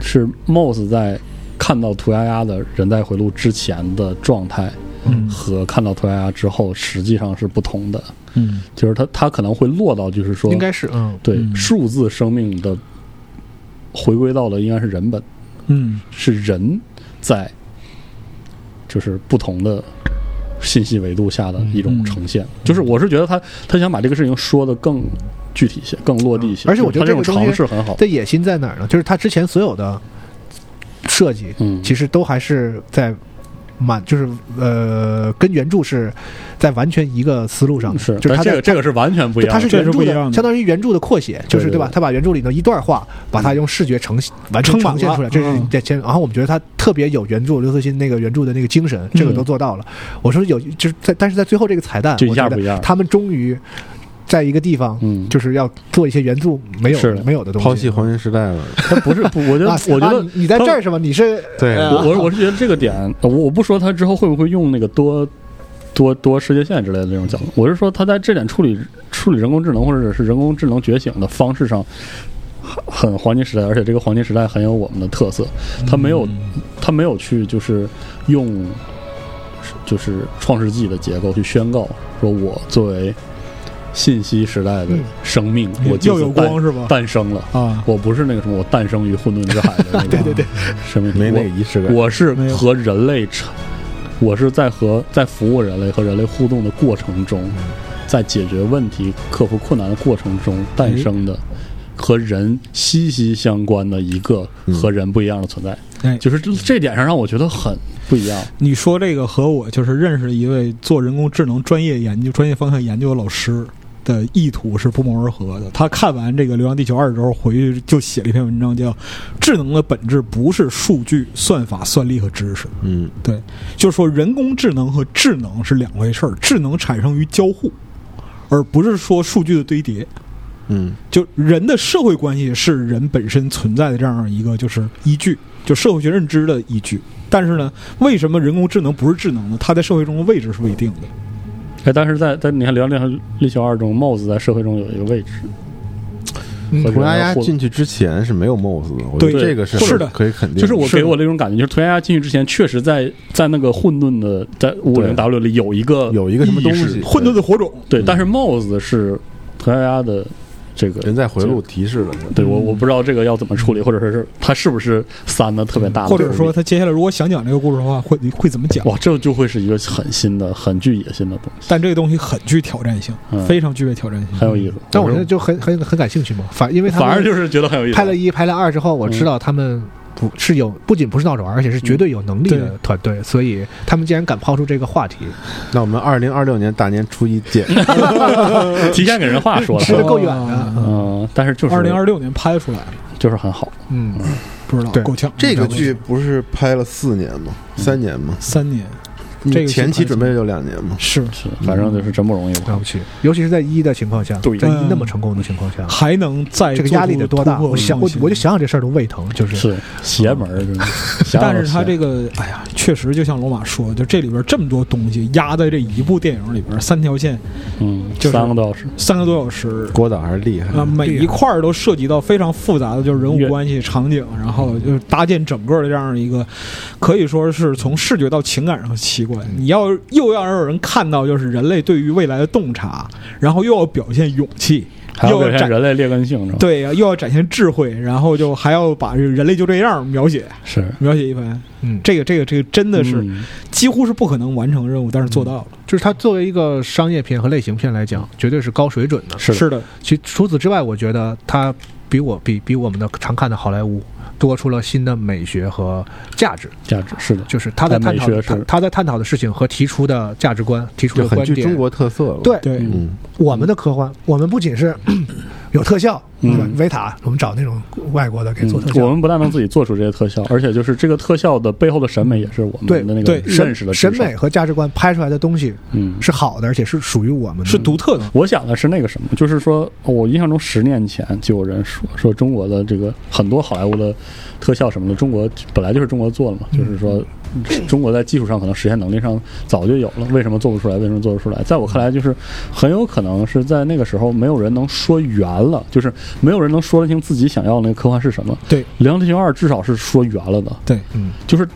是 Moss 在看到涂鸦鸦的人在回路之前的状态。
嗯
和看到涂鸦之后，实际上是不同的。
嗯，
就是它它可能会落到就是说，
应该是嗯
对、
嗯
数字生命的回归到了应该是人本，
嗯
是人在就是不同的信息维度下的一种呈
嗯
现。就是我是觉得他他想把这个事情说的更具体些，更落地些，
嗯而且我觉得
就
这
是它这
个
种
东西
尝试很好。
的野心在哪儿呢？就是他之前所有的设计，
嗯，
其实都还是在满就是呃跟原著是在完全一个思路上的，
嗯是，
啊就是他
但这
在
个这个是完全不一样
它
的。
是
这
原
是
著
不一样的
相当于原著的扩写，就是
对对
吧？
对
他把原著里的一段话，把它用视觉呈完全
撑满
呈现出来，
了
这是
嗯
这先。然后我们觉得他特别有原著刘慈欣那个原著的那个精神，这个都做到了。我说有，就是在但是在最后这个彩蛋，
就一下
我觉得
不一样
他们终于在一个地方，
嗯，
就是要做一些原著没有
是的
没有的东西，
抛弃黄金时代了。
它不嗯是，不
[LAUGHS]
我觉得
啊。
我觉
啊
得
你你在这儿是吗？你是
对，
啊
我我我是觉得这个点，呃我我不说他之后会不会用那个多多多世界线之类的这种角度，我是说他在这点处理处理人工智能或者是人工智能觉醒的方式上。很很黄金时代，而且这个黄金时代很有我们的特色。他没有，
嗯
他没有去就是用，就是创世纪的结构去宣告说，我作为信息时代的
嗯
生命，我
又
就此
有
诞
光是吧？
诞生了。
啊，
我不是那个什么，我诞生于混沌之海的
[LAUGHS]
那个
对对对
生命体，
没
我
那个仪式感。
我是
没有
和人类成，我是在和在服务人类和人类互动的过程中，在解决问题、克服困难的过程中诞生的，和人息息相关的一个
嗯
和人不一样的存在。
哎
就是这这点上让我觉得很不一样。
你说这个和我就是认识一位做人工智能专业研究、专业方向研究的老师的意图是不谋而合的。他看完这个《流浪地球二》之后，回去就写了一篇文章，叫《智能的本质不是数据、算法、算力和知识》。
嗯，
对，就是说人工智能和智能是两回事儿，智能产生于交互，而不是说数据的堆叠。
嗯，
就人的社会关系是人本身存在的这样一个就是依据，就社会学认知的依据。但是呢，为什么人工智能不是智能呢？它在社会中的位置是未定的。
哎，但是在在你看《聊聊力球二》中，帽子在社会中有一个位置，和
嗯涂鸦鸦
人混。
进去之前是没有 MOS 的，我觉
对
得这个是
是的
可以肯定的。
就是我
是
给我的一种感觉，就是涂鸦鸦进去之前，确实在在那个混沌的在五零 W 里有一个
有一个什么东
意识
西，
混沌的火种，
对，但是 MOS 是涂鸦鸦的这个
嗯
人在回路提示了。
对我我不知道这个要怎么处理，或者是它是不是三的特别大的处
嗯或
理，
者说他接下来如果想讲这个故事的话，会会怎么讲？
哇，这就会是一个很新的、很具野心的东西，
但这个东西很具挑战性，
嗯
非常具备挑战性。
很有意思。
但我现在就很很很感兴趣嘛，反
嗯
因为他
反
们
而就是觉嗯得很有意思，
拍了一拍了二之后，我知道他们不是有不仅不是闹着玩，而且是绝对有能力
嗯
的
对
团队，所以他们竟然敢抛出这个话题，
那我们二零二六年大年初一见。
提前给人话说
吃的
哦
了。
够远的。
嗯，但是就是
二零二六年拍出来了，
就是很好，
嗯，
不知道
对
够呛。
这个
不知道
剧不是拍了四年吗？三年吗？
三年
你
这个剧
前期
拍了
准备了有两年吗？
是
是反正就是真不容易吧。
嗯
了不起，尤其是在一的情况下，
对
在一那么成功的情况下，
还能再
这个压力得多大？
嗯做出
我想我
突破
我就想想这事儿都胃疼，就是
是邪门儿，真的
但是他
想想都邪
这个，哎呀，确实就像罗马说，就这里边这么多东西压在这一部电影里边，三条线，
嗯，
就是
三个多小时，
三个多小时。
郭导还是厉害
啊，，每一块儿都涉及到非常复杂的，就是人
越
物关系、场景，然后就是搭建整个的这样一个，可以说是从视觉到情感上的奇观。
嗯
你要又要让人看到就是人类对于未来的洞察，然后又要表现勇气，
还有
又
表
要
现
展
人类劣根性，是吧？
对呀，又要展现智慧，然后就还要把人类就这样描写
是，
描写一番。
嗯，
这个这个这个真的是
嗯
几乎是不可能完成任务，但是做到了。
就是它作为一个商业片和类型片来讲，绝对是高水准的。哎
是的
是的，
其除此之外，我觉得它比我比比我们的常看的好莱坞多出了新的美学和价值，
价值是的，
就是他在
在
探
美
讨
学
他
是
他在探讨的事情和提出的价值观、提出
就
的
很
观
具
点
中。国特色了。，
对
对，
嗯，
我们的科幻，我们不仅
[COUGHS]
是有特效，
嗯
是吧维塔，我们找那种外国的给
嗯
做特
我
效，
们不但能自己做出这些特效，而且就是这个特效的背后的审美也是我
对
们的那个
对
认识的
审
指
美
向。
和价值观拍出来的东西
嗯，
是好的，而且是属于我们的，
是独特的。
我想的是那个什么，就是说我印象中十年前就有人说说中国的这个很多好莱坞的特效什么的，中国本来就是中国做的嘛，就是说
嗯
中国在技术上可能实现能力上早就有了，为什么做不出来？为什么做得出来？在我看来，就是很有可能是在那个时候没有人能说圆了，就是没有人能说得清自己想要的那个科幻是什么。
对
《流浪地球二》至少是说圆了的，
对，
嗯，
就是。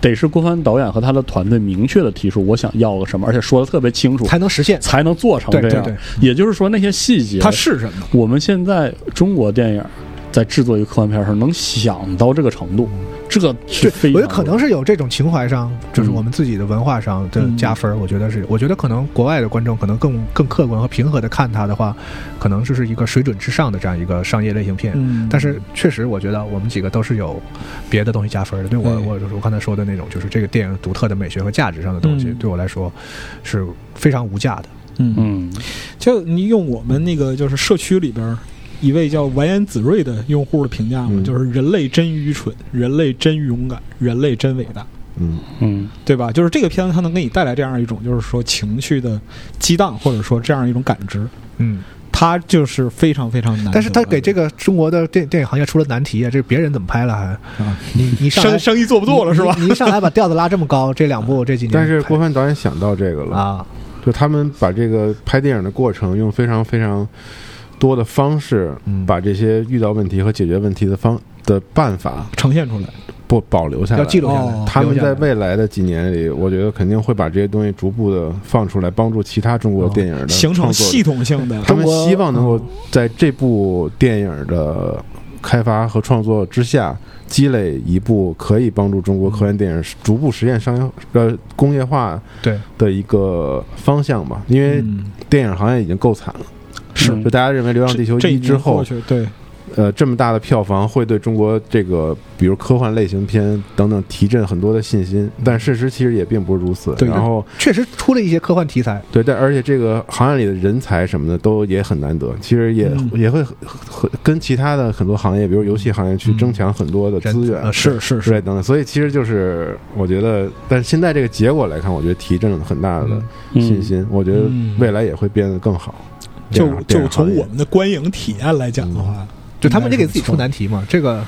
得是郭帆导演和他的团队明确的提出我想要个什么，而且说的特别清楚，
才能实现。
才能做成这
对
样。
对对
也就是说，那些细节，
它是什么？
我们现在中国电影在制作一个科幻片的时候，能想到这个程度，这个
对
是非，
我觉
常
得可能是有这种情怀上，就是
嗯
我们自己的文化上的加分儿。我觉得是，我觉得可能国外的观众可能更更客观和平和的看它的话，可能就是一个水准之上的这样一个商业类型片。
嗯，
但是确实，我觉得我们几个都是有别的东西加分的。对我，
对
我我刚才说的那种，就是这个电影独特的美学和价值上的东西，
嗯
对我来说是非常无价的。
嗯，
嗯，
就你用我们那个就是社区里边儿一位叫完颜子睿的用户的评价嘛，
嗯
就是人类真愚蠢，人类真勇敢，人类真伟大。
嗯，
嗯
对吧？就是这个片子，它能给你带来这样一种，就是说情绪的激荡，或者说这样一种感知，
嗯，
它就是非常非常难得的。
但是他给这个中国的电电影行业出了难题啊，这别人怎么拍了还？
啊
你你上来
生生意做不做了是吧？啊
你？你一上来把调子拉这么高，这两部这几年拍，
但是郭帆导演想到这个了，
啊，
就他们把这个拍电影的过程用非常非常多的方式
嗯，
把这些遇到问题和解决问题的方的办法
呈现出来，
不保留下来，
要记录下来
哦。
他们
留下
在
来
未来的几年里，我觉得肯定会把这些东西逐步的放出来，帮助其他中国电影的
哦
形成
创作者
系。统性的。
他们
中国
希望能够在这部电影的开发和创作之下，积累一部可以帮助中国科幻电影逐步实现商业呃工业化
对
的一个方向吧。因为
嗯
电影行业已经够惨了，
是
就大家认为《流浪地球
这》
一
一
之
年过
后，
去，对，
呃，这么大的票房会对中国这个，比如科幻类型片等等提振很多的信心，但事实其实也并不是如此。
对
然后
确实出了一些科幻题材，
对，但而且这个行业里的人才什么的都也很难得，其实也、
嗯
也会很很跟其他的很多行业，比如游戏行业去争抢很多的
人
资源
呃
是是
之
是，
类等等。所以其实就是我觉得，但是现在这个结果来看，我觉得提振了很大的
嗯
信
嗯，
心，我觉得
嗯
未来也会变得更好。电
就
影电
就
影
从
行业
我们的观影体验来讲的话，
嗯
嗯
就他们得给
应
自
该是
己
不错
出难题嘛，这个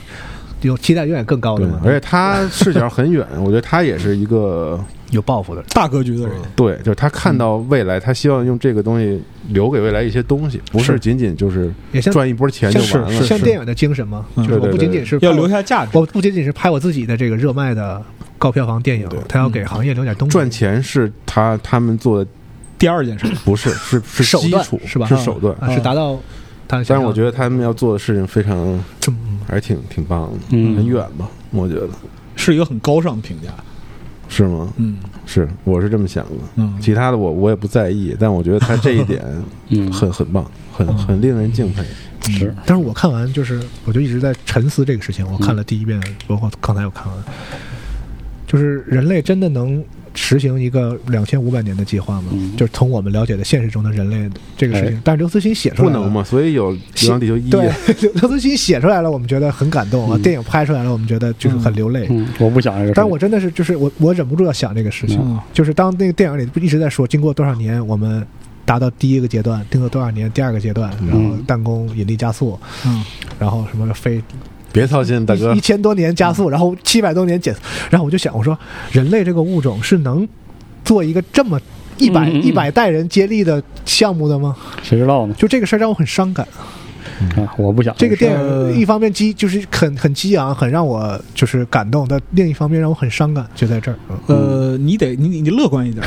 有期待远远更高的
对
嘛，。
而且他视角很远，我觉得他也是一个
有抱负的人。
大格局的人，
嗯
对，就是他看到未来，他希望用这个东西留给未来一些东西，不是仅仅就是
也像
赚一波钱就完了。
像电影的精神嘛，
嗯
就是我
对对
不仅仅是
要留下价值。
我不仅仅是拍我自己的这个热卖的高票房电影
对，嗯
他要给行业留点东西。
赚钱是他他们做的
第二件事，
不是是是
手
基
段
础
是吧
是手段，嗯
啊是达到他的想
但
要。
是我觉得他们要做的事情非常
这么 [CLEARS THROAT] 嗯
还是挺挺棒的，
嗯
很远吧？我觉得
是一个很高尚的评价。
是吗？
嗯
是，我是这么想的。
嗯，
其他的我我也不在意，但我觉得他这一点 [LAUGHS]
嗯，
很嗯很棒，很很令人敬佩。
是
但是我看完就是，我就一直在沉思这个事情。我
嗯
看了第一遍，包括刚才我看完，就是人类真的能实行一个两千五百年的计划吗？
嗯
就是从我们了解的现实中的人类这个事情
哎，
但是刘慈欣写出来
不
了
能嘛，所以有《流浪地球一》
对， [LAUGHS] 刘慈欣写出来了，我们觉得很感动啊。
嗯
电影拍出来了，我们觉得就是很流泪。
嗯，我不想这个事儿，
但我真的是，就是我，我忍不住要想这个事情，
嗯
就是当那个电影里不一直在说，经过多少年，我们达到第一个阶段，经过多少年第二个阶段，然后弹弓引力加速，
嗯，
然后什么飞
别操心，大哥
一一，千多年加速，然后七百多年减速，然后我就想，我说人类这个物种是能做一个这么一百
嗯嗯嗯
一百代人接力的项目的吗？
谁知道呢？
就这个事儿让我很伤感。
啊，我不想
这个
事儿
电
呃
影一方面激就是很很激昂，很让我就是感动，但另一方面让我很伤感，就在这儿。嗯
呃，你得你你你乐观一点，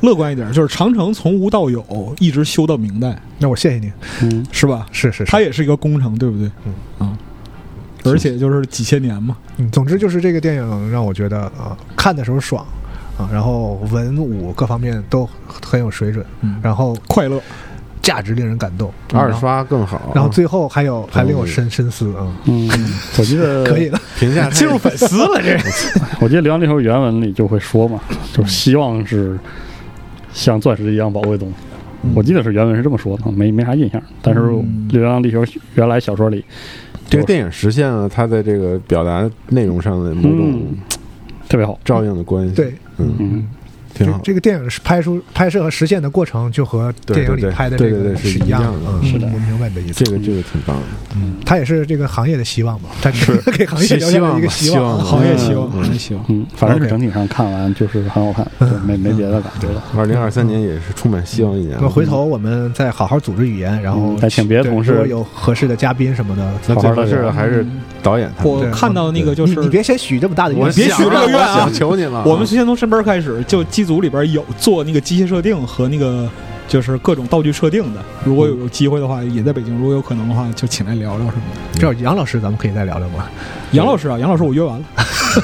乐观一点，就是长城从无到有，一直修到明代，
那我谢谢你，
嗯
是吧？
是是是
它也是一个工程，对不对？
嗯
啊，而且就是几千年嘛，
嗯，总之就是这个电影让我觉得啊，看的时候爽啊，然后文武各方面都很有水准，
嗯
然后
快乐。
价值令人感动。
二刷更好。
然后最后还有还令我深深思啊，
嗯，我记得
可以了，
评价太
进入粉丝了 [LAUGHS] 这。
我记得《流浪地球》原文里就会说嘛，就是希望是像钻石一样宝贵的东西。我记得是原文是这么说的，没没啥印象。但是
嗯
《流浪地球》原来小说里，
这个电影实现了他在这个表达内容上的某种
嗯特别好。
照应的关系。
对，
嗯，
嗯，
挺好
这。这个电影是拍出拍摄和实现的过程，就和电影里拍的这
对对
个
对对
是
是一
样
样的
嗯
是的
我明白你的意思
这。嗯个这个挺棒的，
他也是这个行业的希望嘛，他是给行业
希
留下了一个
希
希
望
望。啊
吧希望吧
行业希
嗯
望，
嗯
行业希望。
嗯，反正是
OK
整体上看完就是很好看，对没没别的感觉了。
二零二三年也是充满希望一年
那。么回头我们再好好组织语言，然后
嗯再请别的
对
同事
如果有合适的嘉宾什么的，
那最合适
好
的
好
还是导演他们。
嗯
我
对
看到那个就
你
是
你别先许这么大的
我
愿，
别
想
许这
了
个愿啊
我想求你了。
我们先从身边开始，就机组里边有做那个机械设定和那个就是各种道具设定的。如果有有机会的话，也在北京，如果有可能的话，就请来聊聊什么的。
这杨老师咱们可以再聊聊嘛。
杨老师啊，杨老师，我约完了。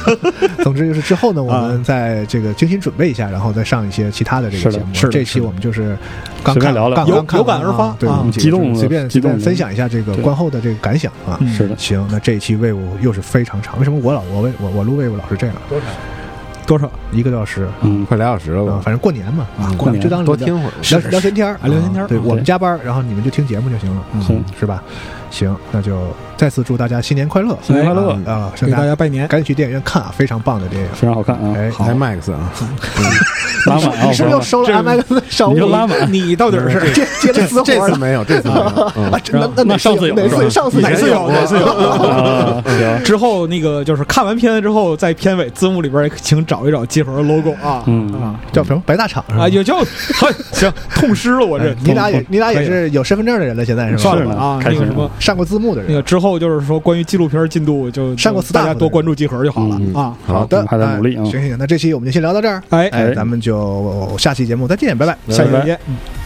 [LAUGHS] 总之就是之后呢，我
啊
们再这个精心准备一下，然后再上一些其他的这
是
个
的
节目
是。的
这
是
期
的
我们就是刚
随
看
便聊聊
刚
有
刚看
有感
完
而发
啊对，
啊
我们几个
激动
是
了
随便
激
随
动
便
了
分享一下这个
对
观后的这个感想啊。
嗯
是的，
行，那这一期魏武又是非常长，为什么我老我魏我我录魏武老是这样，
多少？
一个多小时
嗯，
快俩小时了
啊，
吧？
反正过年嘛啊，
过年
就当
多听会儿。
聊聊闲天儿
啊聊闲天儿
对
嗯
我们
对
加班儿，然后你们就听节目就行了，
行
嗯，是吧？行，那就再次祝大家新年快乐，
新年快乐
啊啊！向
给
大
大
家
家拜年。
赶紧去电影院看啊，非常棒的电影。
非常好看啊，
哎，
来 Max 啊，
拉满啊，
[LAUGHS] 你是不是又收了
这
M X 商务？
你就拉满
你到底是谁？
接接着私
这
活
这次
了。
没有，这次没 [LAUGHS] 有。嗯
啊，这那那哪
那上次有
哪
是吧
次上次
哪次有？哪次有？
啊行，
之后那个就是看完片子之后，在片尾字幕里边也请找一找集合 logo 啊，
嗯
啊
叫什么白大厂是吧
啊，也就嘿 [LAUGHS] 行，痛失了我这
哎你俩也你俩也
可以
是有身份证的人了，现在是吧？
算
是
了
呢
吧啊，
开
那
心
个
了
什么。
上过字幕的
那个
啊
人。
之后就是说，关于纪录片进度就
上过
就大
staff
家
的
多关注集合就好了
嗯
啊。
好的，哎
还在努力啊
那行行行，那这期我们就先聊到这儿，
哎，
哎，咱们就下期节目再见，拜拜。
下期
拜
再
拜
见。嗯